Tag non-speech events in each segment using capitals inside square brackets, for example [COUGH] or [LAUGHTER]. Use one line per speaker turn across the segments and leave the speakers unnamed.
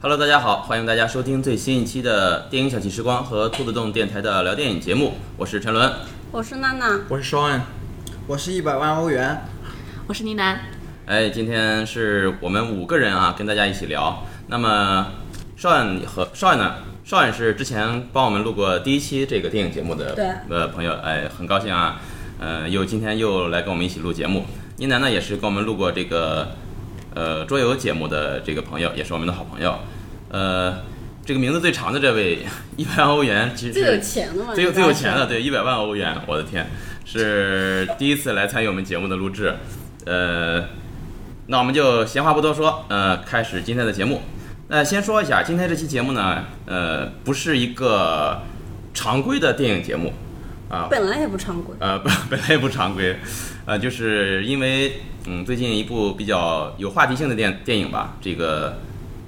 Hello，大家好，欢迎大家收听最新一期的电影小憩时光和兔子洞电台的聊电影节目，我是陈伦。
我是娜娜，
我是双恩，
我是一百万欧元，
我是倪楠，
哎，今天是我们五个人啊，跟大家一起聊。那么少远和少远呢？少远是之前帮我们录过第一期这个电影节目的
对
呃朋友，哎，很高兴啊，呃，又今天又来跟我们一起录节目。倪楠呢也是跟我们录过这个呃桌游节目的这个朋友，也是我们的好朋友。呃，这个名字最长的这位一百万欧元，其实
最
是
有钱的嘛，
最有
应该
最有钱
是
的，对，一百万欧元，我的天，是第一次来参与我们节目的录制，呃，那我们就闲话不多说，呃，开始今天的节目。那先说一下，今天这期节目呢，呃，不是一个常规的电影节目，啊、
本来也不常规，
呃，本本来也不 [LAUGHS] 常规，呃，就是因为嗯，最近一部比较有话题性的电电影吧，这个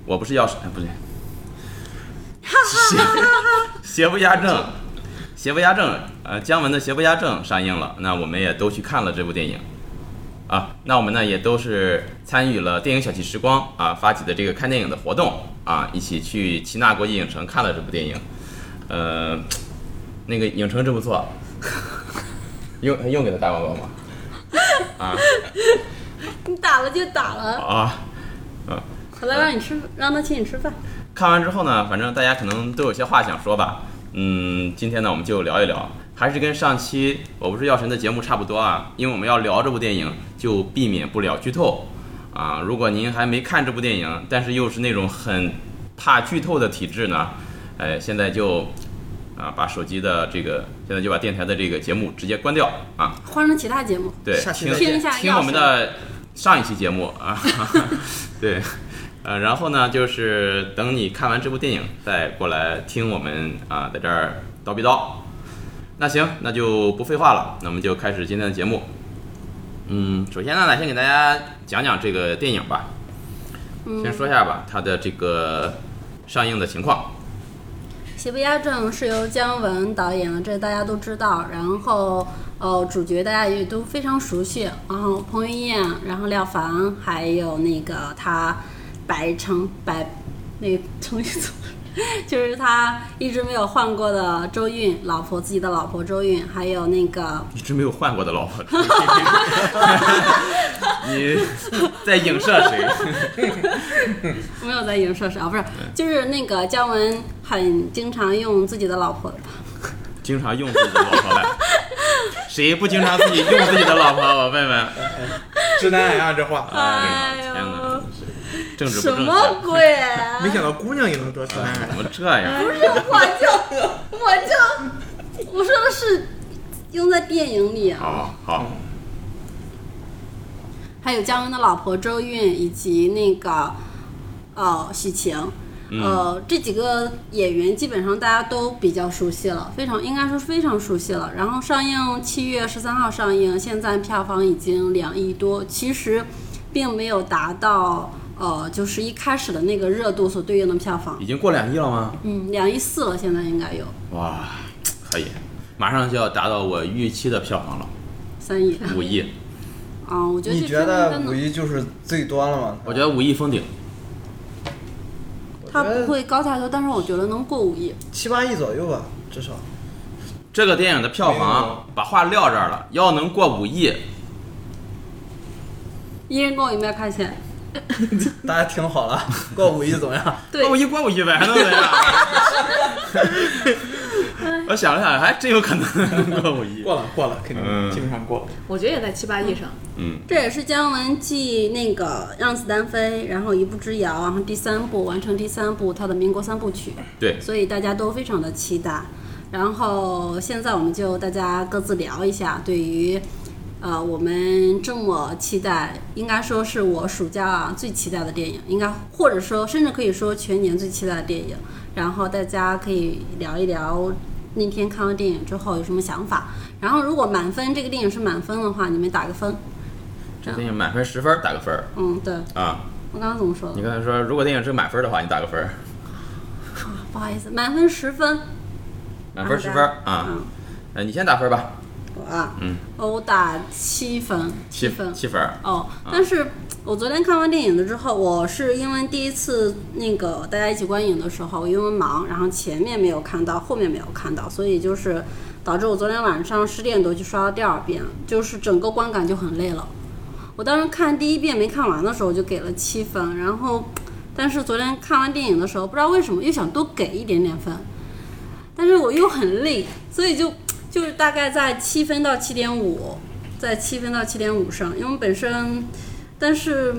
我不是药神，哎，不对，邪邪不压正，邪不压正，呃，姜文的邪不压正上映了，那我们也都去看了这部电影。啊，那我们呢也都是参与了电影小憩时光啊发起的这个看电影的活动啊，一起去齐纳国际影城看了这部电影。呃，那个影城真不错，用用给他打广告吗？
你打了就打了，
啊，
好了，让你吃，让他请你吃饭。
看完之后呢，反正大家可能都有些话想说吧。嗯，今天呢，我们就聊一聊，还是跟上期《我不是药神》的节目差不多啊，因为我们要聊这部电影，就避免不了剧透啊。如果您还没看这部电影，但是又是那种很怕剧透的体质呢，呃，现在就啊把手机的这个，现在就把电台的这个节目直接关掉啊。
换成其他节目，
对，
下期
听
再
见听一下
听我们的上一期节目啊， [LAUGHS] 对，呃，然后呢，就是等你看完这部电影再过来听我们啊、在这儿叨逼叨。那行，那就不废话了，那我们就开始今天的节目。嗯，首先呢，来先给大家讲讲这个电影吧，先说一下吧，它的这个上映的情况。
《邪不压正》是由姜文导演的，这大家都知道。然后，呃，主角大家也都非常熟悉，然后彭于晏，然后廖凡，还有那个他白成白，那个 [LAUGHS] 成语怎么？ [LAUGHS] 就是他一直没有换过的周韵，老婆自己的老婆周韵，还有那个
一直没有换过的老婆， [LAUGHS] 你在影射谁？
没有在影射谁啊？不是，就是那个姜文很经常用自己的老婆，
经常用自己的老婆来， [LAUGHS] 谁不经常自己用自己的老婆？我问问，
[LAUGHS] 直男癌啊，这话，
哎
哎
呦天哪
呦，
政治
什
不正
么
确，
鬼？啊
没想到姑娘也能得直男癌
怎。么这样？
不是，我就我就我说的是用在电影里啊，
好好，
还有姜文的老婆周韵以及那个呃许晴。呃，这几个演员基本上大家都比较熟悉了，非常应该说非常熟悉了。然后上映七月十三号上映，现在票房已经两亿多，其实并没有达到呃就是一开始的那个热度所对应的票房
已，经过两亿了吗？
嗯，两亿四了，现在应该有
哇，可以，马上就要达到我预期的票房了，
三亿。
五亿，
啊、我觉得
你
这
觉
片子
得
真
五
的，
一就是最多了吗？
我觉得五亿封顶，
它
我觉得
不会高太多，但是我觉得能过五亿。
七八亿左右吧，至少。
这个电影的票
没
房
有
把话撂这儿了，要能过五亿，
一人给我一麦块钱，
大家
[LAUGHS]
听好了，过五一怎么样？
对
过五亿过五亿呗，还能怎样？ [LAUGHS] 我想了想，还真有可能过五亿。
过了，过了，肯
嗯
定基本上过了。
我觉得也在七八亿上。
这也是姜文继那个《让子弹飞》，然后《一步之遥》，然后第三部完成第三部他的民国三部曲，
对，
所以大家都非常的期待。然后现在我们就大家各自聊一下，对于呃我们这么期待，应该说是我暑假啊最期待的电影，应该或者说甚至可以说全年最期待的电影。然后大家可以聊一聊那天看完电影之后有什么想法。然后如果满分这个电影是满分的话，你们打个分。
这电影满分十分打个分儿
嗯，对
啊。
我刚刚怎么说的
你？刚才说，如果电影是满分的话，你打个分儿，
啊不好意思，满分十分，
满分十分儿啊。
嗯，
呃，你先打分儿吧。
啊，
嗯，
我打七分，
七
分，
七分啊儿，
哦，但是我昨天看完电影了之后，我是因为第一次那个大家一起观影的时候，因为忙，然后前面没有看到，后面没有看到，所以就是导致我昨天晚上十点多去刷了第二遍，就是整个观感就很累了。我当时看第一遍没看完的时候，我就给了七分，然后但是昨天看完电影的时候，不知道为什么又想多给一点点分，但是我又很累，所以就就是大概在七分到七点五，在七分到七点五上，因为本身，但是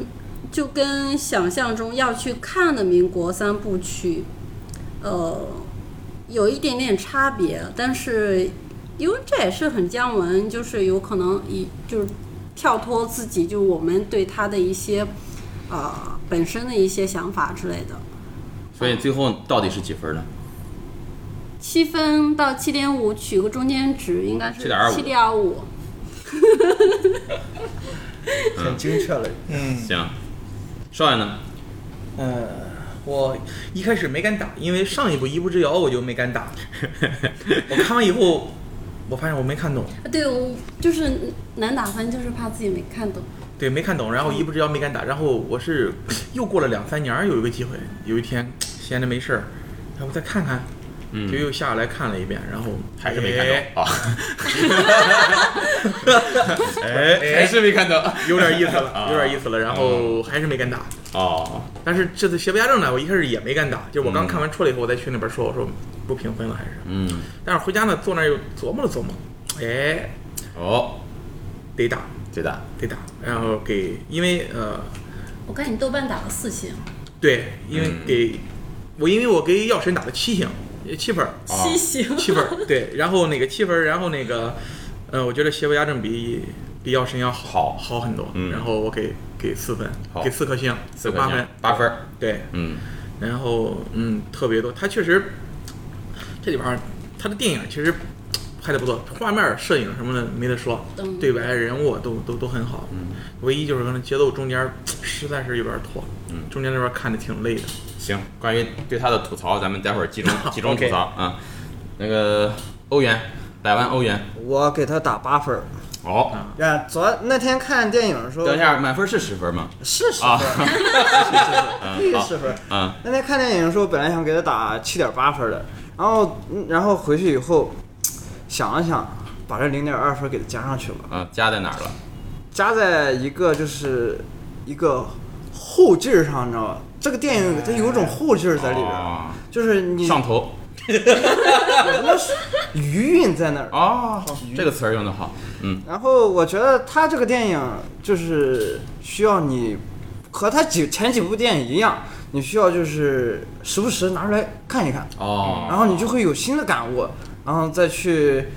就跟想象中要去看的民国三部曲，呃，有一点点差别，但是因为这也是很姜文，就是有可能以就是跳脱自己，就我们对他的一些呃本身的一些想法之类的。
所以最后到底是几分呢？
七分到七点五，取个中间值，应该是
7.25
七点五。
很精确了。
嗯
行，少爷呢？
嗯，我一开始没敢打，因为上一部《一步之遥》我就没敢
[LAUGHS]
打。我看完以后，我发现我没看懂，
对，我就是难打分，就是怕自己没看懂。
对，没看懂。然后《
嗯
一步之遥》没敢打，然后我是又过了两三年儿有一个机会，有一天闲着没事儿，要不再看看，
嗯
就又下来看了一遍，然后
还是没看 [LAUGHS]
哎
懂啊？哎，还是没看懂。
有点意思了
啊，嗯
有点意思了，然后还是没敢打。
哦，
但是这次邪不压正呢，我一开始也没敢打，就是我刚看完出来以后，我在群里边说，我说不评分了还是。
嗯，
但是回家呢，坐那儿又琢磨了琢磨，哎，
哦，
得打
对的，
得打，然后给，因为呃，
我看你豆瓣打了四星，
对，因为
嗯
给、我，因为我给药神打了七星，七分儿，
啊
七星。
七分儿，对，然后那个七分儿，然后那个，呃，我觉得邪不压正比比药神要好
好
好很多，
嗯
然后我给给四分
好，
给四颗星，
四
八
块
分
钱，，八分儿。
对，
嗯，
然后嗯，特别多。他确实这里边儿他的电影其实拍的不错，画面儿、摄影什么的没得说，
嗯
对白、人物都都都很好。唯一就是可能节奏中间儿实在是有点儿拖，
嗯
中间那边儿看着挺累的。
行，关于对他的吐槽，咱们待会儿集中集中吐
OK
槽啊。那个欧元，百万欧元。
我给他打八分儿。
哦，
呀，昨那天看电影的时候，
等一下，满分是十分吗？
是十
啊
分， [LAUGHS] 是十分，
好
是十分。
啊，
那天看电影的时候，本来想给他打七点八分的，然后嗯然后回去以后想了想，把这零点二分给他加上去了，
啊，加在哪儿了？
加在一个就是一个后劲儿上，你知道吧？这个电影它有一种后劲儿在里边儿，
哦
就是你
上头
有那是余韵在那儿。
哦，这个词儿用的好。嗯，
然后我觉得他这个电影就是需要你和他几前几部电影一样，你需要就是时不时拿出来看一看，
哦，
然后你就会有新的感悟，然后再去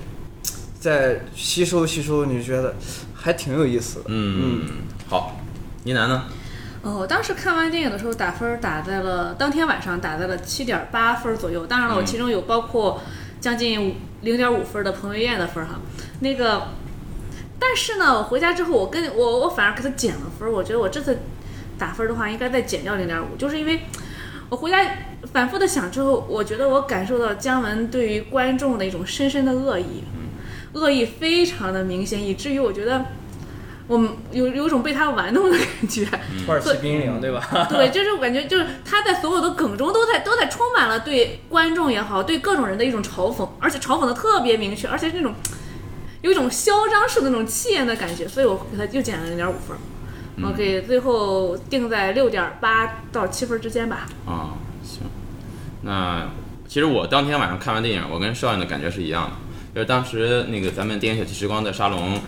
再吸收吸收，你觉得还挺有意思的。
嗯，好，倪楠呢？
哦，我当时看完电影的时候打分儿打在了当天晚上打在了七点八分儿左右，当然了，我
嗯
其中有包括将近零点五分儿的彭于晏的分儿哈，那个，但是呢，我回家之后我跟我我反而给他减了分儿，我觉得我这次打分儿的话应该再减掉零点五，就是因为我回家反复的想之后，我觉得我感受到姜文对于观众的一种深深的恶意，恶意非常的明显，以至于我觉得我们有有一种被他玩弄的感觉。
嗯土耳其冰凌，对吧？
嗯
对，就是我感觉就是他在所有的梗中都在都在充满了对观众也好，对各种人的一种嘲讽，而且嘲讽的特别明确，而且是那种有一种嚣张式的那种气焰的感觉，所以我给他又减了零点五分儿。
嗯
我给最后定在六点八到七分之间吧。
啊，行。那其实我当天晚上看完电影，我跟少爷的感觉是一样的，就是当时那个咱们电影小憩时光的沙龙，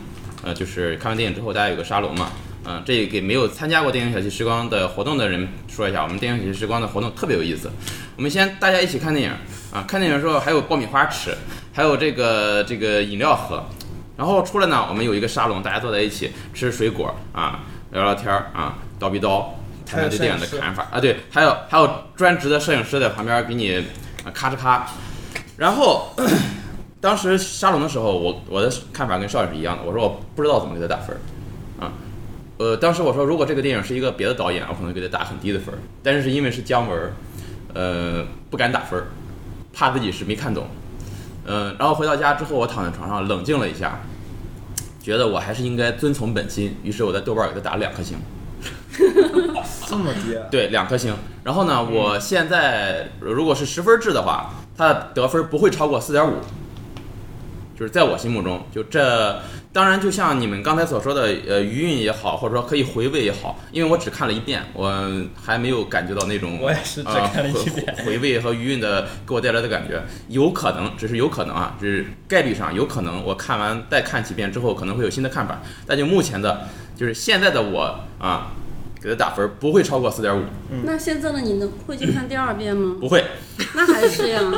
呃，就是看完电影之后大家有个沙龙嘛。嗯、这给没有参加过电影小憩时光的活动的人说一下，我们电影小憩时光的活动特别有意思。我们先大家一起看电影啊，看电影的时候还有爆米花吃，还有这个这个饮料喝，然后出来呢，我们有一个沙龙，大家坐在一起吃水果啊，聊聊天儿啊，叨逼叨，谈谈对电影的看法啊，对，还有还有专职的摄影师在旁边给你啊咔哧咔，然后当时沙龙的时候，我我的看法跟少爷是一样的，我说我不知道怎么给他打分儿啊。呃，当时我说，如果这个电影是一个别的导演，我可能给他打很低的分儿，但是是因为是姜文儿，呃，不敢打分儿，呃怕自己是没看懂，嗯、然后回到家之后，我躺在床上冷静了一下，觉得我还是应该遵从本心，于是我在豆瓣给他打了两颗星。
这么低啊？
对，两颗星。然后
嗯
呢，我现在如果是十分制的话，它的得分不会超过四点五，就是在我心目中，就这。当然，就像你们刚才所说的，呃，余韵也好，或者说可以回味也好，因为我只看了一遍，我还没有感觉到那种
我也是只
呃
看了一
回
遍
回回味和余韵的给我带来的感觉。有可能，只是有可能啊，只是概率上有可能，我看完再看几遍之后，可能会有新的看法。但就目前的，就是现在的我啊，给他打分不会超过四点五。
那现在的你能会去看第二遍吗？
不会，
那还是 [LAUGHS] 呀，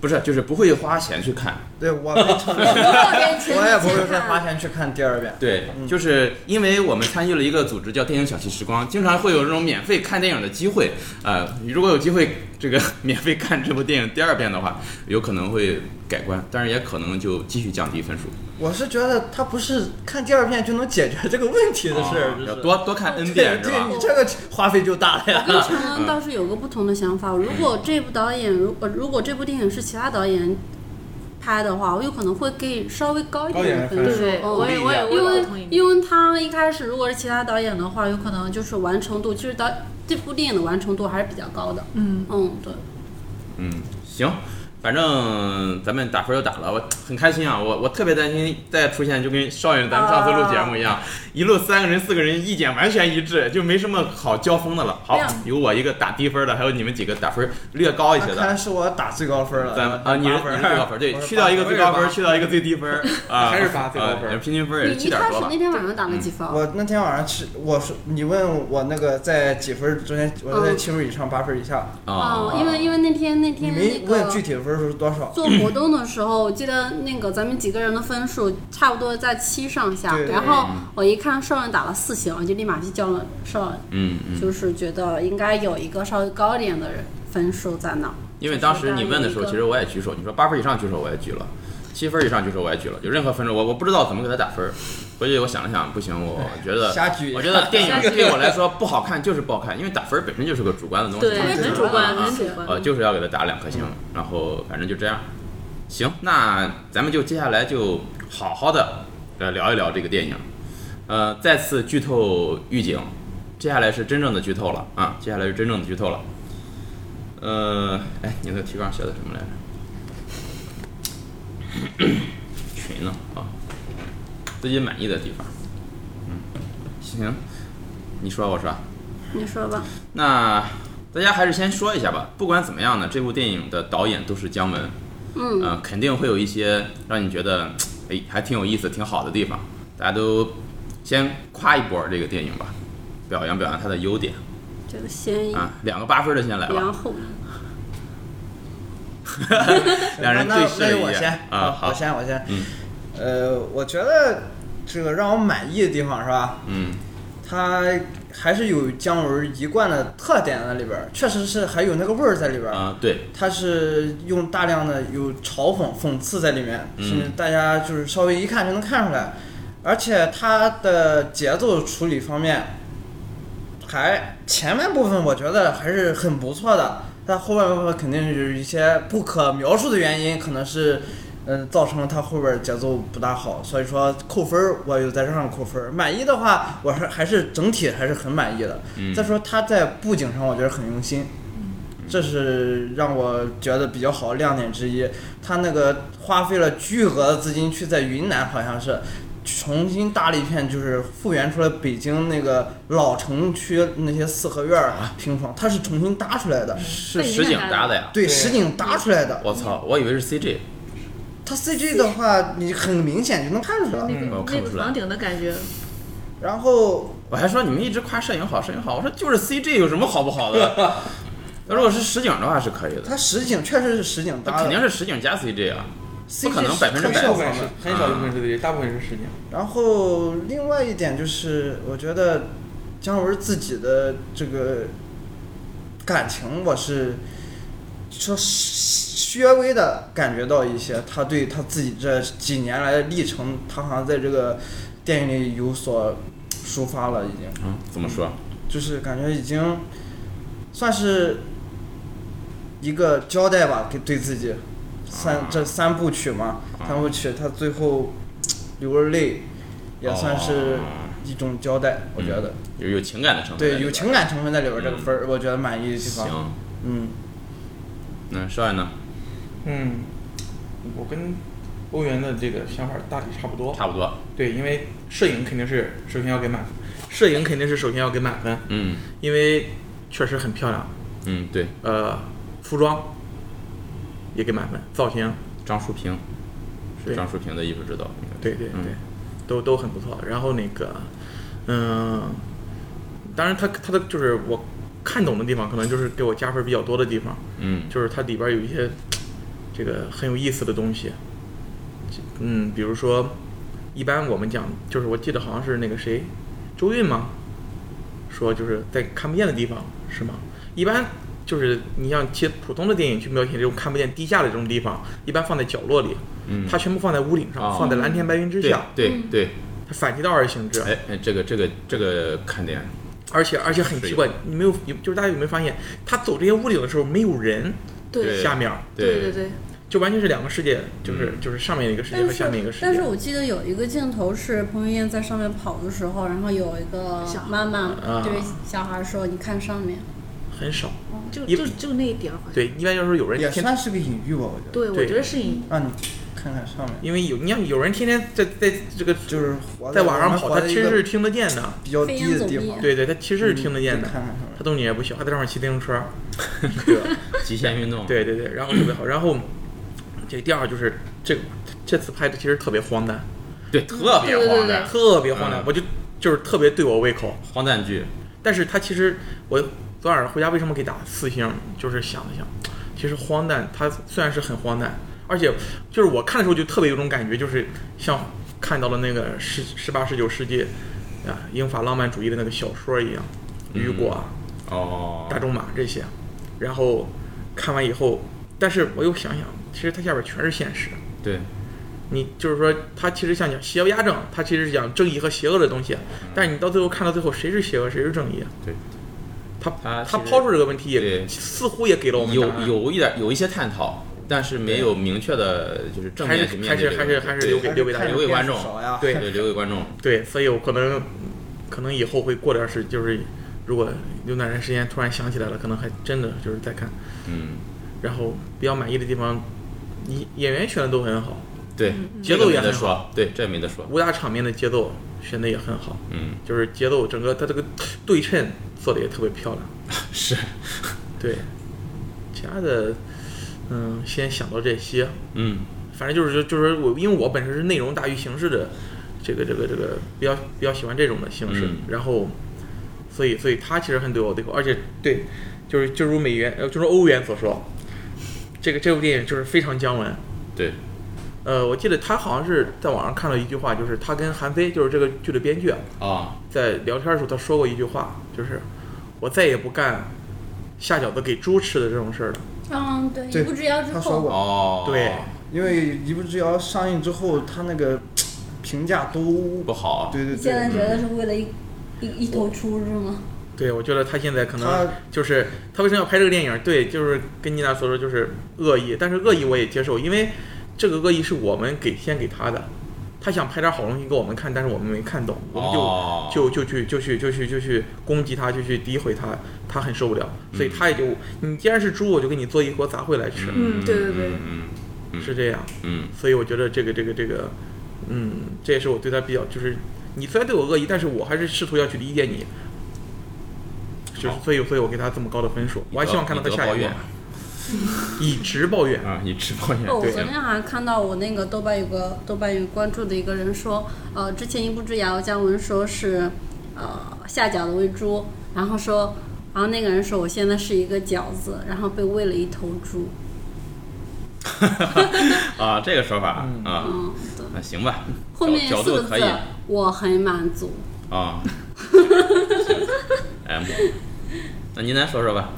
不是，就是不会花钱去看。
对我没承认， [LAUGHS] 我
我
也不会再花钱去看第二遍。
对，就是因为我们参与了一个组织叫“电影小憩时光”，经常会有这种免费看电影的机会。呃，如果有机会这个免费看这部电影第二遍的话，有可能会改观，但是也可能就继续降低分数。
我是觉得他不是看第二遍就能解决这个问题的事儿，就
要
是
多多看 N
对
哦遍是
对，
吧
你？这个花费就大了
啊
呀。
跟成龙倒是有个不同的想法。如果这部导演，如呃如果这部电影是其他导演拍的话，我有可能会给稍微高一点的分
高一
数。
点
对，
嗯
我也我也
因
我也同
为
意。
因为他一开始如果是其他导演的话，有可能就是完成度，就是导这部电影的完成度还是比较高的。
嗯，
嗯，对，
嗯，行，反正咱们打分儿就打了，我很开心啊！我我特别担心再出现就跟少爷咱们上次录节目一样，一路三个人四个人意见完全一致，就没什么好交锋的了。好
没有，
有我一个打低分儿的，还有你们几个打分儿略高一些
那看
的。
来是我打最高分了。
咱们啊，你是
啊八
你是
分
最高分儿，对，去掉一个最高分儿，去掉一个最低分儿啊，
还是八最高分儿
啊平均分儿也
你
是七
一
点
开
多嗯
始
吧
那。天晚上打了几分？
我那天晚上去，我说你问我那个在几分中间，我在
嗯
七分以上八分以下，
啊，
因为因为那天那
你
天
没
那
问具
个。
体的分数是多少。
做活动的时候，我记得那个咱们几个人的分数差不多在七上下，
对对
然后我一看少人打了四星，我就立马去叫了少人，
嗯嗯。
就是觉得应该有一个稍微高一点的人分数在那儿。
因为当时你问的时候，
就是大家一个
其实我也举手，你说八分以上举手我也举了，七分以上举手我也举了，有任何分数我我不知道怎么给他打分儿。回去我想了想，不行，我
[LAUGHS]
觉得
瞎举
我觉
[LAUGHS]
得电影对我来说不好看就是不好看，因为打分儿本身就是个主观的东西
对，
嘛，
很主观，很主观。
呃，就是要给他打两颗星，然后反正就这样。行，那咱们就接下来就好好的呃聊一聊这个电影。呃，再次剧透预警，接下来是真正的剧透了啊，接下来是真正的剧透了。呃，哎，你那个提纲写的什么来着？群呢啊，自己满意的地方。嗯，行，你说我说啊。
你说吧，
那大家还是先说一下吧。不管怎么样呢，这部电影的导演都是姜文，
嗯
呃，肯定会有一些让你觉得，哎，还挺有意思、挺好的地方。大家都先夸一波这个电影吧，表扬表扬它的优点
这个嫌
嗯
疑
啊。两个八分的先来吧，
梁后
[LAUGHS] 两人
那
对视
那
了
那
一
我先
眼啊，
我
好，
先我先，
嗯
呃，我觉得这个让我满意的地方是吧？
嗯
它还是有姜文一贯的特点在里边儿，确实是还有那个味儿在里边儿。
啊，对，
他是用大量的有嘲讽、讽刺在里面，甚至大家就是稍微一看就能看出来，而且他的节奏处理方面，还前面部分我觉得还是很不错的，但后半部分肯定有一些不可描述的原因，可能是。嗯，造成了他后边节奏不大好，所以说扣分儿我有在这上扣分儿。满意的话，我还还是整体还是很满意的。
嗯
再说他在布景上，我觉得很用心，这是让我觉得比较好的亮点之一。他那个花费了巨额的资金去在云南，好像是重新搭了一片，就是复原出来北京那个老城区那些四合院儿平房，它是重新搭出来的，
啊是实景搭的呀。
对，
对
实景搭出来
嗯
的。
我操，我以为是 CG，
它 CG 的话，你很明显就能看出来。
那个
我
嗯那
看不
个
出来
房顶的感觉，
然后
我还说你们一直夸摄影好，摄影好，我说就是 CG 有什么好不好的？ [LAUGHS]
[LAUGHS]
那如果是实景的话是可以的，
它实景确实是实景
那
搭
肯定
的，
是实景加 CG 啊。
CG
不可能
是
百分之
特
百
效
大
效
部
方
分是
面。
很少一部
啊
分是对，大部分是实景。
然后另外一点就是，我觉得姜文自己的这个感情，我是说稍微的感觉到一些，他对他自己这几年来的历程，他好像在这个电影里有所抒发了，已经
嗯，怎么说？
就是感觉已经算是一个交代吧，给对自
啊
己三这三部曲嘛，三部曲他最后流了泪，也算是
哦
一种交代，我觉
嗯
得。
有有情感的成分在里边儿。
对，有情感成分在里边儿，这个
嗯
分儿我觉得满意的地方。
行，
嗯，
那少爷呢？
嗯，我跟欧元的这个想法大体差不多。
差不多。
对，因为摄影肯定是首先要给满，摄影肯定是首先要给满分，
嗯
因为确实很漂亮。
嗯，对，
呃，服装也给满分，造型，
张淑平是
对
张淑平的艺术指导。应该是
对对对，
嗯
都都很不错。然后那个，嗯、当然他他的就是我看懂的地方，可能就是给我加分比较多的地方，
嗯
就是它里边有一些这个很有意思的东西，嗯，比如说，一般我们讲，就是我记得好像是那个谁，周韵吗？说就是在看不见的地方是吗？一般就是你像其普通的电影去描写这种看不见地下的这种地方，一般放在角落里，
嗯，
它全部放在屋顶上，
哦
放在蓝天白云之
对
下，
对对，
它反其道而行之。
哎哎，这个这个这个看点，
而且而且很
是
奇怪，你没有，就是大家有没有发现，他走这些屋顶的时候没有人，
对
对
下面儿
对
对
对，
就完全是两个世界，就是、就是上面一个世界
但
和下面一个
是
世界。
但是我记得有一个镜头是彭于晏在上面跑的时候，然后有一个
小孩
妈妈
啊
对小孩说：“你看上面。
很少。
就
一
就就那一点儿好像。
对，一般就是有人
也
天，
算是个隐喻吧，我觉得。
对，我
对
觉得是你
让你看看上面，
因为有你像有人天天在在这个
就是活
在网上跑，
我们活
他
在
其
一
实
个
是听得见的。
比较低的地
飞檐走
方，
壁
对对，他其实是听得见的
嗯就。看看上面
他动静也不小，还在上面骑自行车。对吧
极限运动。，
对对对，然后特别好。然后这第二就是这个这次拍的其实特别荒诞，
对，特别
对对对
荒
对
诞，
特别荒诞
嗯，
我就就是特别对我胃口。
荒诞剧。
但是他其实我昨晚上回家为什么给打四星，就是想了想，其实荒诞，它虽然是很荒诞，而且就是我看的时候就特别有种感觉，就是像看到了那个十十八十九世纪啊英法浪漫主义的那个小说一样，雨果、啊、
哦
大，仲马这些，然后看完以后，但是我又想想，其实它下边全是现实。
对，
你就是说，它其实像讲邪恶压正，它其实是讲正义和邪恶的东西，啊但是你到最后看到最后，谁是邪恶，谁是正义？
嗯
啊
对，
他
它
他
其实
抛出这个问题
对
也似乎也给了我们答
有
案，
有一点有一些探讨，但是没有明确的，就是正
还
面
是
去面对这个
还
问
是
题。
还是
对
留给留给大家
留给观众
少呀，
对
对，留给观众。
对，所以我可能可能以后会过段时，就是如果有哪段时间突然想起来了，可能还真的就是再看。
嗯，
然后比较满意的地方，演演员选的都很好，
对，
嗯
节
这
奏
个
也
没得
很好
说，对，这没得说。
武打场面的节奏选的也很好，
嗯，
就是节奏整个它这个对称做的也特别漂亮。
是，
对，其他的，嗯，先想到这些。
嗯
反正就是就是我，因为我本身是内容大于形式的，这个这个这个比较比较喜欢这种的形式。
嗯
然后，所以所以他其实很对我胃口，而且对，就是就如美元呃，就如欧元所说，这个这部电影就是非常姜文。
对，
呃，我记得他好像是在网上看了一句话，就是他跟韩非，就是这个剧的编剧啊，
啊，
在聊天的时候，他说过一句话，就是我再也不干下饺子给猪吃的这种事儿了。”
嗯，对，
对
一步之遥之
他说
后，
过，
哦，
对，
因为《一步之遥》上映之后，他那个评价都
不好。
对对
现在
对，嗯
觉得是为了一一一头出是吗？
对，我觉得他现在可能
他
就是他为什么要拍这个电影？对，就是跟妮娜所说，就是恶意，但是恶意我也接受，因为这个恶意是我们给先给他的，他想拍点好东西给我们看，但是我们没看懂，我们就、
哦
就就去就去就去就去攻击他，就去诋毁他，他很受不了，所以
嗯
他也就、你既然是猪，我就给你做一锅杂烩来吃，
嗯对对对
嗯嗯
是这样。
嗯
所以我觉得这个这个这个，嗯，这也是我对他比较就是，你虽然对我恶意，但是我还是试图要去理解你。就是
好
所以所以我给他这么高的分数，我还希望看到他下
以德报
一
怨
个。一直抱怨
嗯，啊，以直播
哦，我
也
昨天好像看到我那个豆瓣有个豆瓣有关注的一个人说，呃，之前一步之遥姜文说是，呃，下饺子喂猪，然后说，然后那个人说我现在是一个饺子，然后被喂了一头猪，
啊，这个说法啊，
嗯，对，
那行吧，
后面
角
四
度
个
可以
字我很满足，
啊。M，那您来说说吧。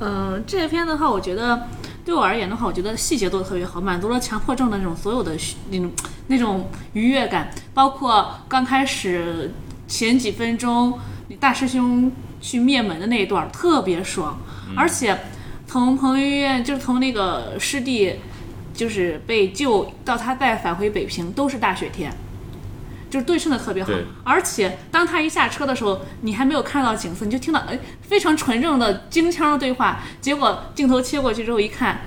呃，这篇的话，我觉得对我而言的话，我觉得细节做的特别好，满足了强迫症的那种所有的需那种那种愉悦感，包括刚开始前几分钟大师兄去灭门的那一段儿特别爽，而且从彭于晏就是从那个师弟就是被救到他再返回北平都是大雪天。就是对称的特别好
对。
而且当他一下车的时候，你还没有看到景色，你就听到哎非常纯正的京腔的对话。结果镜头切过去之后一看，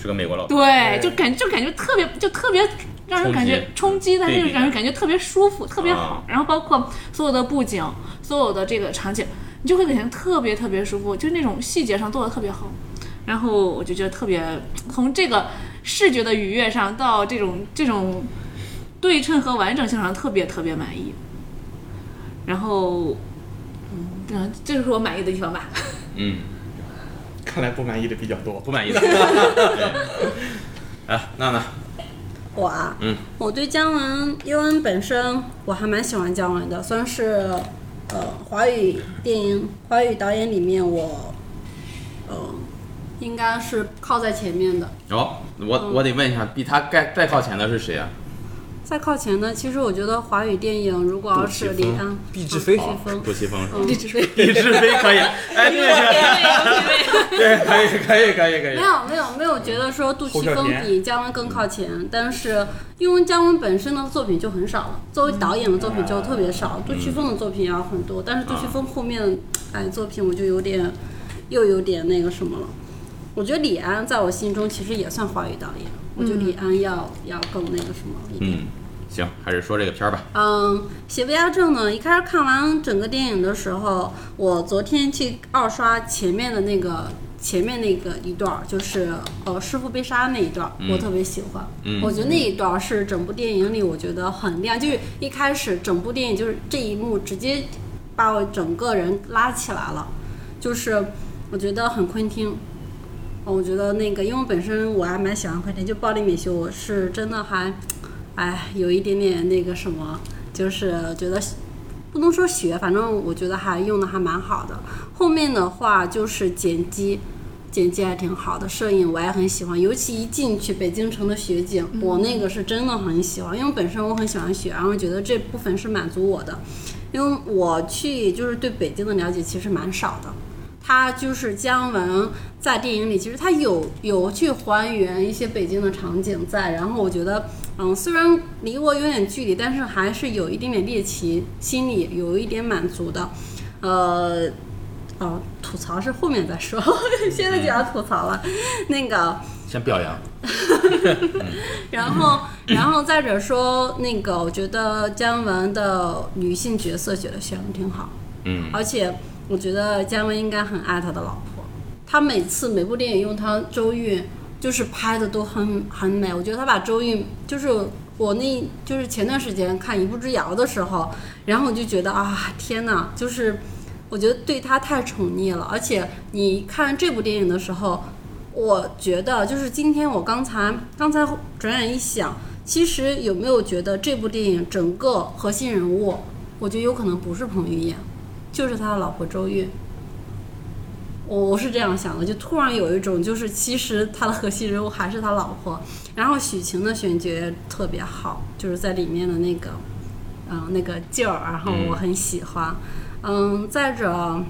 是个美国佬。
对，就感就感觉特别就特别让人
哎冲
感
击
觉冲击，但是
对
又
比
感觉
感
感觉特别舒服，特别好
啊。
然后包括所有的布景，所有的这个场景，你就会感觉特别特别舒服，就那种细节上做的特别好。然后我就觉得特别，从这个视觉的愉悦上到这种这种对称和完整性上，特别特别满意。然后，嗯，这这就是我满意的地方吧。
嗯，
看来不满意的比较多。
不
[LAUGHS]
满意的。对啊，娜娜，
我啊，
嗯，
我对姜文、尤恩本身我还蛮喜欢姜文的，算是呃华语电影、华语导演里面我，呃，应该是靠在前面的。
哦，我我得问一下，比他再再靠前的是谁啊？
再靠前呢，其实我觉得华语电影如果要是
杜琪
李
峰
安、
毕志飞
毕
哦
志
杜琪峰是吧？
嗯
一直飞，
李志飞可以，哎，对对，
对，可以，可以，可以，可
没
以。
有没有没有觉得说杜琪
侯孝
峰
贤
比姜文更靠前，但是因为姜文本身的作品就很少了，作为导演的作品就特别
嗯
少，杜琪峰的作品也要很多，但是杜琪峰后面哎作品我就有点 [LAUGHS] 又有点那个什么了。我觉得李安在我心中其实也算华语导演，我觉得李安要要更那个什么一点。
嗯，行，还是说这个片儿啊吧。
嗯，《邪不压正》呢，一开始看完整个电影的时候，我昨天去二刷前面的那个前面那个一段儿，就是呃师傅被杀那一段儿，我特别喜欢。
嗯
我觉得那一段儿是整部电影里我觉得很亮，就是一开始整部电影就是这一幕直接把我整个人拉起来了，就是我觉得很昆汀。我觉得那个，因为本身我还蛮喜欢昆汀，就暴力美学，我是真的还，哎，有一点点那个什么，就是觉得不能说学，反正我觉得还用的还蛮好的。后面的话就是剪辑，剪辑还挺好的，摄影我也很喜欢，尤其一进去北京城的雪景，我那个是真的很喜欢，因为本身我很喜欢雪，然后觉得这部分是满足我的，因为我去就是对北京的了解其实蛮少的。他就是姜文在电影里，其实他有有去还原一些北京的场景在，然后我觉得，嗯，虽然离我有点距离，但是还是有一点点猎奇，心里有一点满足的，呃，哦，吐槽是后面再说， [LAUGHS] 现在就要吐槽了，那个，
先表扬，
然后，然后再者说，那个我觉得姜文的女性角色写的选的挺好，
嗯，
而且我觉得姜文应该很爱他的老婆，他每次每部电影用他周韵，就是拍的都很很美。我觉得他把周韵，就是我那就是前段时间看《一步之遥》的时候，然后我就觉得啊，天呐，就是我觉得对他太宠溺了。而且你看这部电影的时候，我觉得就是今天我刚才刚才转眼一想，其实有没有觉得这部电影整个核心人物，我觉得有可能不是彭于晏，就是他的老婆周韵。我我是这样想的，就突然有一种就是其实他的核心人物还是他老婆，然后许晴的选角特别好，就是在里面的那个，嗯、那个劲儿，然后我很喜欢，嗯，再者。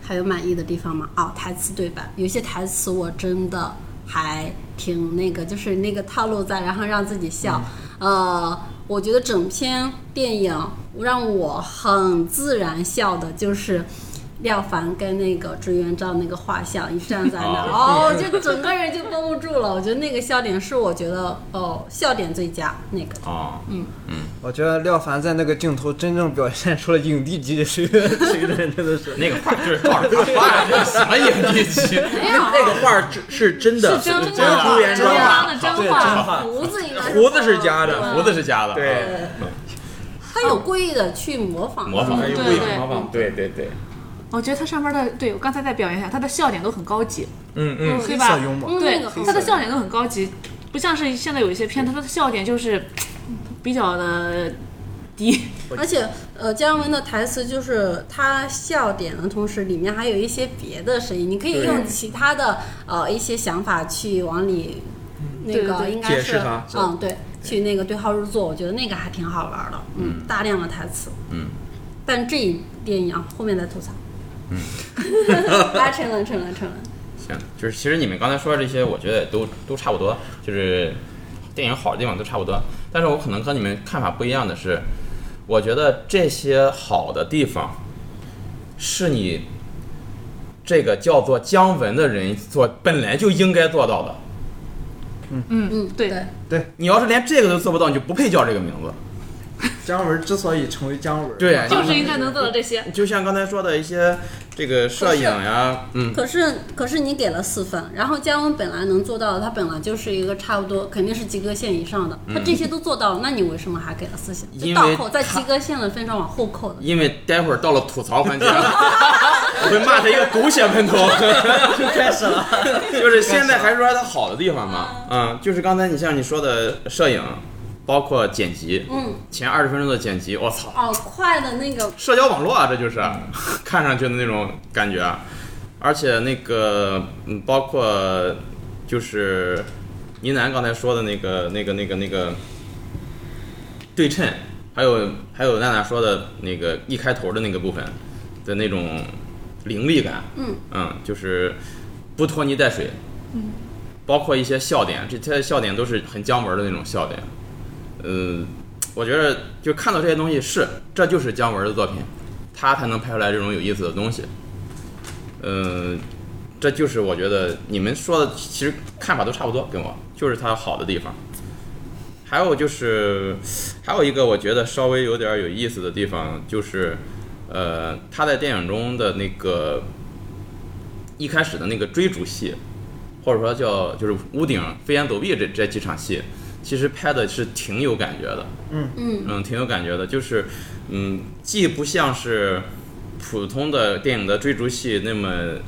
还有满意的地方吗？哦，台词对白，有些台词我真的还挺那个，就是那个套路在，然后让自己笑。呃，我觉得整篇电影让我很自然笑的，就是。廖凡跟那个朱元璋那个画像一站在那儿，哦，就整个人就绷不住了。我觉得那个笑点是我觉得哦，笑点最佳那个。
哦，嗯
我觉得廖凡在那个镜头真正表现出了影帝级的水准，水准真的是。
那个画就是照着他画的，什么影帝级？
没有，
那个画儿是是真的，
是真
真的
的，
朱元
朱元
璋。
的真
对真
话，
话
胡子应该是
胡子是假的
对
[LAUGHS] 胡子是假的，哦
对，
他有故意的去模仿，
模仿
还有
对
故意
对
模仿，哎对对对，
我觉得他上边的，对我刚才在表扬一下，他的笑点都很高级，
嗯嗯，
对
黑
吧
色幽？默
嗯
对
那个很，
他的笑点都很高级，不像是现在有一些片，他说的笑点就是嗯比较的低。
而且，呃，姜文的台词就是他笑点的同时，里面还有一些别的声音，你可以
对
用其他的呃一些想法去往里那
嗯对
个
对
应该
解
是
释它
嗯对，去那个对号入座，我觉得那个还挺好玩的，嗯，大量的台词，
嗯，
但这一电影啊，后面再吐槽，嗯， [LAUGHS] 啊，沉沦，沉沦，沉沦，
行，就是其实你们刚才说的这些，我觉得都都差不多，就是电影好的地方都差不多。但是我可能和你们看法不一样的是，我觉得这些好的地方，是你这个叫做姜文的人做本来就应该做到的。
嗯
嗯，
对
对，
对，
你要是连这个都做不到，你就不配叫这个名字。
姜文之所以成为姜文，
对
就是应该能做到这些。
就像刚才说的一些这个摄影呀，嗯，
可是可是你给了四分，然后姜文本来能做到的，他本来就是一个差不多肯定是及格线以上的，他这些都做到了，那你为什么还给了四星？
嗯因为
就倒扣在
他
及格线的份上往后扣的。
因为待会儿到了吐槽环节，
[LAUGHS]
我会骂他一个狗血喷头。
就开始了。
就是现在还是说它好的地方嘛，嗯，就是刚才你像你说的摄影，包括剪辑，
嗯，
前二十分钟的剪辑，我操，
哦，快的那个
社交网络啊，这就是看上去的那种感觉啊，而且那个嗯，包括就是倪楠刚才说的那个那个那个那个对称，还有还有娜娜说的那个一开头的那个部分的那种凌厉感，
嗯
就是不拖泥带水，包括一些笑点，这些笑点都是很姜文的那种笑点，嗯、我觉得就看到这些东西是，这就是姜文的作品，他才能拍出来这种有意思的东西。呃，这就是我觉得你们说的，其实看法都差不多，跟我就是他好的地方。还有就是，还有一个我觉得稍微有点有意思的地方，就是，呃，他在电影中的那个一开始的那个追逐戏，或者说叫就是屋顶飞檐走壁这这几场戏，其实拍的是挺有感觉的。
嗯
嗯，挺有感觉的，就是，嗯，既不像是普通的电影的追逐戏那么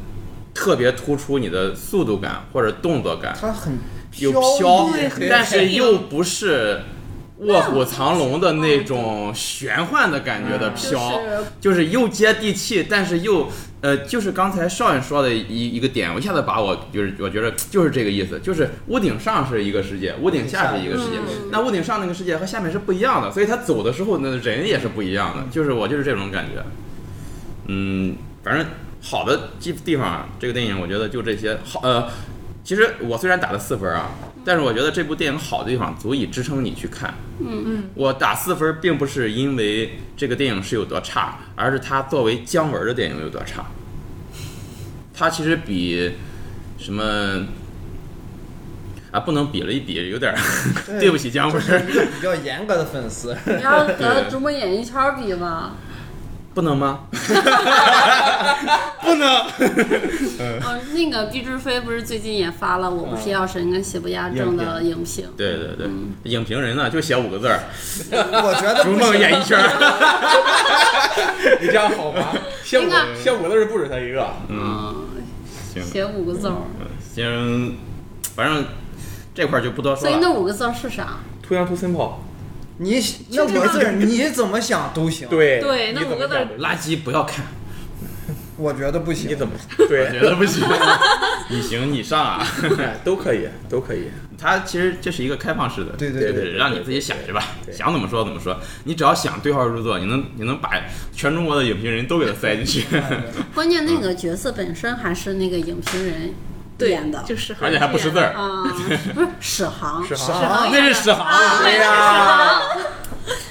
特别突出你的速度感或者动作感，
他很
有
飘
飘
逸，
对
但是又不是卧虎藏龙的那种玄幻的感觉的
就是
飘，就是又接地气，但是又呃，就是刚才少爷说的一一个点，我一下子把我就是我觉得就是这个意思，就是屋顶上是一个世界，屋顶下是一个世界，那屋顶上那个世界和下面是不一样的，所以他走的时候呢，人也是不一样的，就是我就是这种感觉，嗯，反正好的地地方啊，这个电影我觉得就这些好呃。其实我虽然打了四分啊，但是我觉得这部电影好的地方足以支撑你去看。我打四分，并不是因为这个电影是有多差，而是它作为姜文的电影有多差。它其实比什么啊不能比了一比，有点儿对不起姜文，
比较严格的粉丝。
然后和中国演艺圈比嘛，
不能吗？不能。嗯
哦，那个毕志飞不是最近也发了《我不是药神》跟《邪不压正》的影评，
对对对，影评人呢就写五个字儿：
我觉得
逐梦演艺圈儿。
你这样好吗？像
应
我
该
像我都是不止他一个。啊
嗯，
行嗯
写五个字儿，
行，反正这块儿就不多说
所以那
了。
五个字儿是啥？
Too young, too simple。
你那五个字儿你怎么想都行。，
对
对那
你怎
五个
么
字
讲的？
垃圾不要看，
我觉得不
你
行。
怎么
觉
对？
得不行。你行你上啊！
[LAUGHS] 哎都可以，都可以。
它其实这是一个开放式的，
对对
对
对
对对
让你自己想去吧，
对
想怎么说怎么说。你只要想对号入座，你能你能把全中国的影评人都给它塞进去，嗯
关键那个角色本身还是那个影评人
对
演的，
就是很
而且还不识字 [LAUGHS]
严。
儿，
啊，不是史航，
是
是
哈，
啊，
那是史航，
对呀，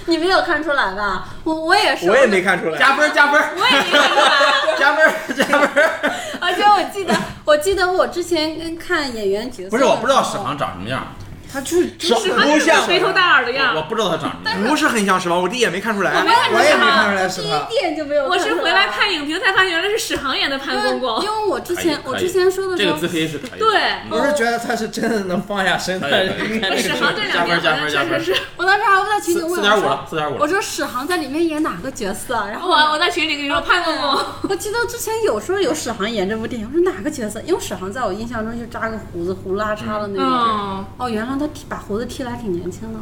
你没有看出来吧？我我也是，
我也没看出来。
加分儿加分儿
我也没看出来，
加分儿加分儿。
而且我记得，我记得我之前跟看演员角色
不
的时候，
是，我不知道史航长什么样，
他就
史航就是
像
肥头大耳的样
我
儿。
不知道他长什么样。
不是很像是吧？我这也没看出
我没
来。
看出
我也没
来
看出来是
第
他
一。点就没有
我
看出
是回来看影评才发现原来是史航演的潘公
因为
公。
因为我之前
可以
我
可以
之前说的
这
时
个
候
自，黑是可以的，
对
嗯
我是觉得他是真的能放下身段
可以可以
看这
史
个
航
剧。
这两年好
加分
像
儿加分儿
确实是，
我当时还在群里
四
问
四
我
点五
说
了，四点五
我
了。
说史航在里面演哪个角色？然后
我我在群里跟你说潘公公。
我记得之前有说有史航演这部电影，我说哪个角色？因为史航在我印象中就扎个胡子，胡拉碴的那种。
嗯，
哦，原来他剃把胡子剃得还挺年轻的。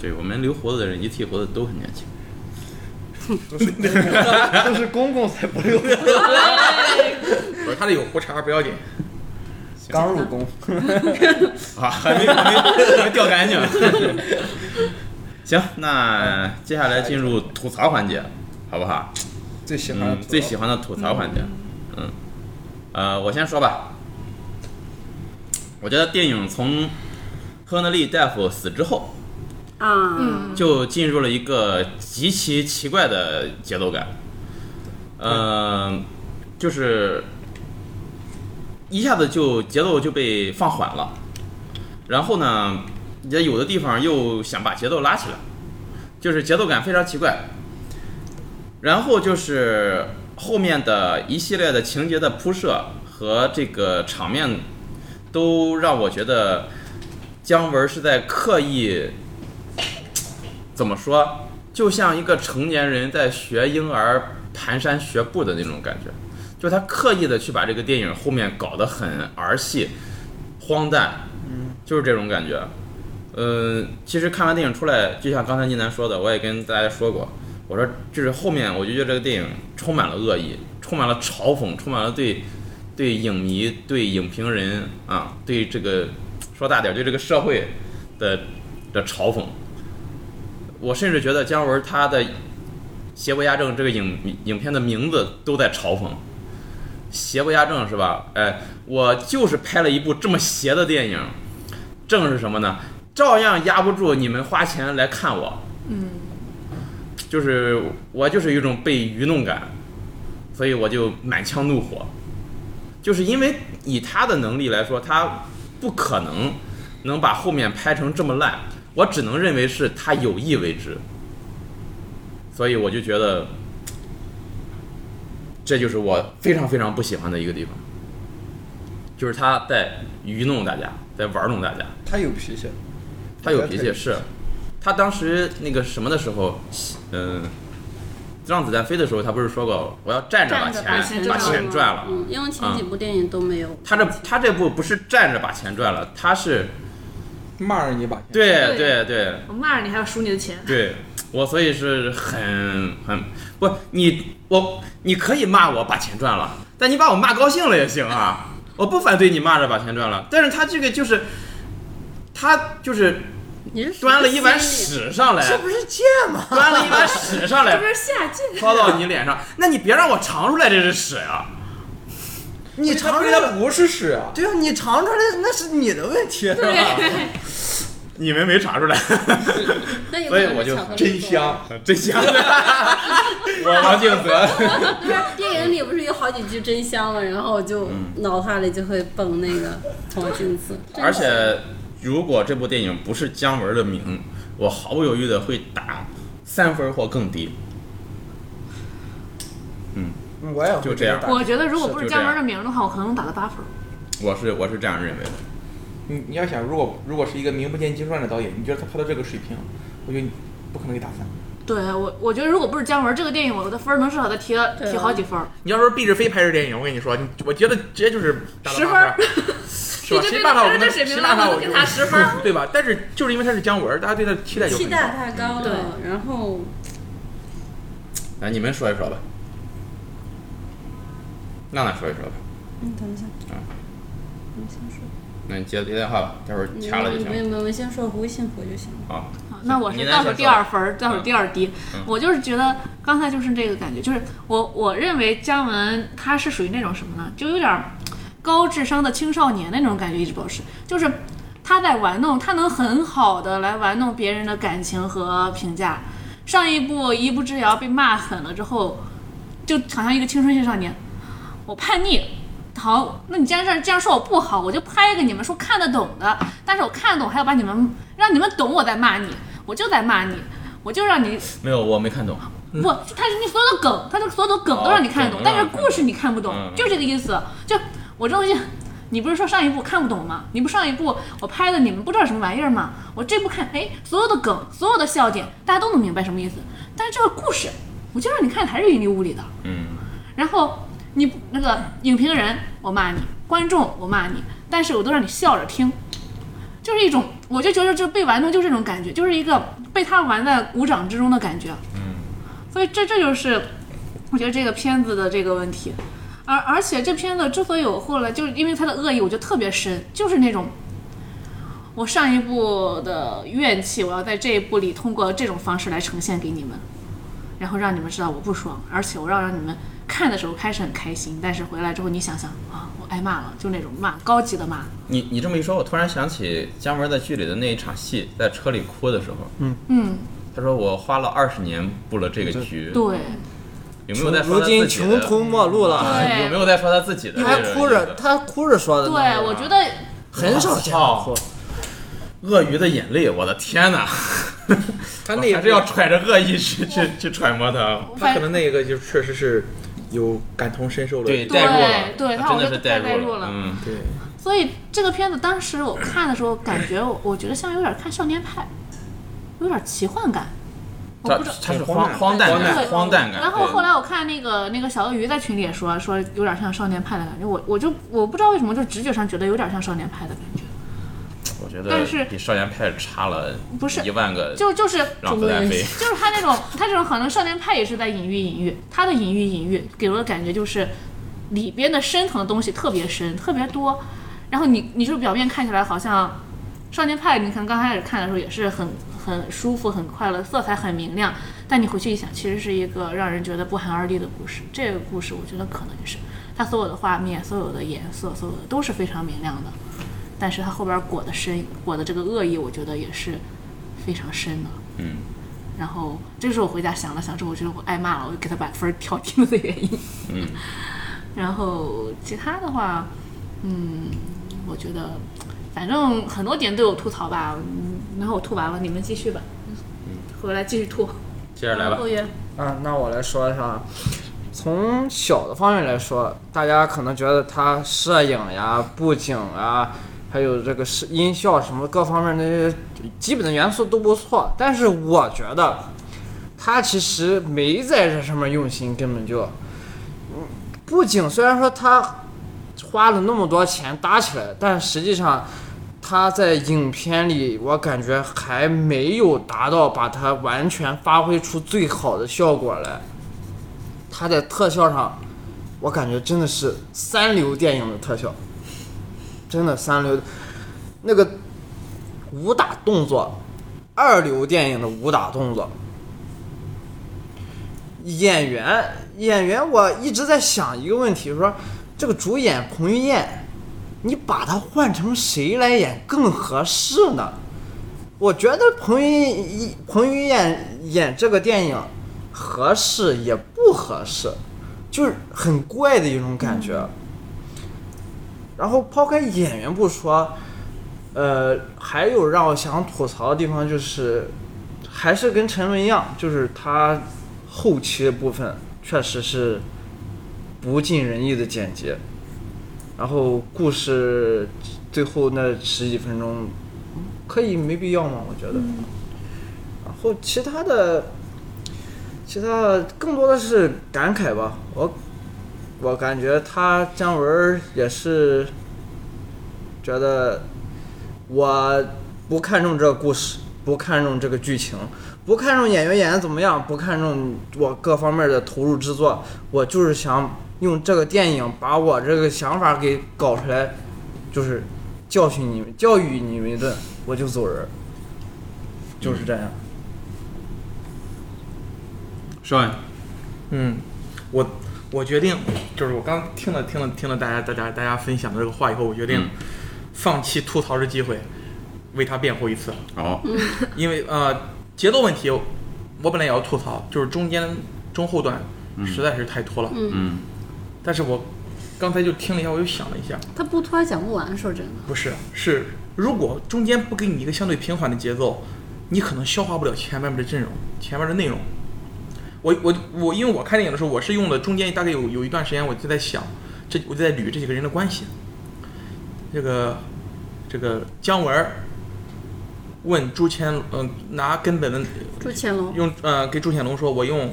对我们留胡子的人一剃胡子都很年轻。
都是公公才不留，
不是他这有胡茬，不要紧。
[LAUGHS] 刚入宫。
啊，还没还没还没 [LAUGHS] 掉干净。行，那接下来进入吐槽环节，好不好？
最喜欢的
嗯
吐，槽
最喜欢的吐槽环节，嗯，呃，我先说吧。我觉得电影从亨德利大夫死之后，
啊，
嗯，
就进入了一个极其奇怪的节奏感，呃，就是一下子就节奏就被放缓了，然后呢，也有的地方又想把节奏拉起来，就是节奏感非常奇怪，然后就是后面的一系列的情节的铺设和这个场面，都让我觉得姜文是在刻意。怎么说，就像一个成年人在学婴儿蹒跚学步的那种感觉，就他刻意的去把这个电影后面搞得很儿戏、荒诞，嗯，就是这种感觉。嗯、其实看完电影出来，就像刚才金楠说的，我也跟大家说过，我说就是后面我就觉得这个电影充满了恶意，充满了嘲讽，充满了对对影迷、对影评人啊，对这个说大点儿，对这个社会的的嘲讽。我甚至觉得姜文他的《邪不压正》这个影影片的名字都在嘲讽，邪不压正是吧？哎，我就是拍了一部这么邪的电影，正是什么呢？照样压不住你们花钱来看我。嗯，就是我就是有一种被愚弄感，所以我就满腔怒火，就是因为以他的能力来说，他不可能能把后面拍成这么烂，我只能认为是他有意为之，所以我就觉得这就是我非常非常不喜欢的一个地方，就是他在愚弄大家，在玩弄大家。
他有脾气，
他有脾气是，他当时那个什么的时候，嗯、让子弹飞的时候，他不是说过我要站着把
站着把
钱
钱
把
赚
钱赚了。
嗯，因为前几部电影都没有。
他这他这部不是站着把钱赚了，他是
骂着你把钱。
对
对
对对
我骂着你还要数你的钱，
对，我所以是很很不你我你可以骂我把钱赚了，但你把我骂高兴了也行啊，我不反对你骂着把钱赚了，但是他这个就是他就是
你是
端了一碗
属于
屎上 [LAUGHS] 来，
不是贱吗？
端了一碗屎上
这
来
不，是下贱。
泼到你脸上，那你别让我尝出来这是屎呀、
你尝
出
出来，
来不是屎啊！
对啊，你尝出来那是你的问题，是吧？
对，
你们没尝出来，
心理，那有
所以
可能
我就是
巧克力
[LAUGHS] 真
做
香。
真香！我王静泽，
的。不是电影里不是有好几句真香吗？然后我就脑海里就会蹦那个黄镜子。
而且如果这部电影不是姜文的名，我毫不犹豫的会打三分或更低。
嗯我也会
就这样
打
我觉得如果不是
就这样
姜文的名儿的话，我可能能打个八分儿。
我是我是这样认为的。
[LAUGHS] 你你要想，如果如果是一个名不见经传的导演，你觉得他拍到这个水平，我觉得你不可能给打分。
对我，我觉得如果不是姜文这个电影，我的分儿能至少再提了
对啊
提好几分儿。
你要说毕志飞拍这电影，我跟你说，你我觉得直接就是打到八分儿，是
[LAUGHS]
吧？
你就
谁
对
骂他
他
我
这
们
水平
谁
了
骂他
我
我
就
就
给他十分儿，
[LAUGHS] 对吧？但是就是因为他是姜文，大家对他期待就
期
很
待
高。
太高了，然后
来，你们说一说吧。娜娜说一说吧，
嗯，等一下，我先说，
那你接接电话吧，待会儿掐了就行
嗯
没
了
有没有，我先说胡幸福就行了。
啊。
好那我
你
是
来
倒数
先
第
说嗯
二分儿，倒数第二低。我就是觉得刚才就是这个感觉，就是我我认为姜文他是属于那种什么呢？就有点儿高智商的青少年那种感觉，一直保持，就是他在玩弄，他能很好的来玩弄别人的感情和评价。上一部《一步之遥》被骂狠了之后，就好像一个青春青少年，我叛逆。好，那你既然这样这样说我不好，我就拍一个你们说看得懂的，但是我看得懂，还要把你们让你们懂我在骂你，我就在骂你，我就让你
没有，我没看懂。
不，他是你所有的梗，他的所有的梗都让你看得懂
嗯哦，
但是
梗都让你看懂
故事你看不懂
嗯，
就这个意思。就我这东西，你不是说上一部看不懂吗？你不上一部我拍的你们不知道什么玩意儿吗？我这部看，哎，所有的梗，所有的笑点，大家都能明白什么意思。但是这个故事，我就让你看还是云里雾里的。
嗯，
然后你那个影评人我骂你，观众我骂你，但是我都让你笑着听，就是一种，我就觉得这被玩弄就是这种感觉，就是一个被他玩在鼓掌之中的感觉。嗯，所以这这就是我觉得这个片子的这个问题。而而且这片子之所以我后来就是因为他的恶意，我觉得特别深，就是那种我上一部的怨气，我要在这一部里通过这种方式来呈现给你们，然后让你们知道我不爽，而且我要让你们看的时候开始很开心，但是回来之后你想想啊，我挨骂了，就那种骂，高级的骂。
你你这么一说，我突然想起姜文在剧里的那一场戏，在车里哭的时候，
嗯，
他说我花了二十年布了这个局，
对，
有没有在说
如
他
今
自己
穷
的？啊
途末路
嗯
了，
对
有没有在说他自己的这个
他
意思？
哭着，他哭着说的
呃
对，
呢，
我觉得
很少见
哦
他哭。
鳄鱼的眼泪，我的天 [LAUGHS] 哪！
他
[LAUGHS]
那
还是要揣着恶意去 [LAUGHS] 去去揣摩他。
我
他
反
可能那个就确实是有感同身受的，
对，
对
代入了，
对
他真的是
他我觉得太代入
入
了
嗯，
对
所以这个片子当时我看的时候，感觉我我觉得像有点看少年派，有点奇幻感。我
他
不知道
他是
挺
荒
荒
诞
诞
对
感，荒诞感。
然后
对
后来我看那个那个小鳄鱼在群里也说说有点像少年派的感觉，我我就我不知道为什么就直觉上觉得有点像少年派的感觉，
我觉
但
得
是
比少年派差了
不是
一万个，
就就是
让子弹飞
就是他那种他这种可能少年派也是在隐喻隐喻，他的隐喻隐喻给我的感觉就是里边的深层的东西特别深特别多，然后你你就表面看起来好像少年派，你看刚开始看的时候也是很很舒服很快乐，色彩很明亮，但你回去一想，其实是一个让人觉得不寒而栗的故事。这个故事我觉得可能是它所有的画面、所有的颜色、所有的都是非常明亮的，但是它后边裹的深裹的这个恶意，我觉得也是非常深的。
嗯，
然后这是我回家想了想之后，我觉得我挨骂了，我就给他把分儿调低了的原因。
嗯，
[LAUGHS] 然后其他的话，嗯，我觉得反正很多点都有吐槽吧，嗯然后我吐完了，你们继续吧，回来继续吐。
接着来吧
后。面
啊，那我来说一下，从小的方面来说，大家可能觉得它摄影呀、布景啊，还有这个是音效什么各方面那些基本的元素都不错，但是我觉得它其实没在这上面用心，根本就，嗯，布景虽然说它花了那么多钱搭起来，但实际上。它在影片里，我感觉还没有达到把它完全发挥出最好的效果来。它在特效上，我感觉真的是三流电影的特效，真的三流。那个武打动作，二流电影的武打动作。演员，演员，我一直在想一个问题，说这个主演彭于晏，你把他换成谁来演更合适呢？我觉得彭于彭于晏演这个电影合适也不合适，就是很怪的一种感觉。然后抛开演员不说，呃，还有让我想吐槽的地方就是，还是跟陈文一样，就是他后期的部分确实是不尽人意的剪辑。然后故事最后那十几分钟，可以没必要吗？我觉得。然后其他的，其他的更多的是感慨吧。我我感觉他姜文儿也是觉得我不看重这个故事，不看重这个剧情，不看重演员演的怎么样，不看重我各方面的投入制作，我就是想用这个电影把我这个想法给搞出来，就是教训你们，教育你们一顿，我就走人儿，就是这样。
说完，
嗯，我我决定，就是我刚听了听了听了大家大家大家分享的这个话以后，我决定
嗯
放弃吐槽的机会，为他辩护一次。
哦，
因为呃节奏问题，我本来也要吐槽，就是中间中后段实在是太拖了。
嗯，
但是我刚才就听了一下，我又想了一下，
他不拖讲不完，说真的。
不是，是如果中间不给你一个相对平缓的节奏，你可能消化不了前面的阵容，前面的内容。我我我，因为我看电影的时候，我是用了中间大概有有一段时间，我就在想，这我就在捋这几个人的关系。这个这个姜文儿问朱千，嗯、拿根本的
朱乾隆，
用呃给朱显龙说，我用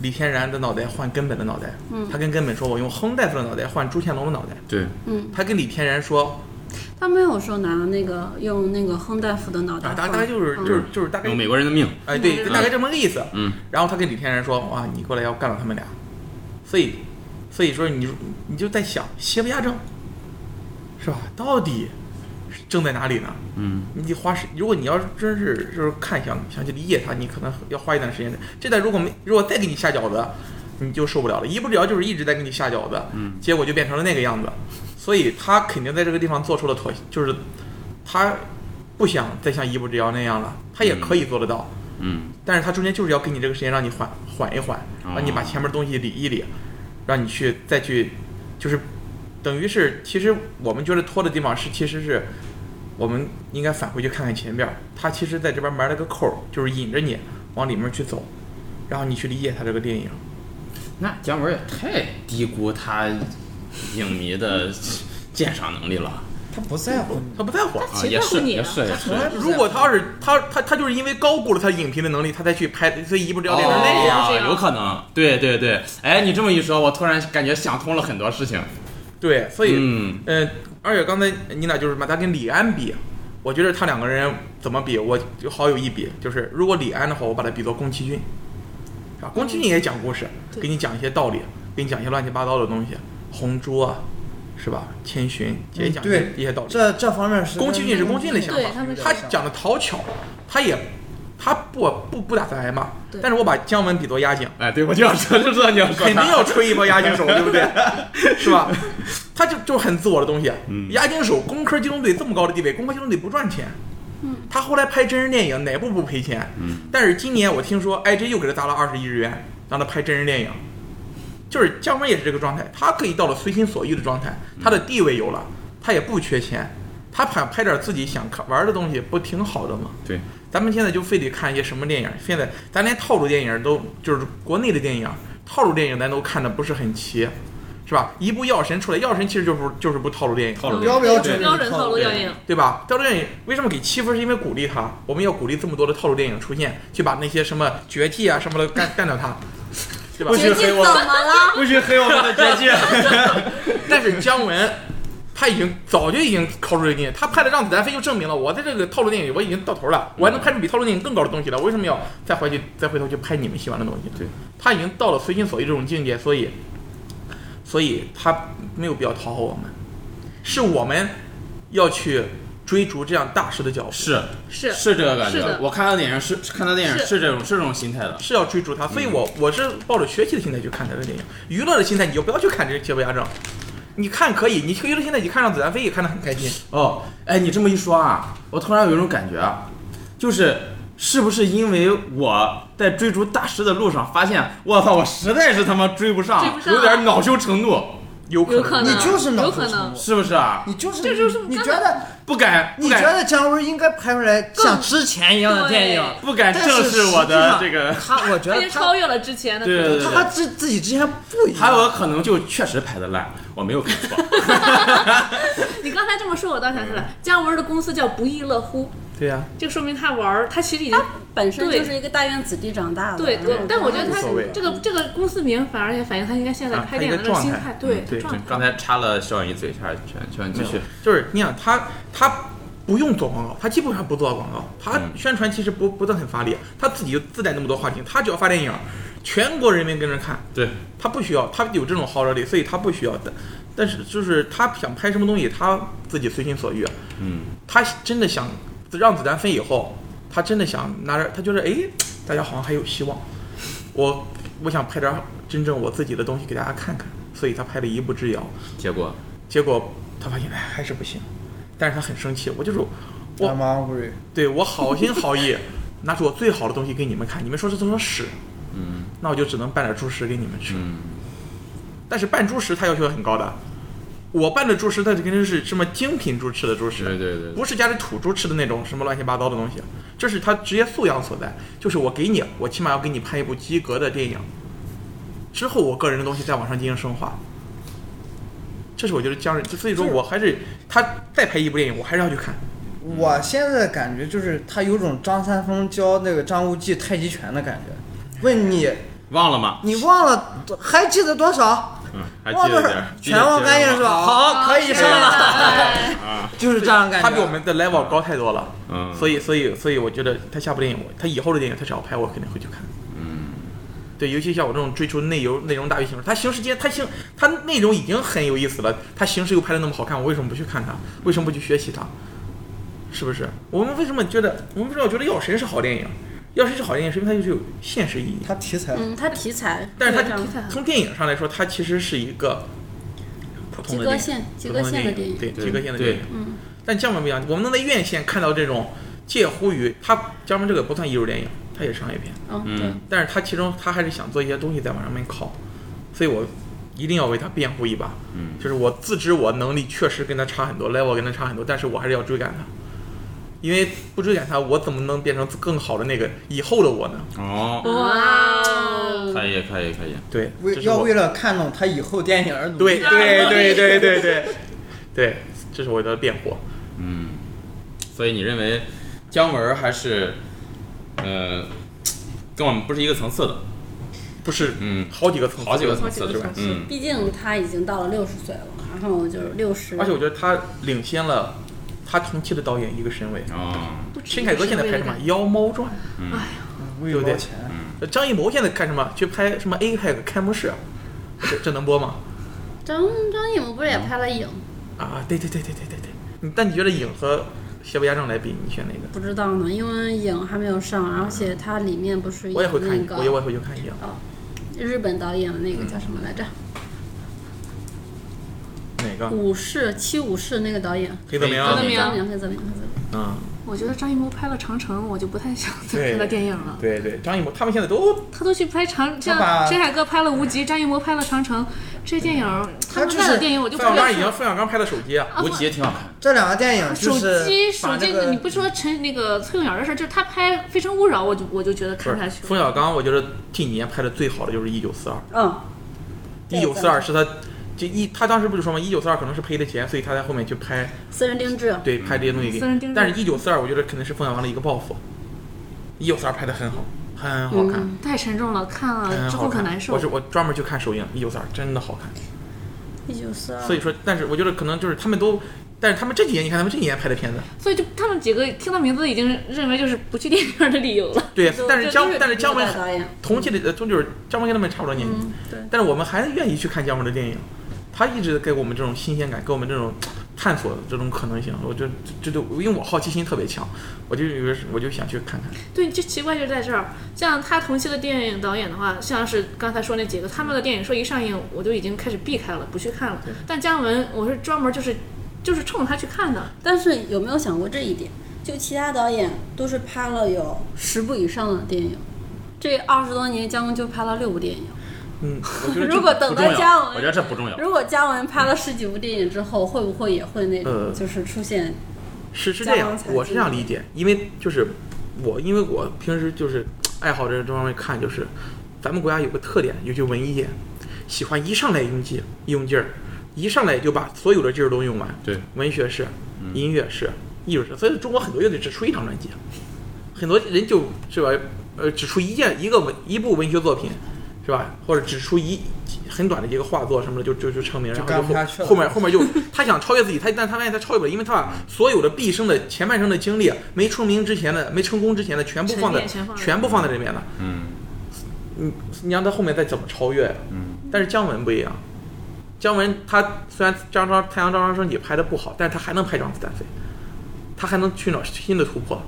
李天然的脑袋换根本的脑袋。嗯，他跟根本说，我用亨大夫的脑袋换朱显龙的脑袋。
对，
他跟李天然说，
他没有说拿那个用那个亨大夫的脑袋
啊，
换，
大大概就是
嗯
就是就是大
嗯
概
用，美国人的命，
哎，对，大概这么个意思。
嗯，
然后他跟李天然说，哇，你过来要干了他们俩，所以所以说你你就在想邪不压正，是吧？到底是正在哪里呢？
嗯，
你得花时，如果你要是真是就是看想想去理解他，你可能要花一段时间的。这段如果没如果再给你下饺子，你就受不了了。一不聊就是一直在给你下饺子，结果就变成了那个样子。所以他肯定在这个地方做出了妥协，就是他不想再像一不之遥那样了，他也可以做得到，
嗯
但是他中间就是要给你这个时间，让你缓缓一缓，
哦
让你把前面东西理一理，让你去再去，就是等于是，其实我们觉得拖的地方是，其实是我们应该返回去看看前边儿，他其实在这边埋了个扣儿，就是引着你往里面去走，然后你去理解他这个电影。
那姜文也太低估他影迷的鉴赏能力了
他不在乎你，
他不在乎啊，
啊！
谁
也
在乎
是
你
也
啊
是也是，
从来不在乎
如果他要是他他他就是因为高估了他影评的能力，他才去拍，所以一步之遥变成那样。
样
哦有可能，对对对。哎，你这么一说，我突然感觉想通了很多事情。
对，所以
嗯，
呃，而且刚才你俩就是把他跟李安比，我觉得他两个人怎么比，我就好有一比，就是如果李安的话，我把他比作宫崎骏，啊，宫崎骏也讲故事，
对
给你讲一些道理，给你讲一些乱七八糟的东西，红猪啊，是吧？千寻也讲一些
嗯对
一些道理。
这这方面是
宫崎骏是宫
公
崎骏的想
对
法
他们，
他讲的讨巧，他也他不不不打算挨骂，
对
但是我把姜文比作压井，
哎，对，我就要说， [LAUGHS] 就知道你要说
肯
他
定要吹一波押金手，对
[LAUGHS]
不对？是吧？他就就是很自我的东西。啊
嗯
押金手，工科机动队这么高的地位，工科机动队不赚钱。他后来拍真人电影，哪部不赔钱？
嗯
但是今年我听说 IG 又给他砸了二十亿日元，让他拍真人电影。就是姜文也是这个状态，他可以到了随心所欲的状态，
嗯
他的地位有了，他也不缺钱，他想拍点自己想看玩的东西，不挺好的吗？
对，
咱们现在就非得看一些什么电影？现在咱连套路电影都就是国内的电影，套路电影咱都看的不是很齐，是吧？一部《药神》出来，《药神》其实就不就是部套路电影，
套路
标
标
标准
准套路要硬，
对吧？套路电影为什么给七分？是因为鼓励他，我们要鼓励这么多的套路电影出现，去把那些什么绝技啊什么的干干掉它，对吧？
绝技怎
[LAUGHS]
么了？
不许黑我们的绝技。
[LAUGHS] 但是姜文，他已经早就已经靠出这个境界，他拍的《让子弹飞》就证明了我在这个套路电影里我已经到头了，我还能拍出比套路电影更高的东西了，我为什么要再回去再回头去拍你们喜欢的东西呢？
对，
他已经到了随心所欲这种境界，所以，所以他没有必要讨好我们，是我们要去追逐这样大师的脚步，
是
是
是这个感
是
觉
的，
我看他电影是看他电影
是
是这种是这种心态的。
是要追逐他，所以我我是抱着学习的心态去看他的电影，娱乐的心态你就不要去看这些邪不压正。你看可以，你去娱乐心态，你看《让子弹飞》也看得很开心。
哦，哎，你这么一说啊，我突然有一种感觉啊，就是是不是因为我在追逐大师的路上，发现我操，我实在是他妈追不上，
追不上啊
有点恼羞成怒，
有
有可
你
能
就是脑
有
子
可能
冲
是不是啊？
你就是
这就是
你觉
刚
得
不敢，不
你觉
敢，
得姜文应该拍出来像之前一样的电影？
不敢
但是
正视我的
实
这
际上
个，
他，我觉
而
得
且
他
超越了之前的
对对对
他和自自己之前不一样。
还有可能就确实拍的烂，我没有看错。 [LAUGHS]
你刚才这么说，我倒想起来，姜文的公司叫不亦乐乎，
对呀、
就说明他玩儿，他其实已经
本身
对
就是一个大院子弟长大的。
对对
嗯，
但我觉得他
啊无所谓
这个这个公司名反而也反映他应该现在
啊
拍电影的
他一个
心
状嗯
态，对
对
状态。
刚才插了肖远一嘴，插全全继续。
就是你想他他不用做广告，他基本上不做广告，他
嗯
宣传其实不不是很发力，他自己就自带那么多话题，他只要发电影，全国人民跟着看，
对，
他不需要，他有这种号召力，所以他不需要。但但是就是他想拍什么东西，他自己随心所欲。
嗯，
他真的想让子弹飞以后，他真的想拿着，他觉得哎，大家好像还有希望，我我想拍点真正我自己的东西给大家看看，所以他拍了一步之遥。
结果
结果他发现哎还是不行，但是他很生气，我就是我
我妈不是
对我好心好意拿出我最好的东西给你们看，你们说这都是屎，
嗯
那我就只能拌点猪食给你们吃。
嗯，
但是拌猪食它要求很高的，我拌的猪食它肯定是什么精品猪吃的猪食，
对对对，
不是家里土猪吃的那种什么乱七八糟的东西，这是他职业素养所在。就是我给你，我起码要给你拍一部及格的电影，之后我个人的东西在往上进行升华。这是我觉得姜人，所以说我还是他再拍一部电影，我还是要去看。
嗯我现在感觉就是他有种张三丰教那个张无忌太极拳的感觉。问你，
忘了吗？
你忘了还记得多少？
嗯，还
忘
记
多
得
少
点儿，？记得
全忘干净是
记得
吧？好，可以上 [LAUGHS] 了，
哦哎
就是这样感觉。
他比我们的 level 高太多了，
嗯，
所以所以所以我觉得他下部电影，我他以后的电影他只要拍，我肯定会去看。
嗯，
对，尤其像我这种追求内容内容大于形式，他形式间他形他内容已经很有意思了，他形式又拍的那么好看，我为什么不去看他？为什么不去学习他？是不是？我们为什么觉得我们为什么觉得《药神》是好电影？《要是一支好电影，是因为它就是有现实意义。
它题材
嗯，它题材
但是
对
它
这样看
从电影上来说，它其实是一个普通
及
的
格
电影，
线及
普
格
通
线
的
的电影，
对
对
及格线的
对
电影。嗯。但姜文不一样，我们能在院线看到这种介乎于它姜文这个不算艺术电影，它也是商业片，
嗯对
嗯，
但是它其中它还是想做一些东西在往上面靠，所以我一定要为他辩护一把。
嗯，
就是我自知我能力确实跟他差很多，level 跟他差很多，但是我还是要追赶他，因为不追赶他，我怎么能变成更好的那个以后的我呢？
哦，
哇哦，
可以可以可以，
对，
为
这是
要
我
为了看懂他以后电影而努
对
力。
对对对对对对，这是我的辩护。
嗯，所以你认为姜文还是呃跟我们不是一个层次的？
不是，
嗯
好几个层次，
好几个层
好几
次
个
对吧
层？次
嗯
毕竟他已经到了六十岁了，然后就是六十，
而且我觉得他领先了他同期的导演一个身位。
哦，
不止
陈凯歌现在拍什么《妖猫传
嗯为
对不对
毛钱，》？
张艺谋现在干什么？去拍什么 APEC 开幕式？啊这这能播吗？
张张艺谋不是也拍了影？
啊，对对对对对对对。你但你觉得影和邪不压正来比，你选哪个？
不知道呢，因为影还没有上，而且它里面不是有
我也会看，
那
我也
个
我也会去看一样。
日本导演的那个叫什么来着？
哪个？
武士七武士那个导演，
黑泽明
黑
啊
泽。
黑
明
泽明，黑泽明，黑泽明。
嗯，
我觉得张艺谋拍了《长城》，我就不太想
对
再拍他电影了。
对对，张艺谋他们现在都
他都去拍长，像
把
陈凯歌拍了《无极》，张艺谋拍了《长城》，这些电影儿，他
就
们拍
是
的电影我就
冯
不
小刚
愿
已
意
经
看。
冯小刚拍的手机啊。
无极也挺好看，
这两个电影就
手
是
机手
把
机
那个
你不说陈那个崔永元的事儿，就是他拍《非诚勿扰》，我就我就觉得
不是
看不下去了。
冯小刚，我觉得近年拍的最好的就是《一九四二》，
嗯，
《一九四二》是他就一他当时不就说嘛，《一九四二》可能是赔的钱，所以他在后面去拍，
私人定制，
对，拍这些东西
私人。定制
但是《一九四二》我觉得可能是冯小刚的一个报复，《一九四二》拍的很好，很好看，
太沉重了，看了
很
嗯啊
嗯
之
好
后很
看。
难受
我是。我专门去看首映，《一九四二》真的好看。
一九四二
所。以说，但是我觉得可能就是他们都，但是他们这几年，你看他们这几年拍的片子，
所以就他们几个听到名字已经认为就是不去电影院的理由了。
对，但是姜
就，
但是姜文
日本导演，
同期的，呃，终就是姜文跟他们差不多年纪，
对
但是我们还愿意去看姜文的电影，他一直给我们这种新鲜感，给我们这种探索这种可能性，我就这就因为我好奇心特别强，我就以为是我就想去看看，
对，就奇怪就在这儿。像他同期的电影导演的话，像是刚才说那几个，他们的电影说一上映，我就已经开始避开了，不去看了
对。
但姜文，我是专门就是就是冲他去看的。
但是有没有想过这一点？就其他导演都是拍了有十部以上的电影，这二十多年姜文就拍了六部电影。
嗯，我觉得这
如果等
不
到
重
姜
要，
文
我觉得这不重要。
如果姜文拍了十几部电影之后，会不会也会那
呃
种就是出现？
是是
加
这样
王，才
我是
俊
这样理解，因为就是我，因为我平时就是爱好这这方面看，就是咱们国家有个特点，尤其文艺界，喜欢一上来用劲用劲儿，一上来就把所有的劲儿都用完。
对，
文学是，
嗯
音乐是，艺术是，所以中国很多乐队只出一张专辑，啊很多人就是吧，呃，只出一件一个文一部文学作品，是吧？或者只出一很短的一个画作什么的，就就就成名，
就
然
干
后
不
就
下
后
去了嗯
后面后面就他想超越自己，他但他发现他超越不了，因为他把所有的毕生的前半生的经历，没成名之前的，没成功之前的，全部放在
沉淀全放在
全部放在里面了。
嗯
你你让他后面再怎么超越？啊
嗯，
但是姜文不一样，姜文他虽然张张太阳照常升起拍的不好，但是他还能拍《让子弹飞》，他还能去找新的突破，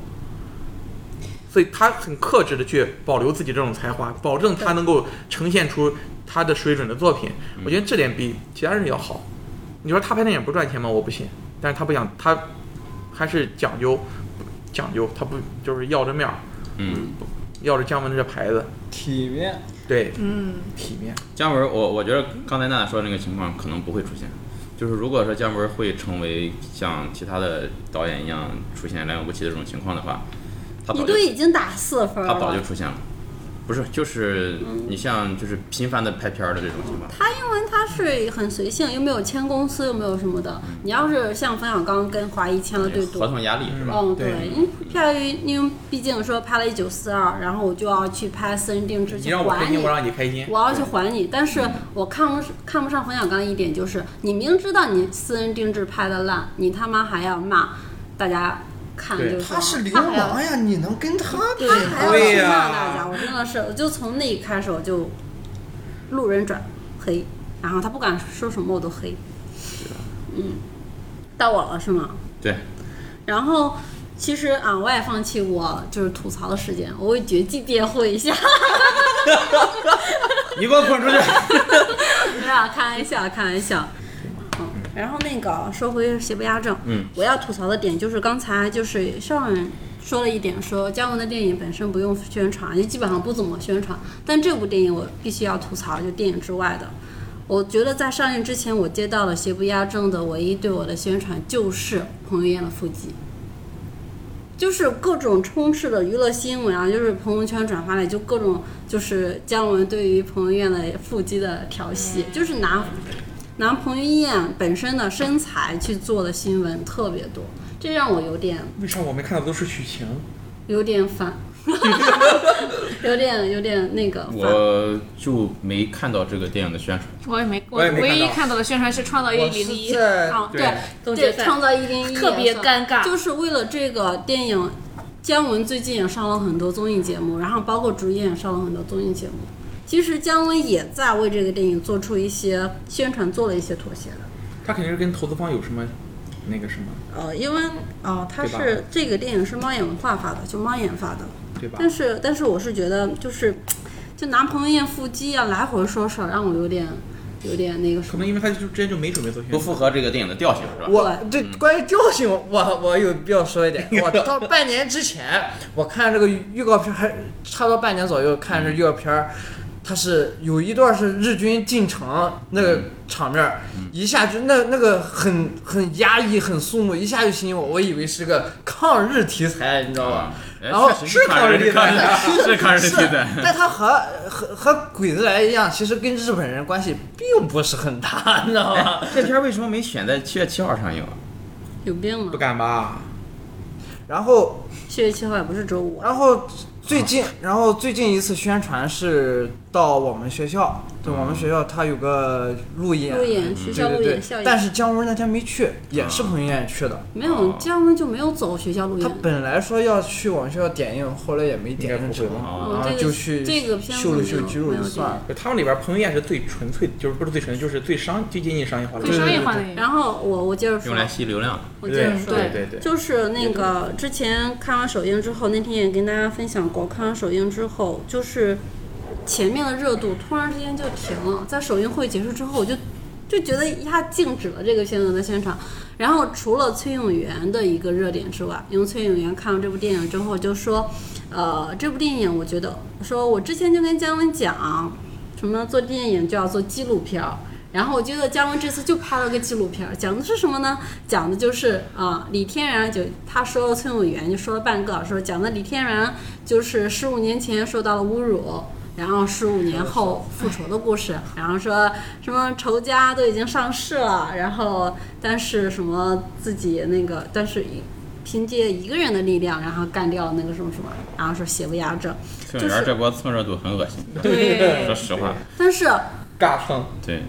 所以他很克制的去保留自己这种才华，保证他能够呈现出他的水准的作品。我觉得这点比其他人要好。你说他拍电影不赚钱吗？我不信，但是他不想，他还是讲究讲究，他不就是要这面儿，
嗯，
要着姜文这牌子，
体面，
对，
嗯，
体面。
姜文，我我觉得刚才娜娜说的那个情况可能不会出现。就是如果说姜文会成为像其他的导演一样出现莱昂不齐的这种情况的话，他
你
早就
都已经打四分
他早
了
就，出现了。不是，就是
嗯
你像就是频繁的拍片儿的这种情况，
他因为他是很随性，又没有签公司，又没有什么的。你要是像冯小刚跟华谊签了嗯对赌
合，同压力是吧？
嗯，
对
对，因为票于因为毕竟说拍了一九四二，然后我就要去拍私人定制
你
去
让我
还
开心，我让你开心。
我要去还你，但是我看不看不上冯小刚一点就是，你明知道你私人定制拍的烂，你他妈还要骂大家看，
对
就是
他是流
他还要
氓呀，你能跟他比？
他还要
对
去
呀
骂大家，我真的是，我就从那一开始我就路人转黑，然后他不管说什么我都黑，嗯，到我了是吗？
对，
然后其实啊，我也放弃我就是吐槽的时间，我为绝技辩护一下。
[LAUGHS] 你给我滚出去！
没有，开玩笑，开玩笑。嗯，然后那个说回邪不压正，
嗯，
我要吐槽的点就是刚才就是上人说了一点说，姜文的电影本身不用宣传，就基本上不怎么宣传。但这部电影我必须要吐槽，就电影之外的，我觉得在上映之前，我接到了邪不压正的唯一对我的宣传就是彭于晏的腹肌。就是各种充斥的娱乐新闻啊，就是朋友圈转发的，就各种就是姜文对于彭于晏的腹肌的调戏，就是拿拿彭于晏本身的身材去做的新闻特别多，这让我有点
为啥我没看到都是许晴？
有点反， [LAUGHS] 有点有点那个反。
我就没看到这个电影的宣传。
我也没，我
我也没看
唯一
到
看到的宣传是创造一
我
零
是
一，
在
哦，
对
对
总决
对，
赛
创造一零一
特别尴尬
就是为了这个电影，姜文最近也上了很多综艺节目，然后包括主演也上了很多综艺节目。其实姜文也在为这个电影做出一些宣传，做了一些妥协的。
他肯定是跟投资方有什么那个什么，
呃，因为呃，它
对吧
是这个电影是猫眼文化发的，就猫眼发的。
对吧？
但是，但是我是觉得，就是就拿彭于晏腹肌啊来回说事儿，让我有点有点那个什
可
么
能。因为他就之前就没准备做宣
不
传，
符合这个电影的调性，是吧？
我对
嗯
关于调性，我我有必要
[LAUGHS]
说一点。我到半年之前，我看这个预告片，还差不多半年左右看
嗯
这预告片儿，它是有一段是日军进城那个
嗯
场面儿，一下就那那个很很压抑、很肃穆，一下就吸引我，我以为是个抗日题材，你知道吧？
哎
然后
确实
是抗日题材 [LAUGHS]
是是抗日题材。 [LAUGHS]
但它和和和鬼子来一样，其实跟日本人关系并不是很大，你知道吗？
哎这片儿为什么没选在七月七号上映啊？
有病啊吗
不？敢吧？
然后
七月七号也不是周五啊。
然后最近，然后最近一次宣传是到我们学校，对、我们学校它有个路演，
路演学校路
对对
演校
对
演，，
但是姜文那天没去，也是彭于晏去的。
没有姜文就没有走学校路
他
演。
本来说要去我们学校点映，后来也没点映成，
应该不会
吧
然
哦这
后
个
就去
这个片子
秀了秀
没有
肌肉
没有
就算了。
就他们里边儿彭于晏是最纯粹，就是不是最纯粹，就是最商最接近商业化的。
最商业化的
对
一个。
然后我我接着说
用，来吸流量。
我接着
对
说，
对对对
就是那个之前看完首映之后，那天也跟大家分享过，看完首映之后，就是前面的热度突然之间就停了，在首映会结束之后，我就就觉得一下静止了这个片子的宣传。然后除了崔永元的一个热点之外，因为崔永元看完这部电影之后就说，呃，这部电影我觉得，说我之前就跟姜文讲，什么做电影就要做纪录片儿。然后我觉得姜文这次就拍了个纪录片儿，讲的是什么呢？讲的就是啊、李天然就他说崔永元就说了半个小时，讲的李天然就是十五年前受到了侮辱，然后十五年后复仇的故事，然后说什么仇家都已经上市了，然后但是什么自己那个，但是凭借一个人的力量，然后干掉了那个什么什么，然后说邪不压正，
崔永元这波蹭热度很恶心，说
对，
实话，
但是
尬蹭，
对，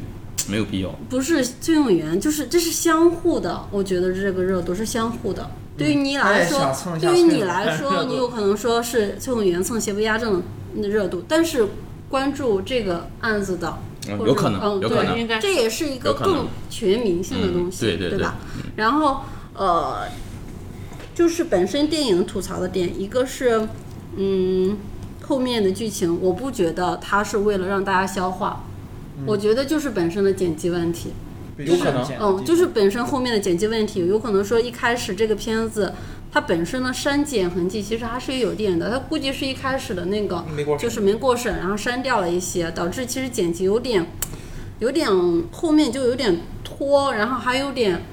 没有必要。
不是崔永元，就是这是相互的。我觉得这个热度是相互的。对于你来
哎
说
嗯想蹭，一下
对于
崔
你
永元 [LAUGHS]
来说，你有可能说是崔永元蹭邪不压正的热度，但是关注这个案子的，
嗯
或者
有可能
嗯，
有可
对
能
应该
这也是一个
有可能
更全民性的东
嗯
西，
对对对
吧？然后呃，就是本身电影吐槽的点，一个是嗯后面的剧情，我不觉得它是为了让大家消化，
嗯
我觉得就是本身的剪辑问题。
有可能
嗯，就是本身后面的剪辑问题，有可能说一开始这个片子它本身的删减痕迹其实还是有点的，它估计是一开始的那个
没过审
就是没过审，然后删掉了一些，导致其实剪辑有点有点后面就有点拖，然后还有点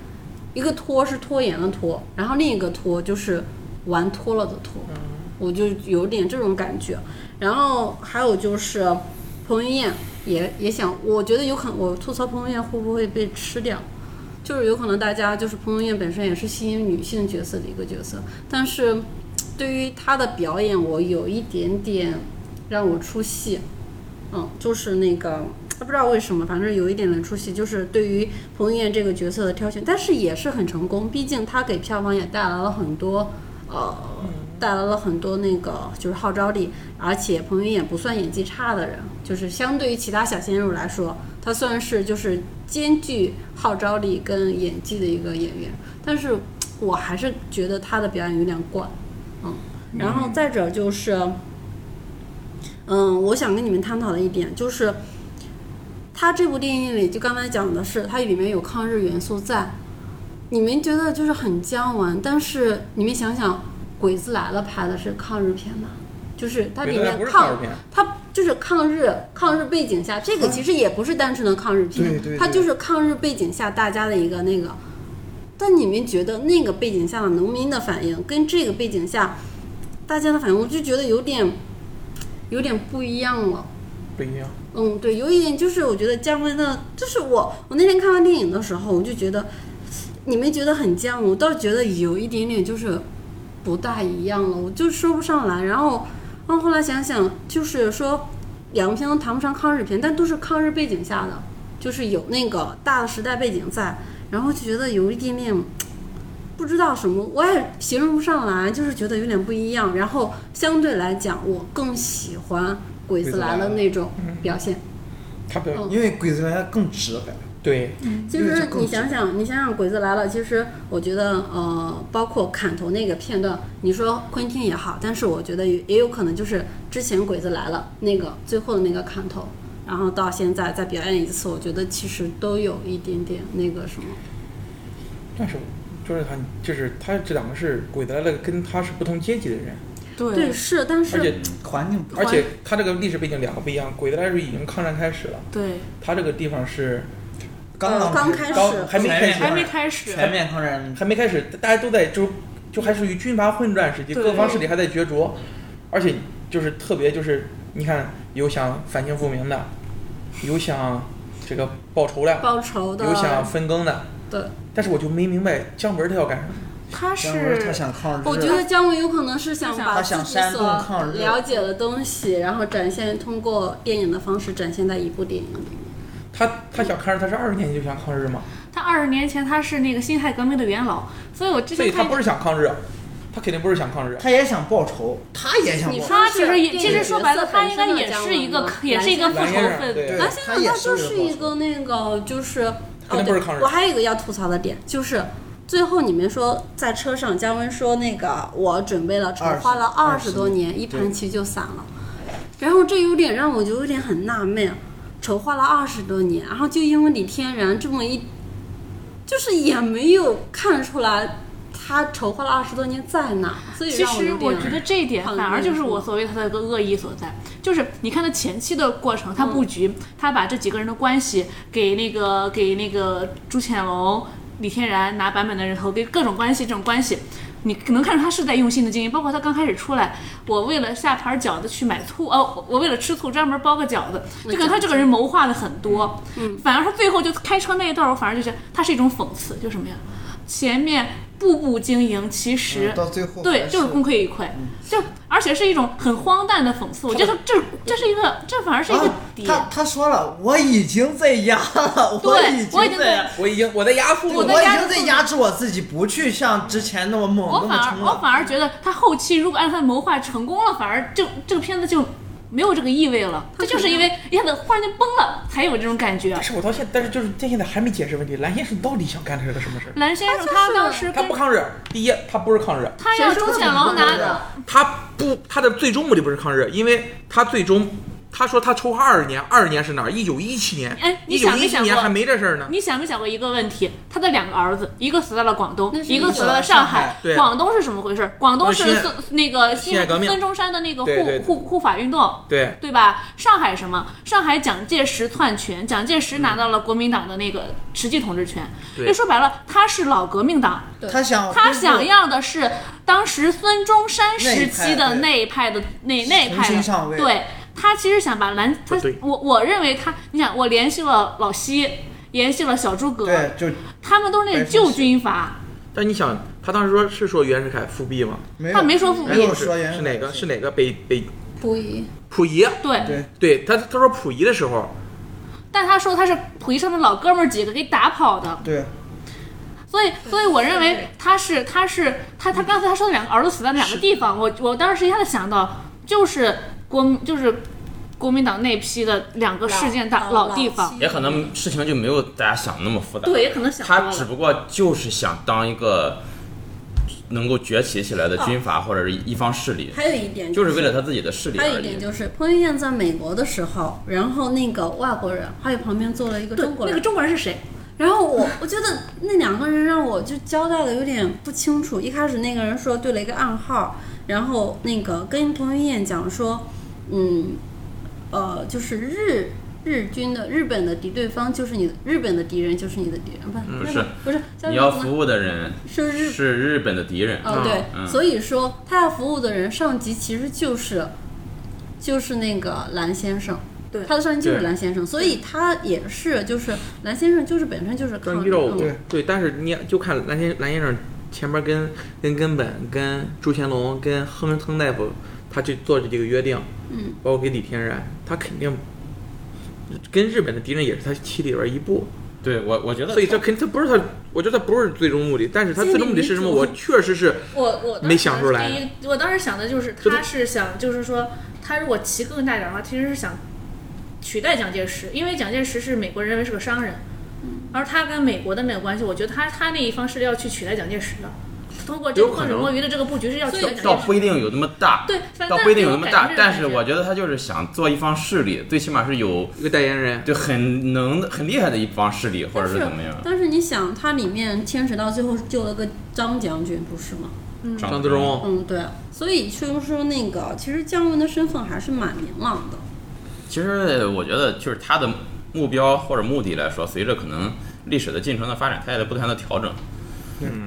一个拖是拖延的拖，然后另一个拖就是玩脱了的脱，
嗯
我就有点这种感觉。然后还有就是彭于晏也也想，我觉得有可能我吐槽彭于晏会不会被吃掉，就是有可能大家就是彭于晏本身也是吸引女性角色的一个角色，但是对于他的表演，我有一点点让我出戏，嗯，就是那个。不知道为什么，反正有一点点出戏，就是对于彭于晏这个角色的挑选，但是也是很成功，毕竟他给票房也带来了很多，呃，带来了很多那个就是号召力，而且彭于晏不算演技差的人，就是相对于其他小鲜肉来说，他算是就是兼具号召力跟演技的一个演员。但是我还是觉得他的表演有点怪，嗯，然后再者就是，嗯，我想跟你们探讨的一点就是，他这部电影里就刚才讲的是，它里面有抗日元素在，你们觉得就是很僵顽，但是你们想想，《鬼子来了》拍的是抗日片吗？就是它里
鬼子来
面
不是
抗
抗日片
它就是抗日抗日背景下，这个其实也不是单纯的抗日片，
嗯对对对
它就是抗日背景下大家的一个那个。但你们觉得那个背景下的农民的反应跟这个背景下大家的反应，我就觉得有点有点不一样了。
不一样。
嗯，对，有一点就是我觉得姜文的，就是我我那天看完电影的时候，我就觉得你们觉得很僵，我倒觉得有一点点就是不大一样了，我就说不上来。然后，然后后来想想，就是说两个片都谈不上抗日片，但都是抗日背景下的，就是有那个大的时代背景在，然后就觉得有一点点。不知道什么，我也形容不上来，就是觉得有点不一样。然后相对来讲，我更喜欢《鬼子来了》嗯那种表现。
他表
嗯
因为鬼子来更直白。
对，
其
因为
实
这更
你想想，你想想《鬼子来了》，其实我觉得，呃，包括砍头那个片段，你说昆汀也好，但是我觉得也也有可能就是之前《鬼子来了》那个最后的那个砍头，然后到现在再表演一次，我觉得其实都有一点点那个什么。
但是就是他，就是他这两个是鬼子来了，跟他是不同阶级的人，
对
对，是，但
而
是
且
环境不
而且他这个历史背景两个不一样，鬼子来了已经抗战开始了，
对，
他这个地方是
刚
呃刚开始
刚还没开始，
还没开始，
全啊面抗战，
还没开始，大家都在就就还属于军阀混战时期，
对
各方势力还在角逐，而且就是特别就是你看有想反清复明的，有想这个报仇的，
报仇的
有，想分羹的，
对，
但是我就没明白姜文他要干什么。
他
姜文他
是
想抗日，
我觉得姜文有可能是想把
他
自
想
己
煽动
所
抗日
了解的东西，然后展现通过电影的方式展现在一部电影里面。
他他想抗日，他是二十年级就想抗日吗？
他二十年前他是那个辛亥革命的元老，所以我之
所以
前
他
看
不是想抗日，他肯定不是想抗日。
他也想报仇，他也想
你
报
说
仇，
他其实也
是
其实说白了，
这个
他
角色本身的
应该也是一
姜
个
文
也是一个复
蓝
仇
先生
粉，
对
对
蓝先
他
生
也
他
是
就是一个那个就是，哦
他那不
对
是抗，日
我还有一个要吐槽的点就是。最后你们说在车上，姜文说那个我准备了筹
20
花了二十多
20
年，一盘棋就散了。然后这有点让我就有点很纳闷，筹划了二十多年，然后就因为李天然这么一，就是也没有看出来他筹划了二十多年在哪，所以
其
让我
实
有
我
点
觉得这一点
抗
反而
拒
就是
是
我
吗
所谓他的一个恶意所在，就是你看他前期的过程，
嗯
他布局，他把这几个人的关系给那个给那个朱潜龙、李天然拿版本的人头，给各种关系这种关系。你可能看出他是在用心的经营，包括他刚开始出来，我为了下盘饺子去买醋，哦，我我为了吃醋专门包个饺子，就感觉他这个人谋划的很多。嗯，反而他最后就开车那一段，我反而就觉得他是一种讽刺，就什么呀，前面步步经营，其
嗯
实
到最后
对，
还
就是功亏一篑，
嗯
就而且是一种很荒诞的讽刺。我觉得这这是一个，这反而是一个
啊，
点。
他他说了，我已经在压了，
对我已
经
经
在
在
压，
我已经我在压父
我
我
母
在，
已
压
经在压制我自己，不去像之前那么猛，
我反
那么
而
冲
我
了。
反而觉得他后期如果按他的谋划成功了，反而就这个片子就没有这个意味了。这就是因为一下子忽然间崩了，才有这种感觉
但。是我到现但是就是到现在还没解释问题，蓝先生到底想干的是个什么事儿？
蓝先生他当时
他
跟
不抗日，第一他不是抗日，
他要朱潜龙拿的，
他不他的最终目的不是抗日，因为他最终他说他筹划二十年，二十年是哪儿？一九一七年
哎，你
一九
想没
一七
想过
年还没这事儿呢。
你想没想过一个问题？他的两个儿子，一个死在了广东
那，是
一个
一
死
个
在了
死在了上
上
海
对
广东是什么回事？广东
哦
是
辛
孙那个
辛亥革命
孙中山的那个
对对
护护护法运动，
对，
对吧？上海什么？上海蒋介石篡权，蒋介石拿到了国民党的那个
嗯
实际统治权。
对
就说白了，他是老革命党，
他想
他想要的是当时孙中山时期的
那
那一派的那那一
重
派
新
的，
上位
对他其实想把蓝他
不对
我我认为他，你想我联系了老西，联系了小诸葛，
对，就
他们都是那种旧军阀，
但你想，他当时说是说袁世凯复辟吗？
没有
他没说复
没
辟
有，说原
是哪个？是哪个？北北
不一。
溥仪？
对。
对，
对他他说溥仪的时候，
但他说他是溥仪他们老哥们儿几个给打跑的，
对，
所以，所以我认为他是他是他他刚才他说的两个儿子死在两个地方，我我当时一下子想到就是国就是国民党那批的两个事件大
老
老地方，
也可能事情就没有大家想那么复杂。
对，也可能想
他
多
只
了。
不过就是想当一个能够崛起起来的军阀或者是一方势力，
还有一点
就是是为了他自己的势力
还有
而
一点
已。
就是，彭于晏在美国的时候，然后那个外国人，还有旁边坐了一个
对
中国
那
人，
个中国人是谁？
然后我我觉得那两个人让我就交代的有点不清楚。一开始那个人说对了一个暗号，然后那个跟彭于晏讲说，嗯，呃，就是日日军的日本的敌对方就是你的日本的敌人就是你的敌人，不是、
不
那
是
个不是叫
你
什么
要服务的人
是日
是日本的敌人，
哦，对，
嗯
所以说他要服务的人上级其实就是就是那个蓝先生，
对
他的上级就是
对
蓝先生，所以他也是就是蓝先生就是本身就是抗
但
日
依照我
嗯
对但是你就看蓝先蓝先生前面跟跟根本、跟朱乾隆、跟亨亨大夫，他去做这几个约定，
嗯，
包括给李天然，他肯定跟日本的敌人也是他棋里边一步，
嗯对我我觉得
所以这肯他不是他，我觉得他不是最终目的，但是他最终目的是什么？
建立
我
民
确实是
我我当
没
时
想出来
第一，我当时想的就是
这都
他是想就是说他如果棋更大点的话，其实是想取代蒋介石，因为蒋介石是美国人认为是个商人，而他跟美国的那个关系，我觉得他他那一方是要去取代蒋介石的，通过这
有
个
可
混水
能
摸鱼的这个布局是要取代
倒
蒋介
不
石。
一定有那么大，
对，反
倒
正
不一定有那么大，但是我
得
觉得他就是想做一方势力，最起码是有
一个代言人，
就很能很厉害的一方势力，或者是怎么样。
但是嗯你想，它里面牵扯到最后救了个张将军，不是吗？
张自
哦
忠，
嗯，对。所以就是说，那个其实姜文的身份还是蛮明朗的。
其实我觉得就是他的目标或者目的来说，随着可能历史的进程的发展，他也在不断的调整。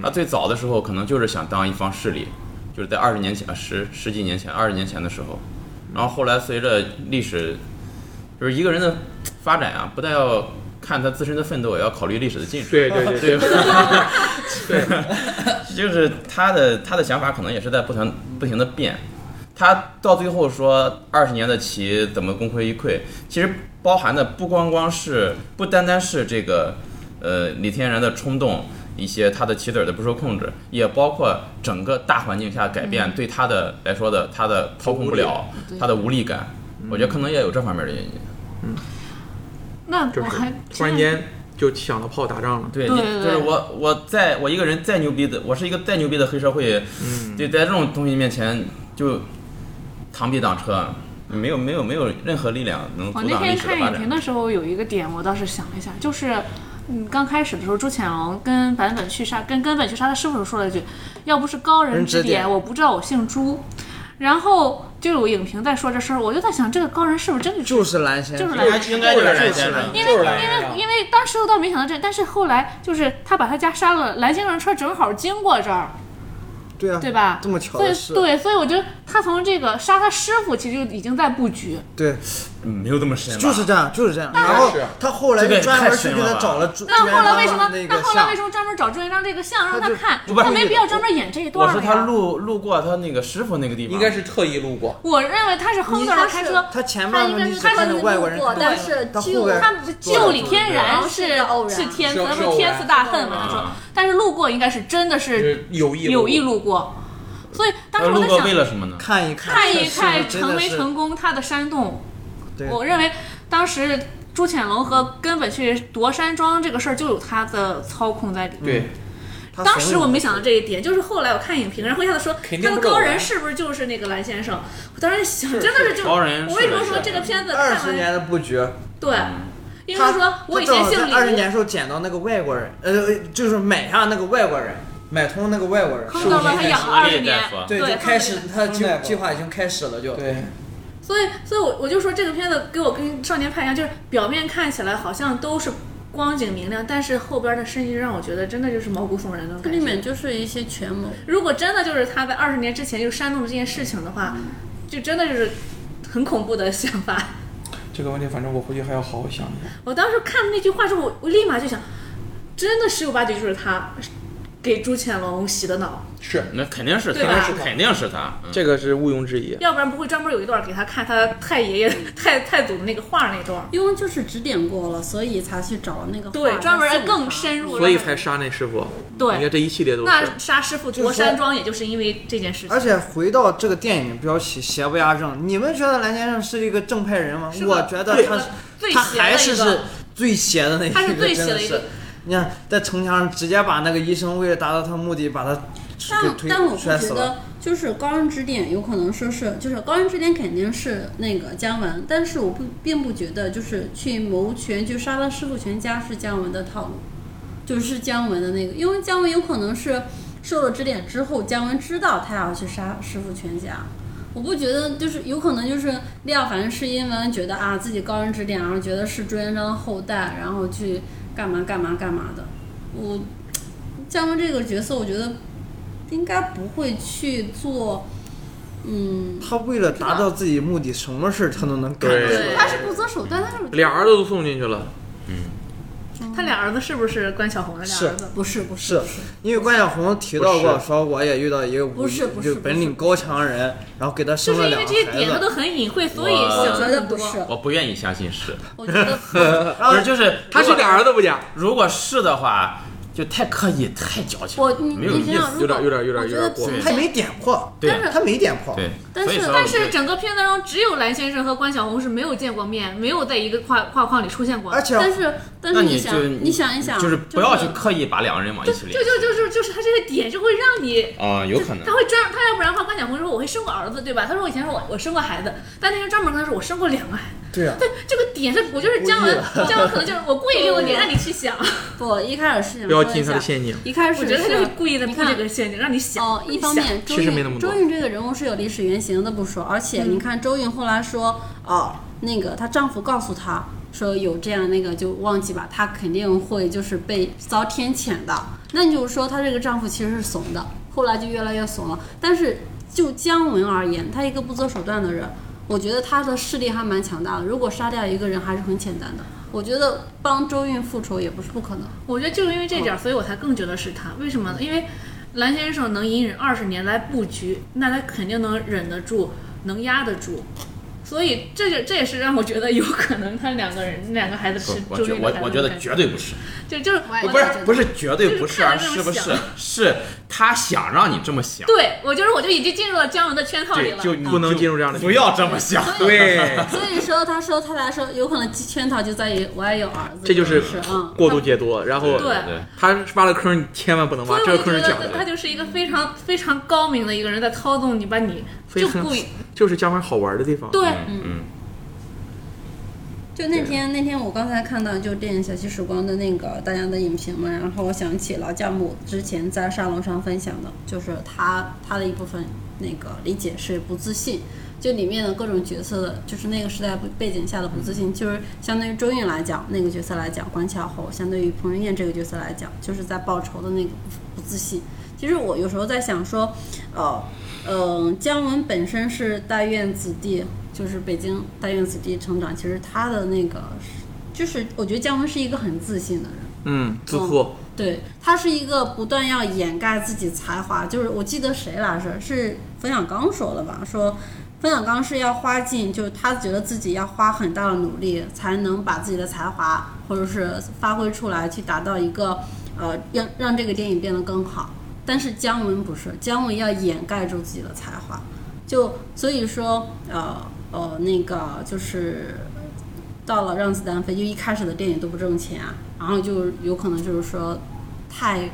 他最早的时候可能就是想当一方势力，就是在二十年前、呃十十几年前、二十年前的时候，然后后来随着历史，就是一个人的发展啊，不但要看他自身的奋斗，也要考虑历史的进程。
对对对
[LAUGHS]
对，
就是他的他的想法可能也是在不停不停的变。他到最后说二十年的棋怎么功亏一篑，其实包含的不光光是不单单是这个呃李天然的冲动，一些他的棋子儿的不受控制，也包括整个大环境下改变对他的来说的他的操控不了，他的嗯无力感，我觉得可能也有这方面的原因。
那
就
我
是
还
突然间就想到炮打仗了，
对，
对
你
对
就是
对
我，我再我一个人再牛逼的，我是一个再牛逼的黑社会，就在这种东西面前就螳臂挡车，没有没有没有任何力量能
我
阻
哦那
挡历
天
史的
看
发
影
展。
评的时候，有一个点我倒是想了一下，就是，嗯，刚开始的时候，朱潜龙跟版本去杀，跟根本去杀，他师傅说了一句：“要不是高人
人指
指点，
点
我不知道我姓朱。”然后就有影评在说这事儿，我就在想，这个高人是不是真的
就是蓝先
就
生
是，蓝
应该就是蓝
就是
先
蓝
生，
因为
就是
因
蓝先
为
生
因为当时我倒没想到这，但是后来就是他把他家杀了，蓝先生车正好经过这儿，
对啊，
对吧？
这么巧
所以
的事，
对，所以我觉得他从这个杀他师傅，其实就已经在布局。
对，
嗯没有这么深吧？
就是这样，就是这样。然后
是
他后来
这个
就
也
专
太
门去
深
给
了
他
吧
找了朱，
那后来为什么？
那
那
个
后来
像
为什么专门找朱元璋这个像让
他
他
就
看？
不是
他没必要专门演这一
我
段
说
了
他
呀。
路路过他那个师傅那个地方，
应该是特意路过，
我认为他是后面
他
他
是
开车，
他前半
应
段
该
你
是
只
他
看
是
着外国人
路过
看
但
着
是
他
救
后边
他救李天然
对
是
哦是个偶然
是天
是
咱
是
们
偶
天
哎
然
赐大恨嘛，
嗯
他说，但是路过应该是真的
就是是有意
有意
路过，
路过，所以当
他
时我
路
在
过为
想，
了什么呢？
看一看，
看一
是
看
真的
成没
是
成功他的山洞，
对
我认为当时。朱潜龙和根本去夺山庄这个事儿就有他的操控在里面。
对，
他
当
怂
时我
恿
没想到这一点，就是后来我看影评，然后一下子说
肯定
他的
不是偶
高人
然
是不是就是那个蓝先生？我当时想，真的
是
是就
高人
我
是
为什么
的嗯
说
是
这个片子看
二十
完
年的布局，
对，啊因为
他
说我以
他
前
正好
姓
在二十
李，
年的时候捡到那个外国人，呃，就是买下那个外国人，买通那个外国人，
坑到了他养了
我
二
也
十
在
年
说，
对，
就
坑
开
了
始
这个
他
坑
计
了
计划已经开始了，就
对，
所以，所以我我就说这个片子给我跟《少年派》一样，就是表面看起来好像都是光景明亮，但是后边的深意让我觉得真的就是毛骨悚然的
它
感
里
觉。
面就是一些权谋，
如果真的就是他在二十年之前就煽动了这件事情的话，就真的就是很恐怖的想法。 [LAUGHS]
这个问题反正我回去还要好好想一下，
我当时看那句话之后，我我立马就想，真的十有八九就是他给朱潜龙洗的脑，
是。
那肯定是
对啊吧
他，肯定是他。嗯
这个是毋庸置疑。
要不然不会专门有一段给他看他太爷 [LAUGHS] 爷、太太祖的那个画那段。
因为就是指点过了，所以才去找那个画
对，
家
专
送
门
他
更。深入，
所以
让他
才杀那师傅。
对
你看这一系列都是
那杀师傅
就是
夺山庄，也就是因为这件事情。
而且回到这个电影标题“邪不压正”，你们觉得蓝先生是一个正派人吗？
是个
我觉得
对
他
最
他
邪的
还是
一
是
个
最邪的那一个，
他是最
真
邪的
的
一
是
个。
你看，在城墙上直接把那个医生为了达到他目的，把他吃
但
推
但我不
摔死
觉
了。
得，就是《高人指点》有可能说是，就是《高人指点》肯定是那个姜文，但是我不并不觉得就是去谋权去杀他师傅全家是姜文的套路，就是姜文的那个，因为姜文有可能是受了指点之后，姜文知道他要去杀师傅全家。我不觉得，就是有可能就是廖凡是因为觉得啊自己高人指点，然后觉得是朱元璋的后代，然后去干嘛干嘛干嘛的。我姜文这个角色，我觉得应该不会去做，嗯，
他为了达到自己目的，什么事儿他都能干。
对
对
他是不择手段，但是我觉得
俩儿子都送进去了，
他俩儿子是不是关小红啊的俩
是
儿子？
不是不
是因为关晓红提到
不
过，
是
说我也遇到一个武
不是不是
就本领高强的人，然后给他
就
生
是
了
因
两
为
个
这些点
孩
他
子，
都很隐晦，所以
哇
我
想
觉
的
得
很
不是
多。，
我不愿意相信是，
我觉得 [LAUGHS]
然
不是
后
就是
他是俩儿子不假？
如果是的话，就太刻意、太矫情，
我你
没有
你想
意
想，
思。
如果
有点有点有点
我觉
有
得
点过
平
分
他没点破，啊
对
但是
他没点破，
对，
但
所以
是
说
但
我
是
就
整个片子中只有蓝先生和关晓红是没有见过面，没有在一个画画框里出现过的。
而且
但是但
那
是
你
想
就
你想一想，
就是不要去
是
刻意把两个人往一起
就
连
就就是就是他这个点就会让你，
啊，有可能
他会专他要不然的话，关晓红说我会生过儿子，对吧？他说我以前说我我生过孩子，但那天专门跟他说我生过两个孩子。
对啊，
对，这个点是我就是姜文，姜文可能就是我故意这个点让你去想，
不一开始是想
不要
说
进
一
他
下
的陷阱。
一开始
我觉得他就是是故意的布这个陷阱让你想。
哦，一方面，周
其实没那
韵
么
周
多
韵这个人物是有历史原型的不说，而且你看周韵后来说，哦，那个她丈夫告诉她说有这样那个就忘记吧，她肯定会就是被遭天谴的。那你就是说她这个丈夫其实是怂的，后来就越来越怂了。但是就姜文而言，他一个不择手段的人，我觉得他的势力还蛮强大的。如果杀掉一个人还是很简单的，我觉得帮周韵复仇也不是不可能。
我觉得就是因为这
嗯
点儿，所以我才更觉得是他。为什么呢？因为蓝先生能隐忍二十年来布局，那他肯定能忍得住，能压得住。所以这就这也是让我觉得有可能他两
[LAUGHS]
个人两个孩子
不
是
我
周
觉
韵
我我觉得绝对不是，
就就是
我也
我
不是
觉得
不是绝对不
就是
是，
看
而
着
是
这
不
么
是
想
是他想让你这么想，
对我就是我就已经进入了姜文的圈套里
对，
了。
就你
不能
就
进入这样的
不要这么想，
对，
[LAUGHS] 所以说，他说他俩说有可能圈套就在于我也有儿子，
这就是
是嗯，
过度解读，然
对
后
对
他挖了坑，你千万不能
所
挖，
以
这
我
个
就
坑
觉
是
得
假
他
的
他。就是一个非常非常高明的一个人在操纵你，把你
非
就
常
故意
[LAUGHS] 就是姜文好玩的地方。
对。
嗯嗯，
就那天那天我刚才看到就电影《小溪时光》的那个大家的影评嘛，然后我想起劳驾母之前在沙龙上分享的，就是他他的一部分那个理解是不自信，就里面的各种角色的，就是那个时代背景下的不自信，就是相对于周韵来讲那个角色来讲，关巧侯相对于彭于晏这个角色来讲，就是在报仇的那个不自信。其实我有时候在想说，呃，嗯，姜文本身是大院子弟，就是北京大院子弟成长。其实他的那个，就是我觉得姜文是一个很自信的人，
嗯，自负。
对他是一个不断要掩盖自己才华。就是我记得谁来着？是冯小刚说了吧？说冯小刚是要花尽，就是他觉得自己要花很大的努力，才能把自己的才华或者是发挥出来，去达到一个呃，让让这个电影变得更好。但是姜文不是，姜文要掩盖住自己的才华，就所以说，呃呃，那个就是到了让子弹飞，就一开始的电影都不挣钱、啊，然后就有可能就是说太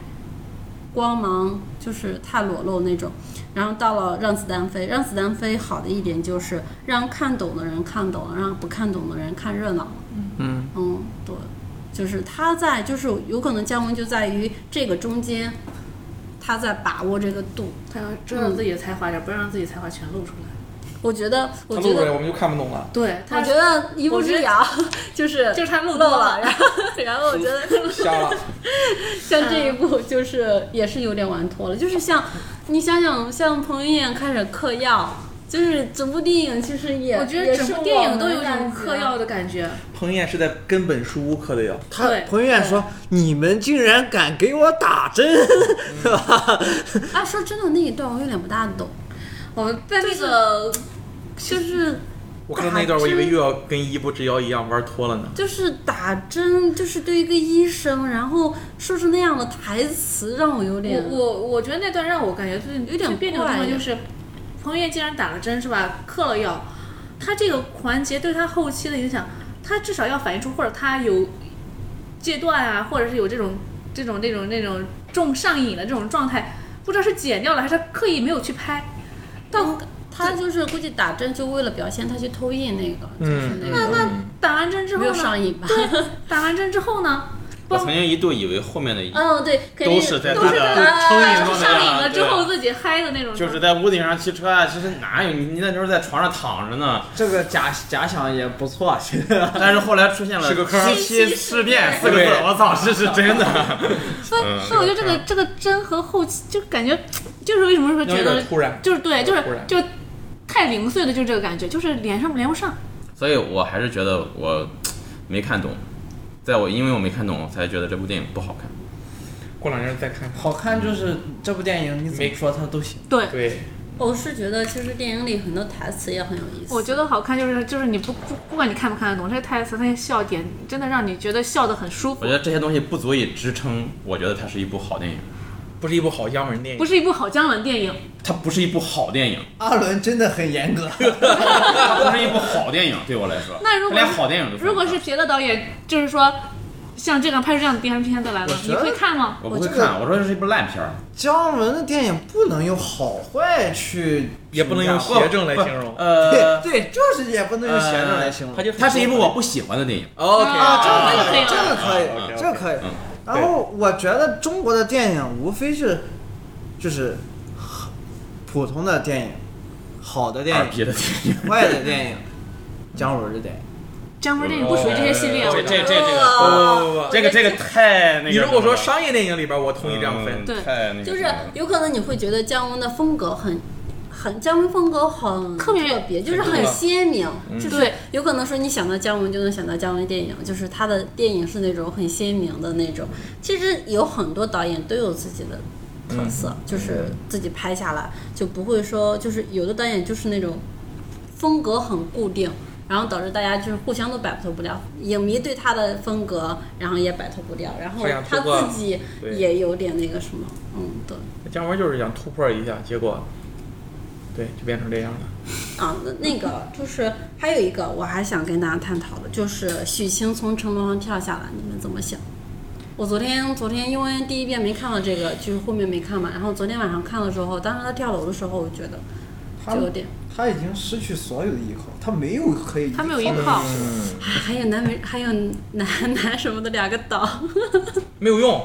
光芒，就是太裸露那种。然后到了让子弹飞，让子弹飞好的一点就是让看懂的人看懂了，让不看懂的人看热闹了。
嗯，
嗯，对，就是他在，就是有可能姜文就在于这个中间，他在把握这个度。
他要知道自己的才华，点，不要让自己才华全露出来。
我觉得，我
他
觉
录出来
得，
我们就看不懂
[LAUGHS]
了。
对，
我
他
觉得一步之遥就是
就是他露
露
多
了，
了
然后然后我觉得
瞎了，
像这一
嗯
步就是也是有点玩脱了，就是像你想想，像彭于晏开始嗑药，就是整部电影其实也，
我觉
也
得整
是
部电
我
影都
们
有一
感
种
觉
嗑药的感觉。啊
彭于晏是在根本树屋嗑的药。
他
对
彭于晏说：“你们竟然敢给我打针，是吧？ [LAUGHS]
啊。说真的，那一段我有点不大懂，
我在那个
就是
我看到那一段，我以为又要跟一步之遥一样玩脱了呢。
就是打针，就是对一个医生，然后说出那样的台词，让我有点
我我我觉得那段让我感觉最
有点
最别扭的地
怪
方
呀
就是，彭于晏既然打了针是吧，嗑了药，他这个环节对他后期的影响，他至少要反映出或者他有戒断啊，或者是有这种这种这种那种重上瘾的这种状态，不知道是剪掉了还是他刻意没有去拍。但
嗯他就是估计打针就为了表现他去偷印那个，就是
嗯，
那
那
个
那打完针之
没
后
有上
呢？
瘾吧？
打完针之后呢？
我曾经一度以为后面的
嗯
一
哦，对，肯定
都是在
都
他
是
的
在他
成瘾
他
状态
上瘾
下
了之后
对
自己嗨的那种。
就是在屋顶上骑车啊，其实哪有你你那时候在床上躺着呢，
这个假假想也不错， [LAUGHS] 其实
但是后来出现了
是个坑
七七事变四个字
对，
[LAUGHS] 我操，这是真的。
所以，所以我觉得这个这个针和后期就感觉，就是为什么说觉
有
得
点突然，
就是对，就是
突然
就太零碎了，就这个感觉，就是连上连不上。
[LAUGHS] 所以我还是觉得我没看懂，在我因为我没看懂，我才觉得这部电影不好看。
过两天再看。
好看就是这部电影，你怎么说它都行。
对，
对，
我是觉得其实电影里很多台词也很有意思。
我觉得好看就是就是你不不不管你看不看得懂这些台词，那些笑点真的让你觉得笑得很舒
我
服
觉，得这些东西不足以支撑，我觉得它是一部好电影，
不是一部好姜文电
不
影，
是一部好姜文电影。
它不是一部好电
[LAUGHS]
影，
阿伦真的很严格，
它不是一部好电影，对我来说，
那如果
它连好电影都算不上
如果是别的导演，就是说像这样拍出这样的电视片子来了
我，
你
觉得
会看吗？
我不会
我这个
看，我说这是一部烂片儿，
姜文的电影不能用好坏去，
也不能用
形容
邪正来形容。呃
呃，
对对，就是也不能用邪正来形容。
他就
它是一部我不喜欢的电影，
OK
啊，这
这
个
个可
可
以
以，
了
嗯嗯，
这个可以这个可以
嗯。
然后我觉得中国的电影无非是就是普通的电影、好的电
二
影、
逼的电
啊
影。
坏的电影、姜文的电影。
姜文电影不属于这些系列，
哦
我
这
觉
这
得。
这这个
不不不
这个这个 [LAUGHS] 太那个
你
什么了。
如果说商业电影里边，我同意这样
嗯
分。
对
太那个
就是
什么了
有可能你会觉得姜文的风格很。很姜文风格很
特别
别，就是很
特
鲜明，就是
对
有可能说你想到姜文就能想到姜文电影，就是他的电影是那种很鲜明的那种。其实有很多导演都有自己的特色，就是自己拍下来就不会说，就是有的导演就是那种风格很固定，然后导致大家就是互相都摆脱不了，影迷对他的风格，然后也摆脱不了，然后
好像
他
不过
自己
对
也有点那个什么，嗯，对。
姜文就是想突破一下，结果，对，就变成这样了。
啊，那那个就是还有一个我还想跟大家探讨的，就是许昕从城楼上跳下来，你们怎么想？我昨天昨天因为第一遍没看到这个，就是后面没看嘛，然后昨天晚上看的时候，当时他跳楼的时候，我觉得就有点，
他已经失去所有的依靠，他没有可以
他没有依靠，
嗯，
哎还有南美，还有南 [LAUGHS] 南什么的两个岛，
没有用。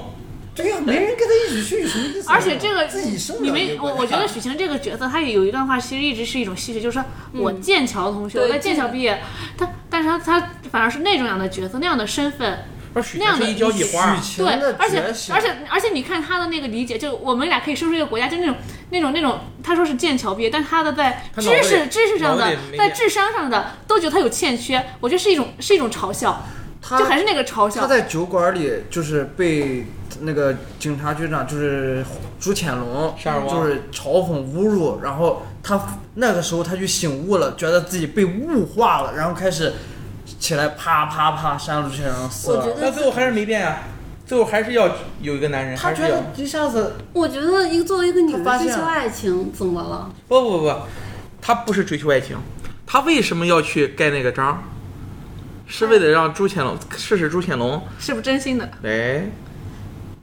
对呀，没人跟他一起去，有什么意思呢？啊
而且这个
自己生的
你们，我我觉得许晴这个角色，她也有一段话，其实一直是一种戏谑，就是说我剑桥同学，
对
我在剑桥毕业，他但是他他反而是那种样的角色，那样的身份，
不是许
那样
晴
的
是一交际花
许，晴
对
的，
而且
觉醒
而且而且你看他的那个理解，就我们俩可以生出一个国家，就那种那种那种，他说是剑桥毕业，但他的在
他脑子
知
里
识知识上
脑
的
子里没，
在
点
智商上的都觉得他有欠缺，我觉得是一种是一种嘲笑，
他
就还是那个嘲
他
笑，
在酒馆里就是被那个警察局长就是朱潜龙
杀人
就
王
是嘲讽侮辱，然后他那个时候他就醒悟了，觉得自己被物化了，然后开始起来啪啪啪杀朱潜龙
[LAUGHS]
死
我觉
了。
得
但最后还是没变啊。最后还是要有一个男人，
他
还
觉
是要
得一下子
我觉得一个作为一个女
他
人
发现
追求
了
爱情怎么了？
不不不，他不是追求爱情，他为什么要去盖那个章？是为了让朱潜龙试试朱潜龙，
是不是真心的？
哎，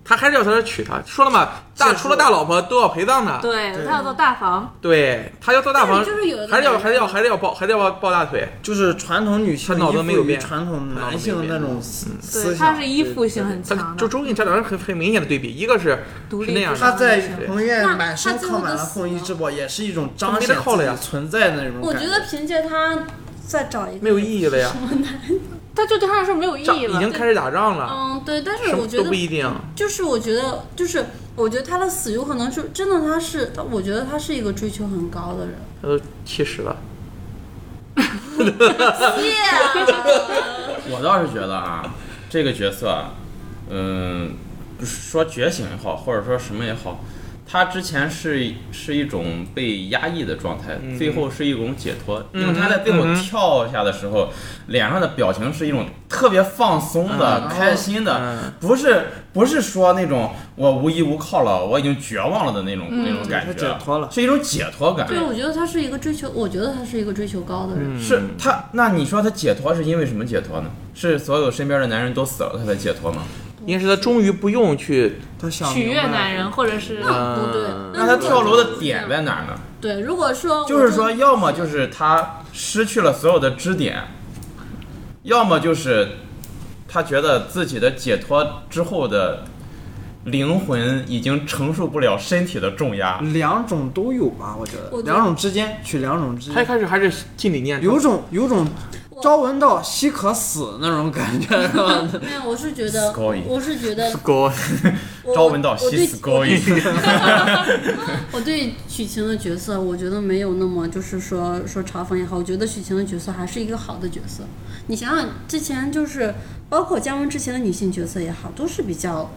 他还是要在这娶她。说了嘛，大
是是
除了大老婆都要陪葬的。
对
对
他要做大房，
对他要做大房，
就是有的
还是要
男
还是要还是要抱还是要抱抱大腿。
就是传统女性
他脑子
依附
没有
于
变
传统
他脑子
男
没有
性
变嗯
那种思思
对，
想，
他是依附性很
他
强的，
就周韵这两人很很明显的对比，一个是
独
是
立
那样
自
的，
他
强
在
的
彭于晏
那
满
他
身
最
刻
后
满
都
了
死
凤仪
了
之宝，也是一种
没
彰
得
显
靠了
自
呀
己存在的那种
我
感
觉得凭借他再找一个
没有意义
[LAUGHS]
了呀，
他就对他来说没有意
仗
义
已
了。
经开始打仗了，
嗯，对，但是
啊什
我
么
觉
都
得
不一定。
就是我觉得，就是我觉得他的死有可能是真的，他是，我觉得他是一个追求很高的人。
他都七十了，
我倒是觉得啊，这个角色啊，嗯，说觉醒也好，或者说什么也好，他之前是是一种被压抑的状态，
嗯
最后是一种解脱。因为他在最后跳下的时候，脸上的表情是一种特别放松
哦
的、开心的，
嗯
不是不是说那种我无依无靠了，我已经绝望了的那种、那种感觉，
他嗯解脱了
是一种解脱感。
对，我觉得他是一个追求，我觉得他是一个追求高的人。
是他，那你说他解脱是因为什么解脱呢？是所有身边的男人都死了，他才解脱吗？
应该是他终于不用去
他想
取
明
悦
白了
男人，或者是
那不对
嗯，
他跳楼的点在哪儿呢？
[LAUGHS] 对，如果说我
就是说，要么就是他失去了所有的支点，要么就是他觉得自己的解脱之后的灵魂已经承受不了身体的重压。
两种都有吧，我觉得，
我觉得
两种之间取两种之
他一
间，
开始还是进理念，
有种有种朝闻道夕可死那种感
[LAUGHS]
觉，是吧？
没有，我是觉得
Scoring，
我是觉得
狗
我
朝闻道，夕死
我
高
对 [LAUGHS]
矣。
我对许晴的角色，我觉得没有那么就是说说嘲讽也好，我觉得许晴的角色还是一个好的角色。你想想，之前就是包括姜文之前的女性角色也好，都是比较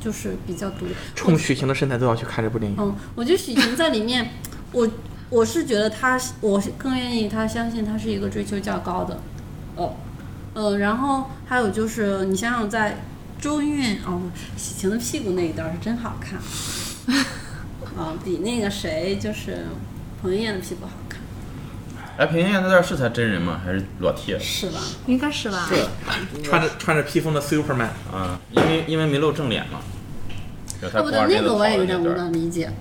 就是比较独立。
冲许晴的身材都要去看这部电影。
嗯，我觉得许晴在里面，我我是觉得她是，我是更愿意她相信她是一个追求较高的，哦，呃，然后还有就是你想想在周韵哦，许晴的屁股那一段是真好看，啊、比那个谁就是彭于晏的屁股好看，
哎，平原那段是他真人吗？还是裸替？
是吧？
应该是吧？
穿着穿着披风的 Superman，
啊，因为因为没露正脸嘛。就他
啊对不
光
对？
着
那
那
个哦我也有点
段
无法理解，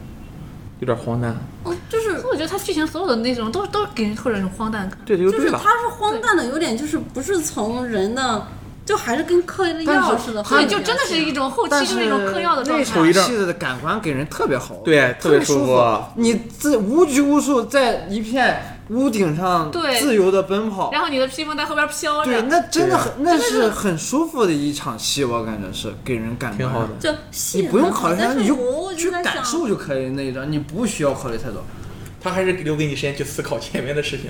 有点荒诞。
哦，就是
我觉得他剧情所有的内容都都给人或者是荒诞感。
对的，又
就
对
是
了。
他是荒诞的，有点就是不是从人的。就还是跟嗑了药
但是
似的，
他
对，就真的是一种后期
但
就是是一种嗑药的状
那
态。
场戏的感官给人特别好，
对特
特
别舒
舒
服
你自无拘无束，在一片屋顶上
对
自由的奔跑，
然后你的披风在后边飘
对，
着，
那真的很，
啊
那
真的
是很舒服的一场戏，我感觉是给人感
挺
官
好的
就戏
你不用
很好
考虑太
但
多，你
是我
就
我
去
就在
感
想
受就可以那一张，你不需要考虑太多。
他还是留给你时间去思考前面的事情。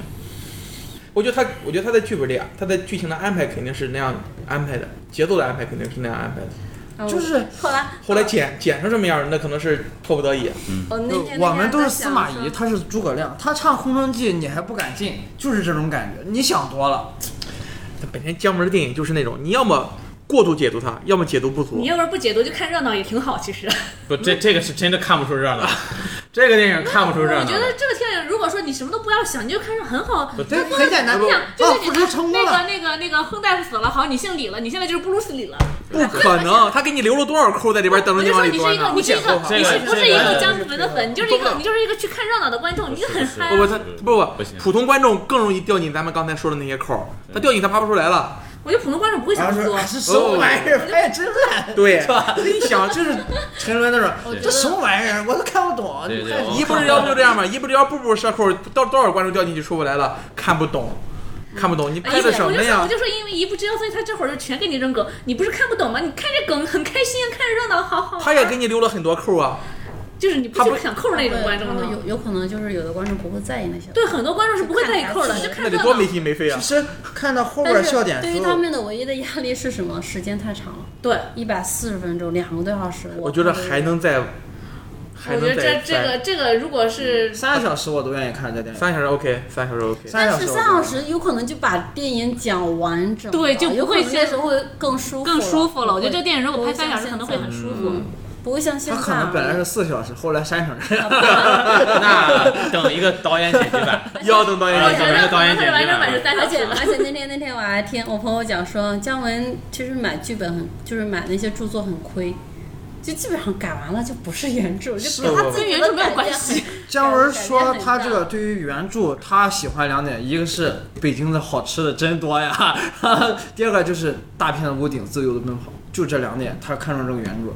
我觉得他，我觉得他在剧本里啊，他在剧情的安排肯定是那样安排的，节奏的安排肯定是那样安排的。
哦
然后
就是
后来
后来剪剪成什么样，那可能是迫不得已。
嗯
哦，那天
我们都是司
想
马
说
懿，他是诸葛亮，他唱《红灯记》你还不敢进，就是这种感觉。你想多了，
他本身姜文的电影就是那种，你要么过度解读它，要么解读不足
你。要不然不解读就看热闹也挺好。其实，
不，这这个是真的看不出热闹，这个电影看不啊出
我
热闹。
觉得这个电影如果说你什么都不要想，你就看着很好。
对，很简单。
你想，就
啊
是，你
复仇成功
那个
了，
那个那个亨大夫死了，好，你姓李了，你现在就是布鲁斯李了。
不可能，他给你留了多少扣在里边等
我
着你
就说
往里
你是
钻
一个，
呢？
你是一个，
这
你
个
是不是一
这
个
个
姜文的粉？你就是一个，你就是一个去看热闹的观众，你就很嗨
不不，
啊。
他不嗯不嗯
不行
普通观众更容易掉进咱们刚才说的那些扣，他掉进他扒不出来了。
我觉得普通观众不会想
然
这
后
么
说
多
啊
哎。是什么玩意儿，拍真烂，
对
是吧？一想就是
[LAUGHS]
陈伦那种，
我觉
这
得
什么玩意儿，我都看不懂。
对对
看
我
你
一不是要不就这样吧，一不是要步步设扣，到多少观众掉进去出不来了，看不懂，看不懂，你
哎
拍
我
的
就说
什么
我
呀？
就说因为一步之遥，所以他这会儿就全给你扔梗。你不是看不懂吗？你看这梗很开心，看着热闹，好好。
他也给你留了很多扣啊，
就是你不
他
是
不
不想扣那种观众
他会
的。
有有可能就是有的观众不会在意那些，
对，很多观众是不会在意扣的，就
那
看热
得多
闹
没。心没肺啊
其！实看到后
但
边
是
笑点
对
时
于他
候，
们的唯一的压力是什么？时间太长了，
对，
一百四十分钟，两个多小时。
我觉得还能再，还
我觉
能
得这
再
这个这个如果是
三小时我都愿意看这电影。
三小时 OK，三小时 OK。
三小
但
时
是
我
三小时有可能就把电影讲完整了，
对就不会
有可能那时候会更舒服，
更舒服了。我觉得这
不会
个电影如果拍三小时可能会很舒服。
不会像现
嗯他
在，
可能本来是四小时，后来删成这样。
那等一个导演解析版，
要等导演啊
我
哎
觉
可能
得
是导演
可能是完整版
剪辑
是三
而
小
且
时。
而且那天那天我还听我朋友讲说，姜文其实买剧本很，就是买那些著作很亏，就基本上改完了就不是原著，就是跟他
不
自己
跟原
的
著没有
改
关
变
系
很。
姜文说
改变很
他
大
这个对于原著，他喜欢两点，一个是北京的好吃的真多呀， [LAUGHS] 第二个就是大片的屋顶自由的奔跑，就这两点，他看中这个原著。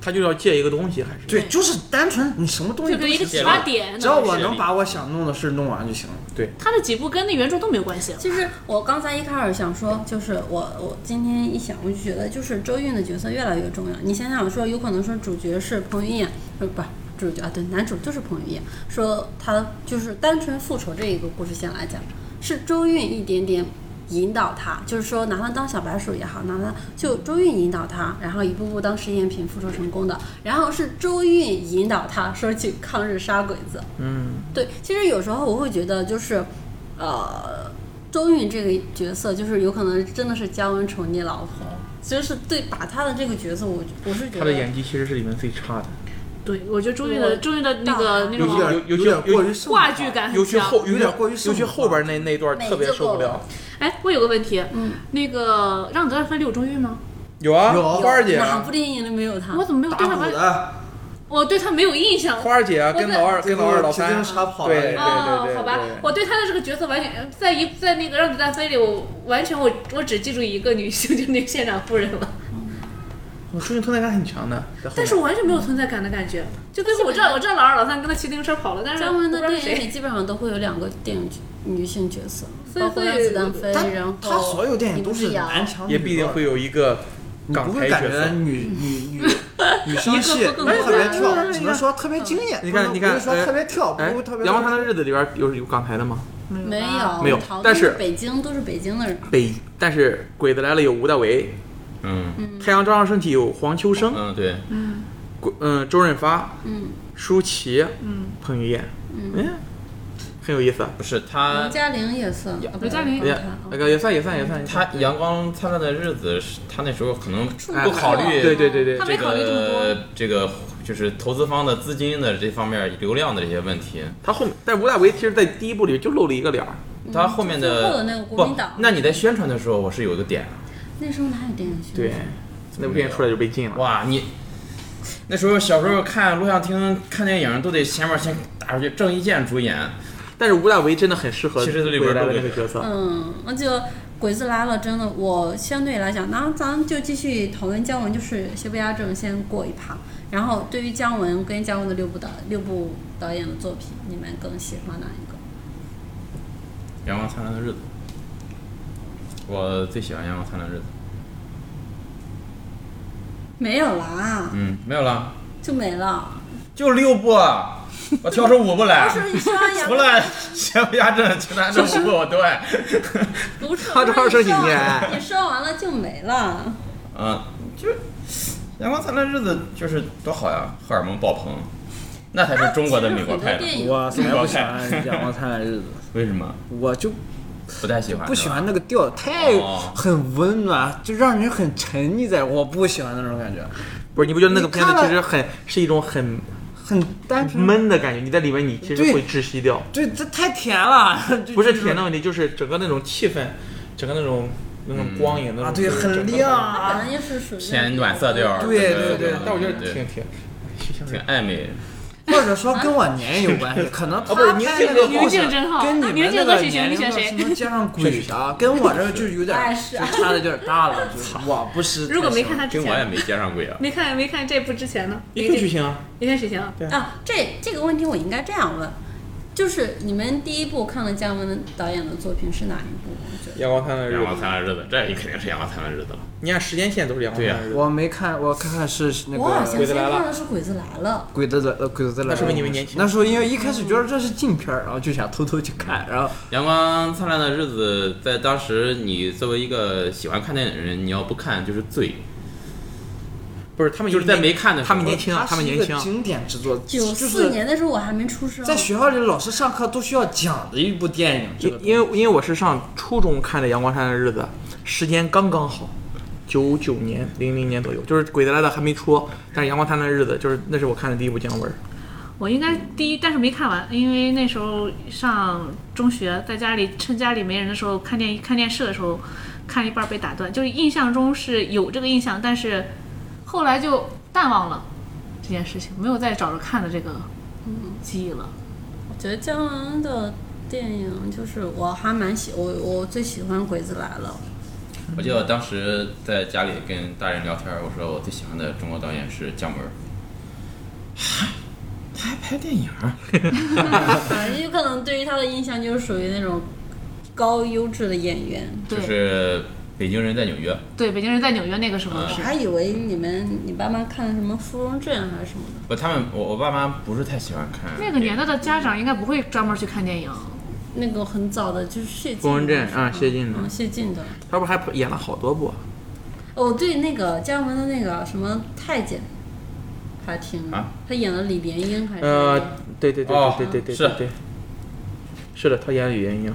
他就要借一个东西，还是
对，就是单纯你什么东西
就
都
是一个
是
启
写
发
了
点，
只要我
是
能把我想弄的事弄完就行了。
他的几部跟那原著都没有关系。
其实我刚才一开始想说，就是我我今天一想，我就觉得就是周韵的角色越来越重要。你想想说，有可能说主角是彭于晏，不是不是主角啊，对，男主就是彭于晏。说他就是单纯复仇这一个故事线来讲，是周韵一点点引导他，就是说拿他当小白鼠也好，拿他就周韵引导他，然后一步步当实验品复仇成功的，然后是周韵引导他说去抗日杀鬼子。
嗯，
对，其实有时候我会觉得就是，呃，周韵这个角色就是有可能真的是姜文宠溺老婆，就是对把他的这个角色我，我是觉
他
得
的演技其实是里面最差的，
对，我觉得周韵
我
的周韵的那个那
有
种
点
有有
有点过于上
话
头
剧感
尤
哎很
其
强。
后
有
点
点过于
尤其
圣母
后边那那一段特别受不了。
哎，我有个问题，
嗯，
那个《让子弹飞》里有周韵吗？
有啊，
有
花儿姐
哪部电影里没有他？
啊我怎么没有对
打
她
鼓
完？
的，
我对他没有印象。哦
花儿姐啊，
我
跟
在
老二 [LAUGHS]
最
跟
后
老二老
骑
三
自行车跑了
对对对
一个
哦，
对
好吧，
对
我对他的这个角色完全在一在那个《让子弹飞》里，我完全我我只记住一个女性，就是那个县长夫人
[LAUGHS]
了，
我中间存在感很强的，在后
但
面
是我完全没有存在感的感觉。就跟我知道我知道老二老三跟他骑自行车跑了，但是
专门的
我不知道是
电影
谁
里基本上都会有两个电影角女性角色，
所以
包括让
所以
子弹飞
他，
然后
他所有电影都是
一步之遥
男强
也
女
必定
弱
会有一个
你
港
不
台
会感
角
觉
色。
女
[LAUGHS]
女女女生戏
一个个
特
更
别
多
跳，只能说特别惊艳。
你看
不能
你看
不是
哎
说特别跳，不
哎
如特，别
阳光灿烂的日子里边有有港台的吗？
没有
没有
逃
但
都
是
北京都是北京的人，
北，但是鬼子来了有吴大维，
嗯
太阳照常升起有黄秋生，
嗯，对，
鬼嗯周润发，
嗯，
舒淇，嗯，彭于晏，嗯，很有意思啊。
不是他
刘嘉玲也算，啊不
刘嘉玲
不
也
是她
那个也算也算也算，
他《阳光灿烂的日子》是他那时候可能
哎
不考虑
对对对对
他，没
这
考虑这么多
个这个就是投资方的资金的这方面流量的这些问题，
他后面但吴大维其实在第一部里就露了一个脸儿，
他后面
就最
的
后的那个国
不
民党，
那你在宣传的时候，我是有一个点，
那时候哪有电影学？
对，那部电影出来就被禁了。
哇，你那时候小时候看录像厅看电影都得前面先打出去，郑伊健主演，
但是吴大维真的很适合
其实里边
鬼子来
都
了
有
那个角色，
嗯，那就鬼子来了，真的，我相对来讲，那咱们就继续讨论姜文，就是《邪不压正》先过一趴。然后对于姜文跟姜文的六部导六部导演的作品，你们更喜欢哪一个？
《阳光灿烂的日子》，我最喜欢《阳光灿烂的日子》。
没有啦，
嗯，没有了，
就没了。
就六部啊，我挑出五部来
不。是你说
除了邪不压正，其他这五部我都爱。
不是，
他这二十几年
你说完了就没了。
嗯，就是《阳光灿烂的日子》就是多好呀，荷尔蒙爆棚，那才是中国的美国派
其实很多
的。
电影
[LAUGHS]
啊
我才不喜
[LAUGHS]
欢《阳光灿烂的日子
为什么》，
我就
不太喜欢？
不喜
是吧。
欢那个调，太
哦
很温暖，就让人很沉溺在，我不喜欢那种感觉，
不是你不觉得那个
你
片子
看了
其实很是一种很
很单纯。
闷的感觉？你在里面你其实
对
会窒息掉，
对，这太甜了， [LAUGHS] 就
不是
就
甜的问题，就是整个那种气氛，整个那种那种光影那种
啊，对，
整个
很亮
它本
[LAUGHS]
啊，
来就是属于
偏暖色调。
对
这
对
个
对
但我觉得
对
挺挺。
挺暧昧。
嗯
或者说跟我年龄有关系，
[LAUGHS]
可能他
哦不是
拍
宁
那
静
个
哥
故
宁
事
静真好
跟你
啊
们
宁静
那
哥
个
谁选
年龄
你选
的
谁
什么街上鬼
[LAUGHS]
啊，跟我这儿就有点
哎
儿
是
就差的有点儿大了，就是我不是。
如果没看，他之
跟我也
前，
没接上轨
[LAUGHS]
啊。
没看没看这部之
[LAUGHS]
前呢，
一个剧情啊，
一看谁行啊？
啊，这这个问题我应该这样问，就是你们第一部看了姜文导演的作品是哪一部？我觉得
阳光灿烂的日
阳
子
光，灿烂的日子，这肯定是阳光灿烂的日子了。
你按时间线都是阳光灿烂的
啊
日子，
我没看，我看看是那
我好
个
像
鬼
先
子来了
看的是《鬼子来了
鬼子的呃鬼子来了。
那说明你们年轻
那时候因为一开始觉得这是禁片儿，然后就想偷偷去看，然后
阳光灿烂的日子，在当时你作为一个喜欢看电影的人，你要不看就是罪。
不是他们
就是在没看的时候
他们年轻啊，他
它
们
是一
年
个
轻啊，
经典之作，》，就
九四
是
年的时候我还没出生，
在学校里老师上课都需要讲的一部电影。这
因
个
因为因为我是上初中看的《阳光灿烂的日子》，时间刚刚好，九九年、零零年左右，就是《鬼子来了》还没出，但是《阳光灿烂的日子》就是那是我看的第一部姜文。
我应该第一，但是没看完，因为那时候上中学，在家里趁家里没人的时候看电看电视的时候，看一半被打断，就是印象中是有这个印象，但是后来就淡忘了这件事情，没有再找着看的这个记忆了。
我觉得姜文的电影就是我还蛮喜我我最喜欢《鬼子来了
我记得我当时在家里跟大人聊天，我说我最喜欢的中国导演是姜文。他还拍电影？》，
反正有啊可能对于他的印象就是属于那种高优质的演员。
对、
就是《北京人在纽约》。
对，北京人在纽约那个时候
我
是，
还以为你们你爸妈看的什么《芙蓉镇》还是什么的。
不，他们我我爸妈不是太喜欢看
那个年代的家长应该不会专门去看电影。
那个很早的，就是谢晋的。
芙蓉镇啊
嗯
谢晋的
嗯，谢晋的。
他不是还演了好多部啊，
哦，对，那个姜文的那个什么太监，还挺
啊，
他演了李莲英还是？
呃，对对对
哦
对对对对
是
对对，是的，他演了语言一样，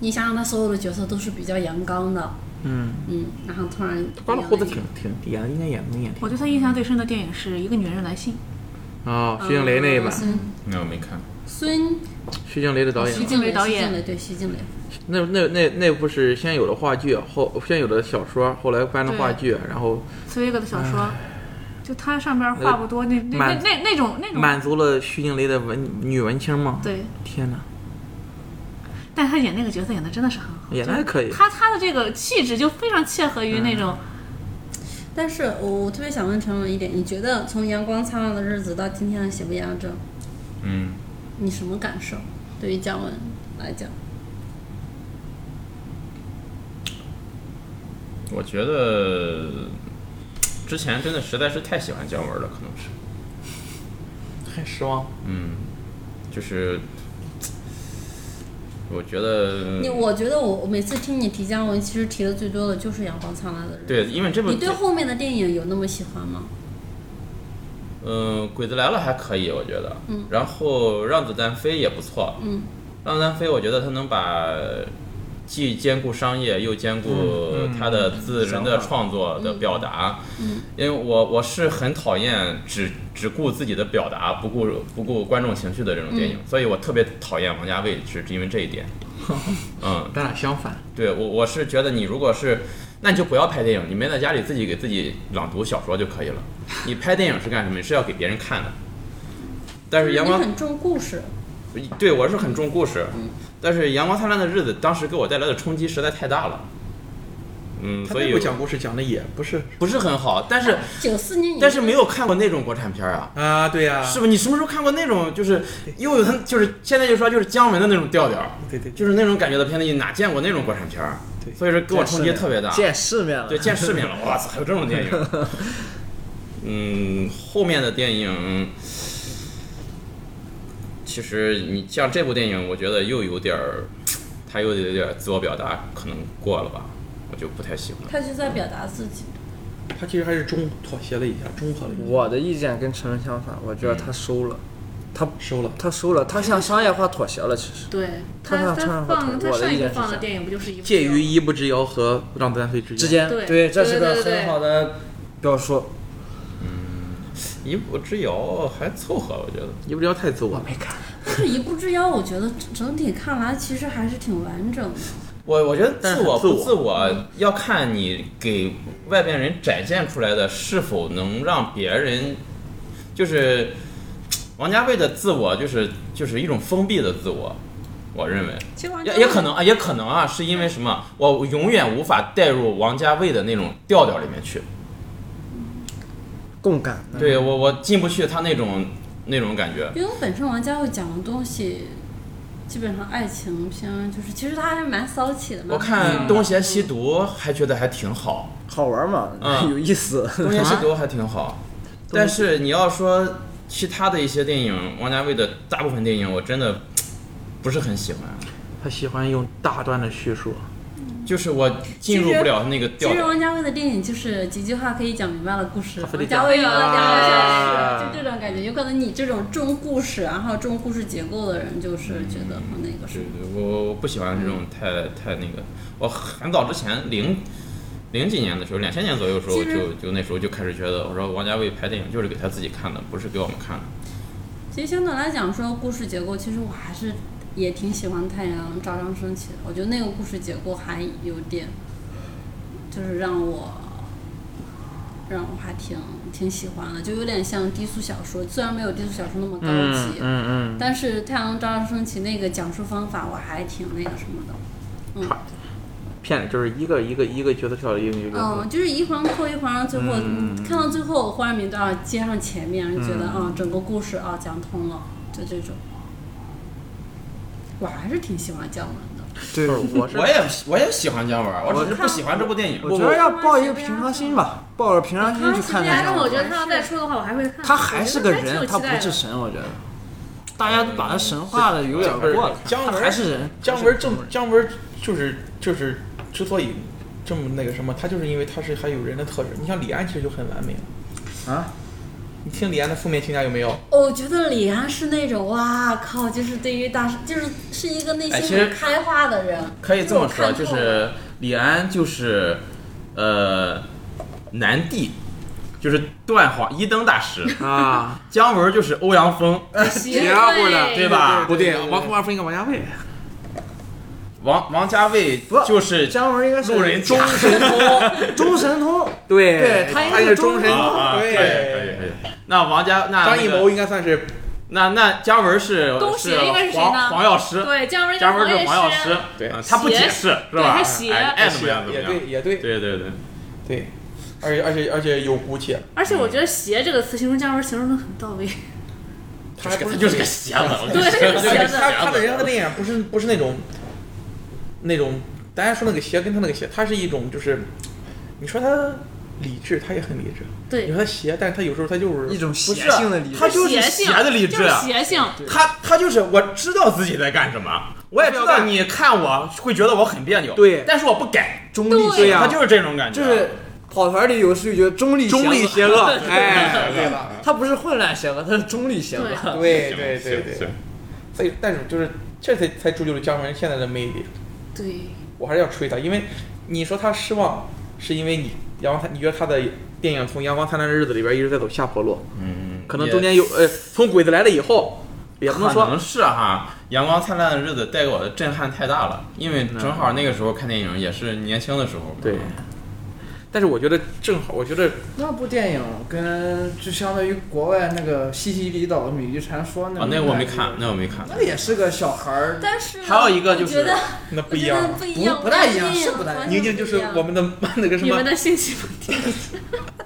你想想，他所有的角色都是比较阳刚的，
嗯，
嗯，然后突然嗯
刮了胡子挺挺演的应该演能演挺
我对他印象最深的电影是《一个女人来信
啊，徐静蕾那一版，
呃孙
那我没看。
孙
徐静蕾的导演
徐
静蕾导演
徐静蕾对徐静蕾，
那那那那部是先有的话剧，后先有的小说，后来搬的话剧，然后》，
茨威格的小说，就它上边话不多，那那那
满
那那种那种，
满足了徐静蕾的文女文青吗？
对，
天哪，
但他演那个角色演的真的是很好，
演的还可以。
他他的这个气质就非常切合于那种，
但是我我特别想问陈文一点，你觉得从《阳光灿烂的日子》到今天的《邪不压正》，
嗯，
你什么感受？对于姜文来讲，
我觉得之前真的实在是太喜欢姜文了，可能是，
很失望。
嗯，就是我觉得
你我觉得我我每次听你提姜文，其实提的最多的就是《阳光灿烂的日子
对，因为这》。部
你对后面的电影有那么喜欢吗？
嗯，鬼子来了还可以，我觉得。嗯。然后让子弹飞也不错。
嗯。
让子弹飞，我觉得他能把既兼顾商业又兼顾
嗯嗯
他的自人的
想法
创作的表达。嗯。因为我我是很讨厌只只顾自己的表达，不顾不顾观众情绪的这种电影，
嗯
所以我特别讨厌王家卫，是因为这一
[LAUGHS]
点。嗯，
咱俩相反，
对我，我是觉得你如果是，那你就不要拍电影，你闷在家里自己给自己朗读小说就可以了。你拍电影是干什么？你是要给别人看的。但是
你
阳光，
很重故事，
对我是很重故事，
嗯
但是阳光灿烂的日子当时给我带来的冲击实在太大了。嗯，
他
所
那
以
部讲故嗯事讲的也不是
不是很好，但是
九四年你
但是没有看过那种国产片儿啊。
啊，对呀、
是吧？你什么时候看过那种就是又有他就是现在就说就是姜文的那种调调，
对对，
就是那种感觉的片子，你哪见过那种国产片儿？啊
对
所以说给我冲击特别大。
见世面了。
对，见世面了，哇操，还有这种电影。嗯，后面的电影，其实你像这部电影，我觉得又有点儿，他又有点儿自我表达可能过了吧，我就不太喜欢。
他就在表达自己。
他其实还是中妥协了一下，中和了一下，
我的意见跟陈文相反，我觉
嗯
得他收了，他
收了。
他收了，他向商业化妥协了。其实
对
他
他
他
他
他
放他
我的
上
意
一
见
部
是
放
这
的
样
电影不就是一部
介
叫
于《一步之遥》和《让子弹飞》之
之
间，
间
对
这是
对
个
对对
很好
好的，
标书。
一步之遥还凑合，我觉得。
《一步之遥》太自我了。
但是一步之遥，我觉得整体看来其实还是挺完整的。
我我觉得
但
自
是
我
很自
不
我嗯
自我要看你给外边人展现出来的是否能让别人，就是王家卫的自我就是就是一种封闭的自我，我认为
其实王家
也
卫
也可能啊也可能啊是因为什么？我永远无法带入王家卫的那种调调里面去，
共感
嗯
嗯的
对我我进不去他那种那种感觉。
因为本身王家卫讲的东西，基本上爱情片就是，其实他还是蛮骚气的嘛。
我看《
嗯
东邪西毒》还觉得还挺好，
好玩嘛，
啊
嗯
[LAUGHS] 有意思。
《东邪西毒》还挺好，但是你要说其他的一些电影，王家卫的大部分电影我真的不是很喜欢，
他喜欢用大段的叙述，
就是我进入不了那个
其
调
实
调。
王家卫的电影就是几句话可以讲明白了故事，
他非得
王家卫有了两个小时，
啊
就这种感觉。有可能你这种重故事，然后重故事结构的人，就是觉得很那个什
对
么。
对，我我不喜欢这种太太那个。我很早之前零零几年的时候，两千年左右的时候，
其实
就就那时候就开始觉得，我说王家卫拍电影就是给他自己看的，不是给我们看的。
其实相对来讲说故事结构，其实我还是也挺喜欢《太阳照常升起》的。我觉得那个故事结构还有点，就是让我让我还挺挺喜欢的，就有点像低俗小说，虽然没有低俗小说那么高级，
嗯
但是《太阳照常升起》那个讲述方法我还挺那个什么的。
嗯，骗人就是一个一个一个角色跳到一个一个角色。
嗯，就是一环扣一环，最后、看到最后，忽然明到接上前面，就觉得啊、整个故事啊讲通了，就这种。我还是挺喜欢姜文的。
[LAUGHS] 对，
我是
我也我也喜欢姜文，我只是不喜欢这部电影。
我觉得要抱一个平常心吧，抱着平常心去看
但
待
是
这
我
个
觉得他要再出的话，我还会看。
他还是个
我觉得还挺有
人，他
期待
不
的
是神，我觉得。大家都把他神化的有点
姜文
过了，
姜
他
文
还是人。
姜文正姜文就是就是之所以这么那个什么，他就是因为他是还有人的特质。你像李安其实就很完美了，
啊，
你听李安的负面评价有没有？
我觉得李安是那种哇靠，就是对于大师，就是是一个内
哎其
心
实
很开化的人。
可以这么
[LAUGHS]
说，
这
就
种看透了
是李安就是，呃，南帝，就是段华一灯大
[LAUGHS]
师，
啊，
姜文就是欧阳锋，
邪乎的，
对吧？
不对，王王峰应该王家卫。
王王家卫
不
就是
姜文应该是
路人甲
中神通，中神通，
对
对他
他
应该是
是
中
中
神
神，
啊，可以
对
可以可以。
那王家那那
张艺
个
谋应该算是
那那嘉文是
东邪应该是谁
黄
呢
黄药师，
对，姜文
嘉文是黄药
药
师，
对
啊他不
邪
解释是
对
吧？
他邪
哎爱怎么样怎么
也
样。
对也对
对对对，
对，而且而且而且有骨气，
而且我觉得“邪”这个词形容姜文形容的很到位，
他
他
不
就是个邪子，我
对，这个
对
邪
他
的。
他的人和电影不是不是那种那种，大家说那个邪跟他那个邪，他是一种就是，你说他理智，他也很理智；你
对，
说他邪，但是他有时候他就是
一种邪
不是
性的理
他
论。
就是
邪性
邪的理智
就是邪性，
他他就是我知道自己在干什么，我也知道你看我会觉得我很别扭，
对
但是我不改，
中立
对
呀
他就是这种感觉，
啊
就是跑团里有时候觉得中立
中立邪
邪
恶
[LAUGHS] 恶，哎，
对吧？
他不是混乱邪恶，他是中立邪恶。
对
对
行
对对
行
对
行，
所以但是就是这才才铸就了姜文现在的魅力。
对，
我还是要吹他，因为你说他失望，是因为你阳光灿，你觉得他的电影从《阳光灿烂的日子》里边一直在走下坡路，
嗯，
可能中间有呃，从《鬼子来了》以后，也不能
可
说
能是哈，《阳光灿烂的日子》带给我的震撼太大了，因为正好那个时候看电影也是年轻的时候嘛。
对，但是我觉得正好，我觉得
那部电影跟就相当于国外那个西西里岛的《美丽传说》
啊，那个我没看，那个我没看。
那也是个小孩儿，
但是
还有一个就是
我觉得
那
我
不一
觉得
样。
不一样，
不不大一样
完全
是不大一样
宁静就是我们的 [LAUGHS] 那个什
你
么
们的信息不对，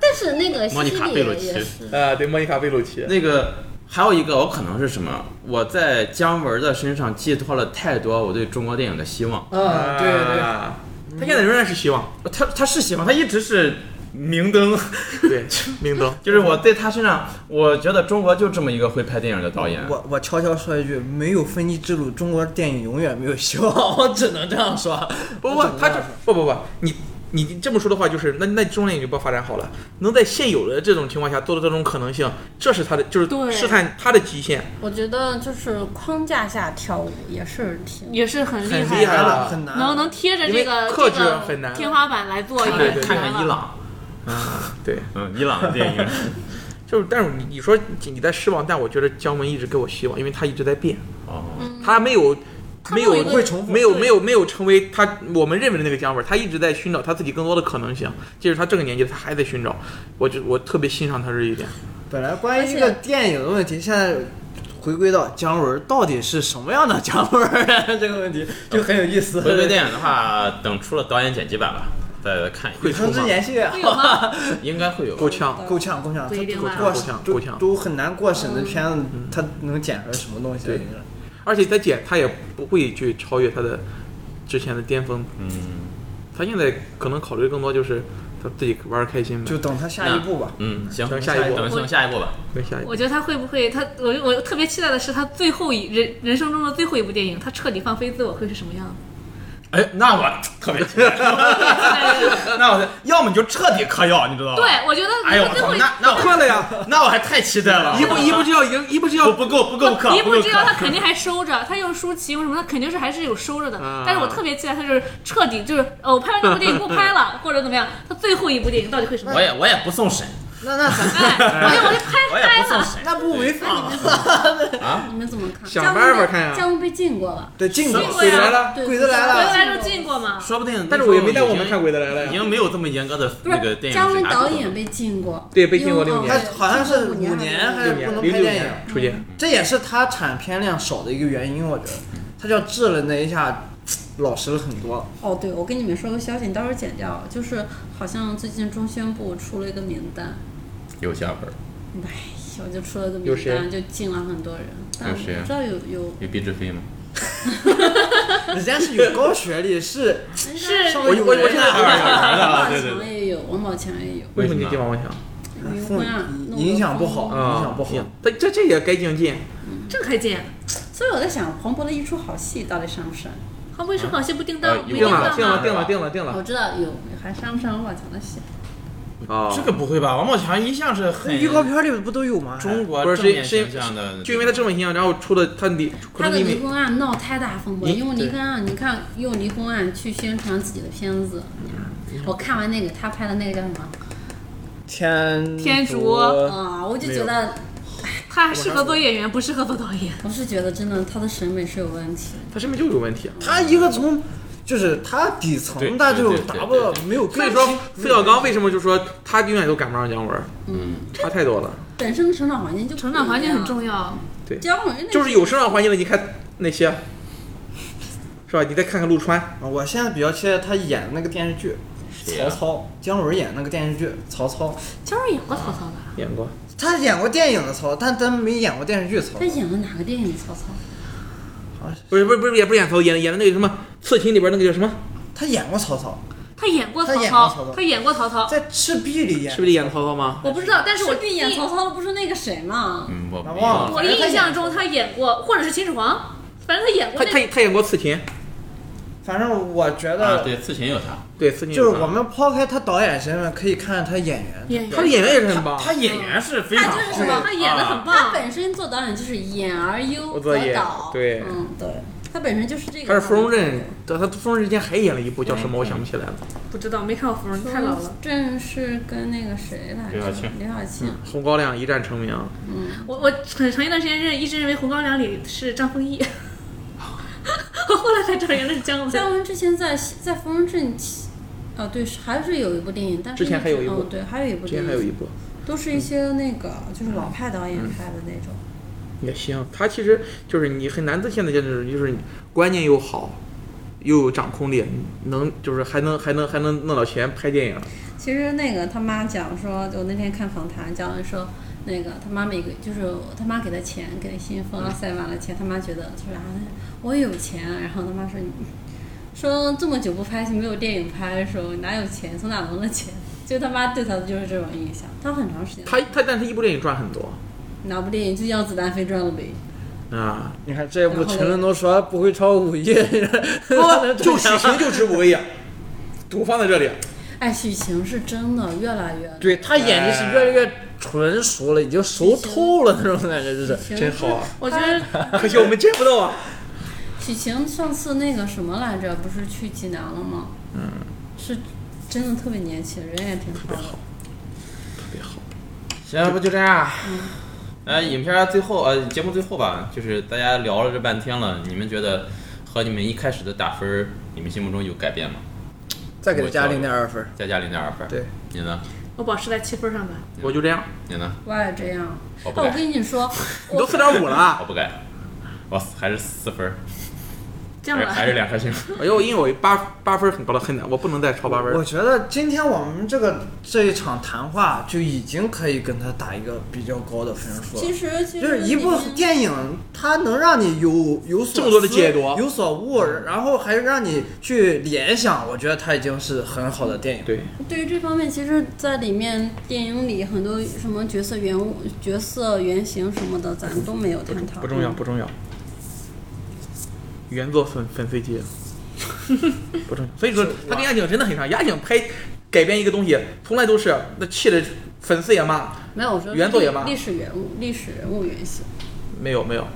但是那个
莫妮
西西
卡
里
贝鲁
也
奇
是，
呃，对，莫妮卡贝鲁奇，
那个还有一个，我可能是什么？我在姜文的身上寄托了太多我对中国电影的希望。
嗯，对对，
啊他现在仍然是希望，
他他是希望，他一直是明灯。 [LAUGHS]
对， [LAUGHS] 明灯，
就是我对他身上，我觉得中国就这么一个会拍电影的导演。
我我悄悄说一句，没有分级制度，中国电影永远没有希望，我只能这样说。
不不
我只，能
他
这
就
样说
不不不，你你这么说的话，就是那那中年就不发展好了，能在现有的这种情况下做到这种可能性，这是他的，就是
对
试探他的极限，
我觉得就是框架下跳舞也是挺
也是很
很
害
厉害
的。
了
很难，啊
能能贴着这
因
个
为克制
这个
很难
天花板来做一
对
个
对对
看看伊，朗，
对，
嗯，伊朗的电影。
就是但是你你说你在失望，但我觉得姜文一直给我希望，因为他一直在变，
哦，
他没有。
他
没
没有
有
一个不会
重复
没有
对
没有没有成为他我们认为的那个姜文，他一直在寻找他自己更多的可能性。即使他这个年纪，他还在寻找。我就我特别欣赏他这一点。
本来关于
而
一
且
个电影的问题，现在回归到姜文到底是什么样的姜文儿啊这个问
[LAUGHS]
题，就很有意思。
回归电影的话，等出了导演剪辑版吧，再看一
鬼
遍，
城之延续啊
会，有吗？
应该会有。
够呛，
够呛够呛，
不一定啊
他
吧
过
够呛
都
够呛嗯
都很难过审的片子，他能剪出来什么东西来？
对而且他姐他也不会去超越他的之前的巅峰。
嗯
他现在可能考虑更多就是他自己玩儿开心呗。
就等他下一步吧。
嗯，行，
等下一步
等等下一步吧。
跟下一
我觉得他会不会他我我特别期待的是他最后一人人生中的最后一部电影，他彻底放飞自我会是什么样子？
哎，那我特别期
[LAUGHS]
待，那我要么你就彻底嗑药，你知道吗？
对，我觉得
哎呦我
他最
操
后，一
那那我
快了呀！
那我还太期待了，
一步一步就要赢，一步就
不
要
不够不够嗑，
一步
够
之遥，他
嗑。
肯定还收着，他用舒淇用什么，他肯定是还是有收着的。
啊
但是我特别期待他就是彻底就是，哦，我拍完这部电影不拍了，或者怎么样，他最后一部电影到底会什么
我？也我也不送审，
那那咱
哎，我就我就拍
我也
拍
不送
了，
审。
那不
啊
违法吗？
你们怎么看？
想办法看啊呀
姜文被禁过了，
对，禁过
禁。过
鬼子来
呀
了。
对
鬼子
[LAUGHS]
来
回
了
哎来就进过嘛。
说不定，
但是我也没带我们看《鬼子来了》
已
呀。
经没有这么严格的
不
那个
是
电影。
姜文导演被禁过，
对被禁过
因为
六
他
年
哦
好像是
五
五年还
是
是
六
不
年，
能
零
拍
六
电影，嗯
年出现。
这也是他产片量少的一个原因，我觉得。他叫治了那一下，老实了很多。
哦，对，我跟你们说个消息，你到时候剪掉了，就是好像最近中宣部出了一个名单，
有加分，
哎呦，就出了个
有
名
谁
单，就禁了很多人，但我
有
不
谁啊
知道有有
有毕志飞吗？ [LAUGHS]
人家是有高学历，是
是
稍
我
微有
我我
人
现在
有人
王
了，
宝
啊对对
强
对，
也有，王宝强也有，
为什
你
么
进王宝强
于
父
坤啊，弄
影
得
响不
疯
好，
啊？
影响不好。
他这这也该精进。
这个还进，
所以我在想，黄渤的一出好戏到底上不上？
黄渤说好戏不定档，
呃
不
有
定
定了，
档吗
定了，定了，定了，定
啊
我
了。
知道有，还上不上王宝强的戏？
哦
啊
这个不会吧？王宝强一向是
那
很
预告片里不都有吗？
中国
不是
正面
是
形象的，
就因为他这么形象，然后出了他离，可
他
能
的
因
离
为
婚案闹太大风波，
你
用
对
离婚案，你看用离婚案去宣传自己的片子。
嗯
我看完那个他拍的那个叫什么
天
天
竺
竺
嗯啊啊、我就觉得，哎
他适合做演员，不适合做导演。
我是觉得真的他的审美是有问题。
他身边就有问题啊。
他一个从就是他底
对
层他就
对对
达
对
不到
对对
没有
所以
根基，
说，冯小刚为什么就说他永远都赶不上姜文儿？
嗯，
差太多了。
本身的成长环境就
成长环境很重
要。
要，
姜啊文那
就是有生长环境的，你看那些，是吧？你再看看陆川，
我现在比较期待他演的那个电视剧
谁
《
呀
曹操》，姜文演那个电视剧《曹操
姜文演过曹操吧？
演过，》，
他演过电影的曹，但他没演过电视剧曹
他。演了哪个电影？曹操？
不是不是不是也不是演曹，演演的那个什么《刺秦》里边那个叫什么？
他演过曹操，
他演过
他
曹
演过曹
操，
操
他演过曹操，
在《赤壁》里演，
是不是演的曹操吗？
我不知道，但是我
赤壁演
印
曹操的不是那个谁吗？
嗯，我
那
没
忘
我
了
印象中他演过，或者是秦始皇，反正他演过
他
那
他他演过《刺秦》，
反正我觉
啊，
得
对，刺秦有他，
对《刺秦》
就是我
啊
们抛开他导演身份，可以看他演员。
演
他的演员也是很棒。
他演员是非
啊
他
常
就
好
是
的，
什么？
他演的很棒。
啊他本身做导演就是演而优
我
则
做演
导，
对
嗯，对，他本身就是这个。
他是芙蓉镇，他他芙蓉镇之前还演了一部叫什么？我想不起来了，
不知道没看过芙蓉，太老了。。
郑是跟那个谁来着？
刘晓庆
刘晓庆。
《红高粱》一战成名。
我我很长一段时间认一直认为《红高粱》里是张丰毅，
哦
[LAUGHS] 我后来才知道原来是姜文。
姜文之前在在芙蓉镇起，哦对，是还是有一部电影，但是
之前还有一部
哦对，还有一部
之
电
前
影，
还有一部嗯
都是一些那个就是老派导演拍的那种。
也行，他其实就是你很难的，现在就是就是观念又好，又有掌控力，能就是还能还能还能弄到钱拍电影。
其实那个他妈讲说，就我那天看访谈，姜文说。那个他妈每个就是他妈给他钱，给他新风
嗯
塞满了钱，他妈觉得就是啊，我有钱啊，然后他妈说你说这么久不拍戏，没有电影拍，说哪有钱，从哪来的钱？就他妈对他就是这种印象，他很长时间
他他但是一部电影赚很多
哪部电影就《让子弹飞》赚了呗。
啊，
你看这部陈伦都说不会超过五亿，
[LAUGHS]
[LAUGHS] 啊
就许晴就值五个亿，赌放在这里。 [LAUGHS]
哎，许晴是真的越来越
对他演技是越来越纯熟了，已经熟透了那种感觉，就是
许晴
真好啊！
我觉得
可惜我们见不到啊。
许晴上次那个什么来着，不是去济南了吗？嗯，是真的特别年轻，人也挺好的。
特别好，
行，要不就这样。
嗯
呃，影片儿最后呃，节目最后吧，就是大家聊了这半天了，你们觉得和你们一开始的打分儿，你们心目中有改变吗？
再给他加零点二分。
再加零点二分。
对，
你呢？
我保持在七分上吧。
我就这样。
你呢？
我也这样。
我
哎，
哦
不
我
改，
跟你说，
你都四点五
我
了，
不改，我还是四分儿，
这
还是
样吧，
还是两颗星。
哎呦，因为我八八分很高了，很难，我不能再超八分
我
了。
觉得今天我们这个这一场谈话就已经可以跟他打一个比较高的分数了。
其实其实
就是一部
里面
电影，它能让你有有所
这么多的
思
解读嗯
有所悟，然后还让你去联想，我觉得它已经是很好的电影。
对，
对于这方面，其实，在里面电影里很多什么角色原物、角色原型什么的，咱都没有探讨。
不重要，不重要。原作粉粉
[LAUGHS]
碎机，不重要。所以说，他跟亚景真的很像。亚景拍改编一个东西，从来都是那气的粉丝也骂，
没有，我说
原作也骂
历史人物、历史人物原型。
没有没有，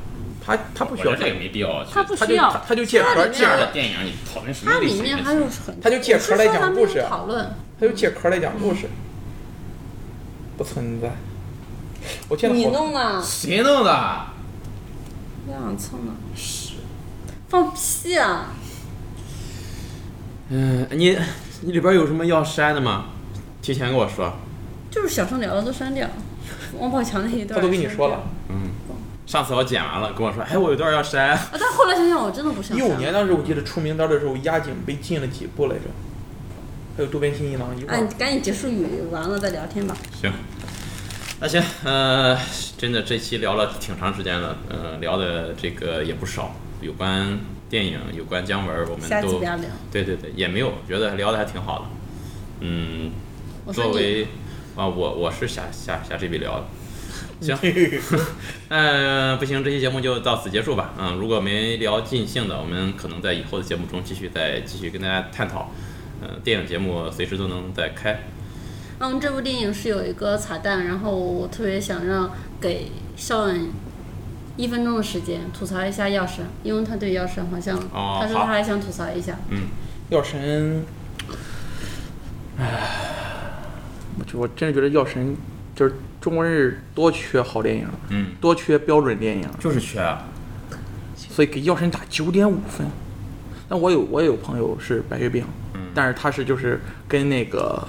他他不
我
需
觉
要
得这个没必要去。
他不
他
需
就
要。
他就借壳儿
里
借
这
壳
样
儿，
的电影，你讨论什么
它
类
里
型也
面
行？
还有很，
他就借壳来讲故
我是说咱
事啊
们，讨论。
他就借壳来讲故事，不存在。我见了
你
好多
弄啊的，
谁弄的？
不想蹭的。是，放屁啊！
嗯，你你里边有什么要删的吗？提前跟我说。
就是小声聊的都删掉，王宝强那一段
他都跟你说了。
上次我剪完了，跟我说，哎，我有段要删。
删掉。啊，但后来想想，我真的不想
一
删。
五年当时我记得出名单的时候，压井被禁了几部来着？还有渡边信一郎一块
哎，
儿
你。赶紧结束语，完了再聊天吧。
行，那行，呃，真的这期聊了挺长时间了，呃，聊的这个也不少，有关电影，有关姜文，我们
下期
都
再聊。
对对对，也没有，觉得聊的还挺好的。嗯，
我说
作
你，
为啊，我我是下下下这笔聊的。
[LAUGHS]
行，嗯、不行，这期节目就到此结束吧。嗯，如果没聊尽兴的，我们可能在以后的节目中继续再继续跟大家探讨。呃，电影节目随时都能再开。
嗯，这部电影是有一个彩蛋，然后我特别想让给邵恩一分钟的时间吐槽一下药神，因为他对药神好像，
哦
他说
好
他还想吐槽一下。
嗯
药神，唉，我就我真是觉得药神就是中国人多缺好电影，
嗯，
多缺标准电影，
就是缺啊，
所以给药神打九点五分。那我有我也有朋友是白血病，
嗯
但是他是就是跟那个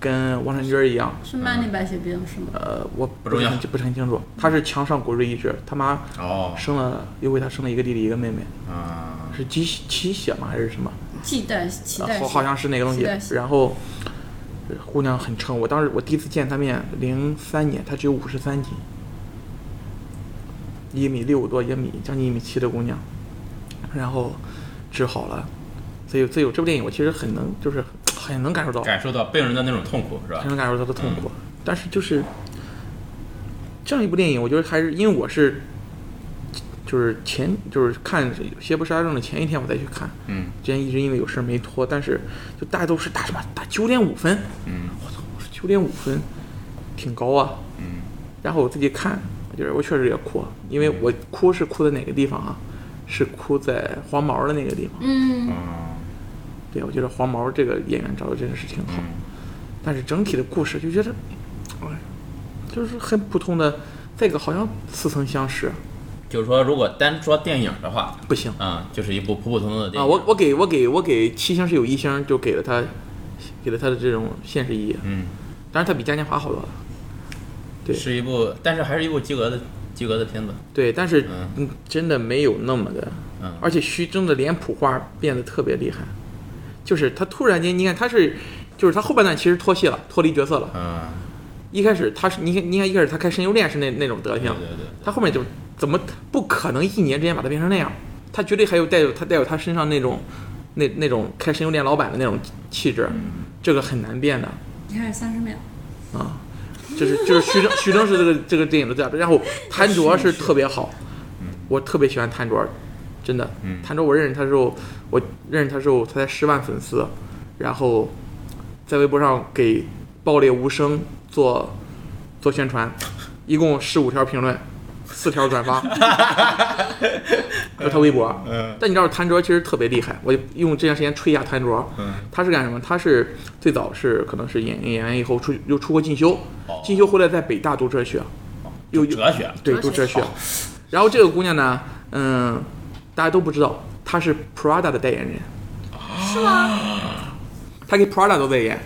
跟王传君儿一样，
是慢粒白血病是
嗯
吗？
呃，我不
重
是
要
很不是很清楚，他是强上骨质移植，他妈
哦，
生了又为他生了一个弟弟一个妹妹，
啊，
是鸡鸡血吗还是什么？
忌惮期
啊
待
好好像是那个东
期待
西。
是
然后呃姑娘很撑，我当时我第一次见她面，零三年，她只有五十三斤，一米六多，一米将近一米七的姑娘，然后治好了。所以，所以有这部电影，我其实很能，就是很能感受到，
感受到病人的那种痛苦是吧
很？能感受到她的痛苦。但是就是这样一部电影，我觉得还是因为我是。就是前就是看《邪不杀正》的前一天，我再去看，
嗯
之前一直因为有事儿没拖，但是就大家都是打什么打九点五分，
嗯
我操，我说九点五分，挺高啊。
嗯，
然后我自己看，我觉得我确实也哭，因为我哭是哭在哪个地方啊？是哭在黄毛的那个地方。
嗯，
啊，
对，我觉得黄毛这个演员找的真的是挺好，
嗯
但是整体的故事就觉得，哎，就是很普通的。再一个好像似曾相识，
就是说如果单说电影的话，
不行
啊，就是一部普普通通的电
啊！
影。
我我给我给我给七星是有一星，就给了他，给了他的这种现实意义。
嗯，
当然它比嘉年华好多了。对
是一部，但是还是一部及格的及格的片子。
对，但是
嗯
嗯，真的没有那么的，
嗯
而且徐峥的脸谱化变得特别厉害，就是他突然间，你看他是，就是他后半段其实脱戏了，脱离角色了。
嗯，
一开始他是，你看，你看一开始他开神游恋是那那种德
嗯对
行，
对对，
他后面就怎么不可能一年之间把他变成那样？他绝对还有带有他带有他身上那种那那种开神游店老板的那种气质，
嗯
这个很难变的。
你看三十秒，
啊，就是就是徐峥，徐峥是这个这个电影的代表。然后谭卓是特别好，我特别喜欢谭卓，真的
嗯。
谭卓我认识他的时候，我认识他的时候他才十万粉丝，然后在微博上给《爆裂无声》做做宣传，一共十五条评论，四条
[LAUGHS]
转发，这是他微博。
嗯
但你知道谭卓其实特别厉害，我就用这段时间吹一下谭卓。
嗯，
他是干什么？他是最早是可能是演演员以后出又出国进修
哦，
进修回来在北大读哲学，又又
哲学
对读哲学。哦然后这个姑娘呢，嗯，大家都不知道，她是 Prada 的代言人，是吗？她给 Prada 都代言，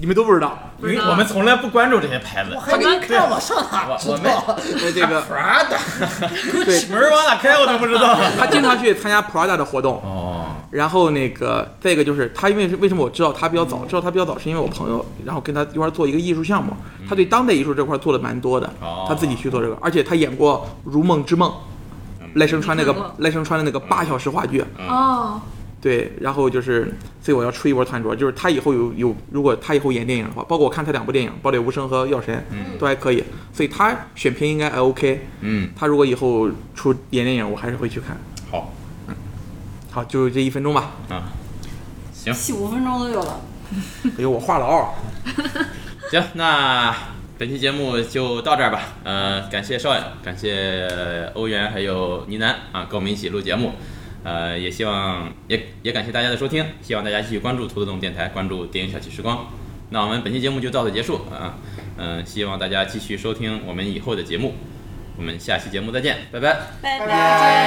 你们都不知道。
因为我们从来不关注这些牌子。
还没看我上哪
我我们
那这个
[LAUGHS]
[LAUGHS]
Prada，
门往哪开我都不知道。
她经常去参加 Prada 的活动，
哦，
然后那个再一个就是他，因为是为什么我知道他比较早，知道他比较早是因为我朋友，然后跟他一块儿做一个艺术项目，他对当代艺术这块儿做的蛮多的
哦，
他自己去做这个，而且他演过《如梦之梦》，赖声川那
没看
个
过
赖声川的那个八小时话剧，
哦，
对，然后就是，所以我要吹一波团卓，就是他以后有有，如果他以后演电影的话，包括我看他两部电影《堡垒无声》和《药神》，都还可以，所以他选片应该还 OK，
嗯，
他如果以后出演电影，我还是会去看。嗯
好
好，就这一分钟吧，
啊，
起五分钟都有了。
哎呦，我话痨。
行，那本期节目就到这儿吧。呃，感谢少爷，感谢呃欧元还有呢喃啊，跟我们一起录节目。呃，也希望也也感谢大家的收听，希望大家继续关注兔子洞电台，关注电影小憩时光。那我们本期节目就到此结束啊，嗯、希望大家继续收听我们以后的节目，我们下期节目再见，拜拜。
拜拜。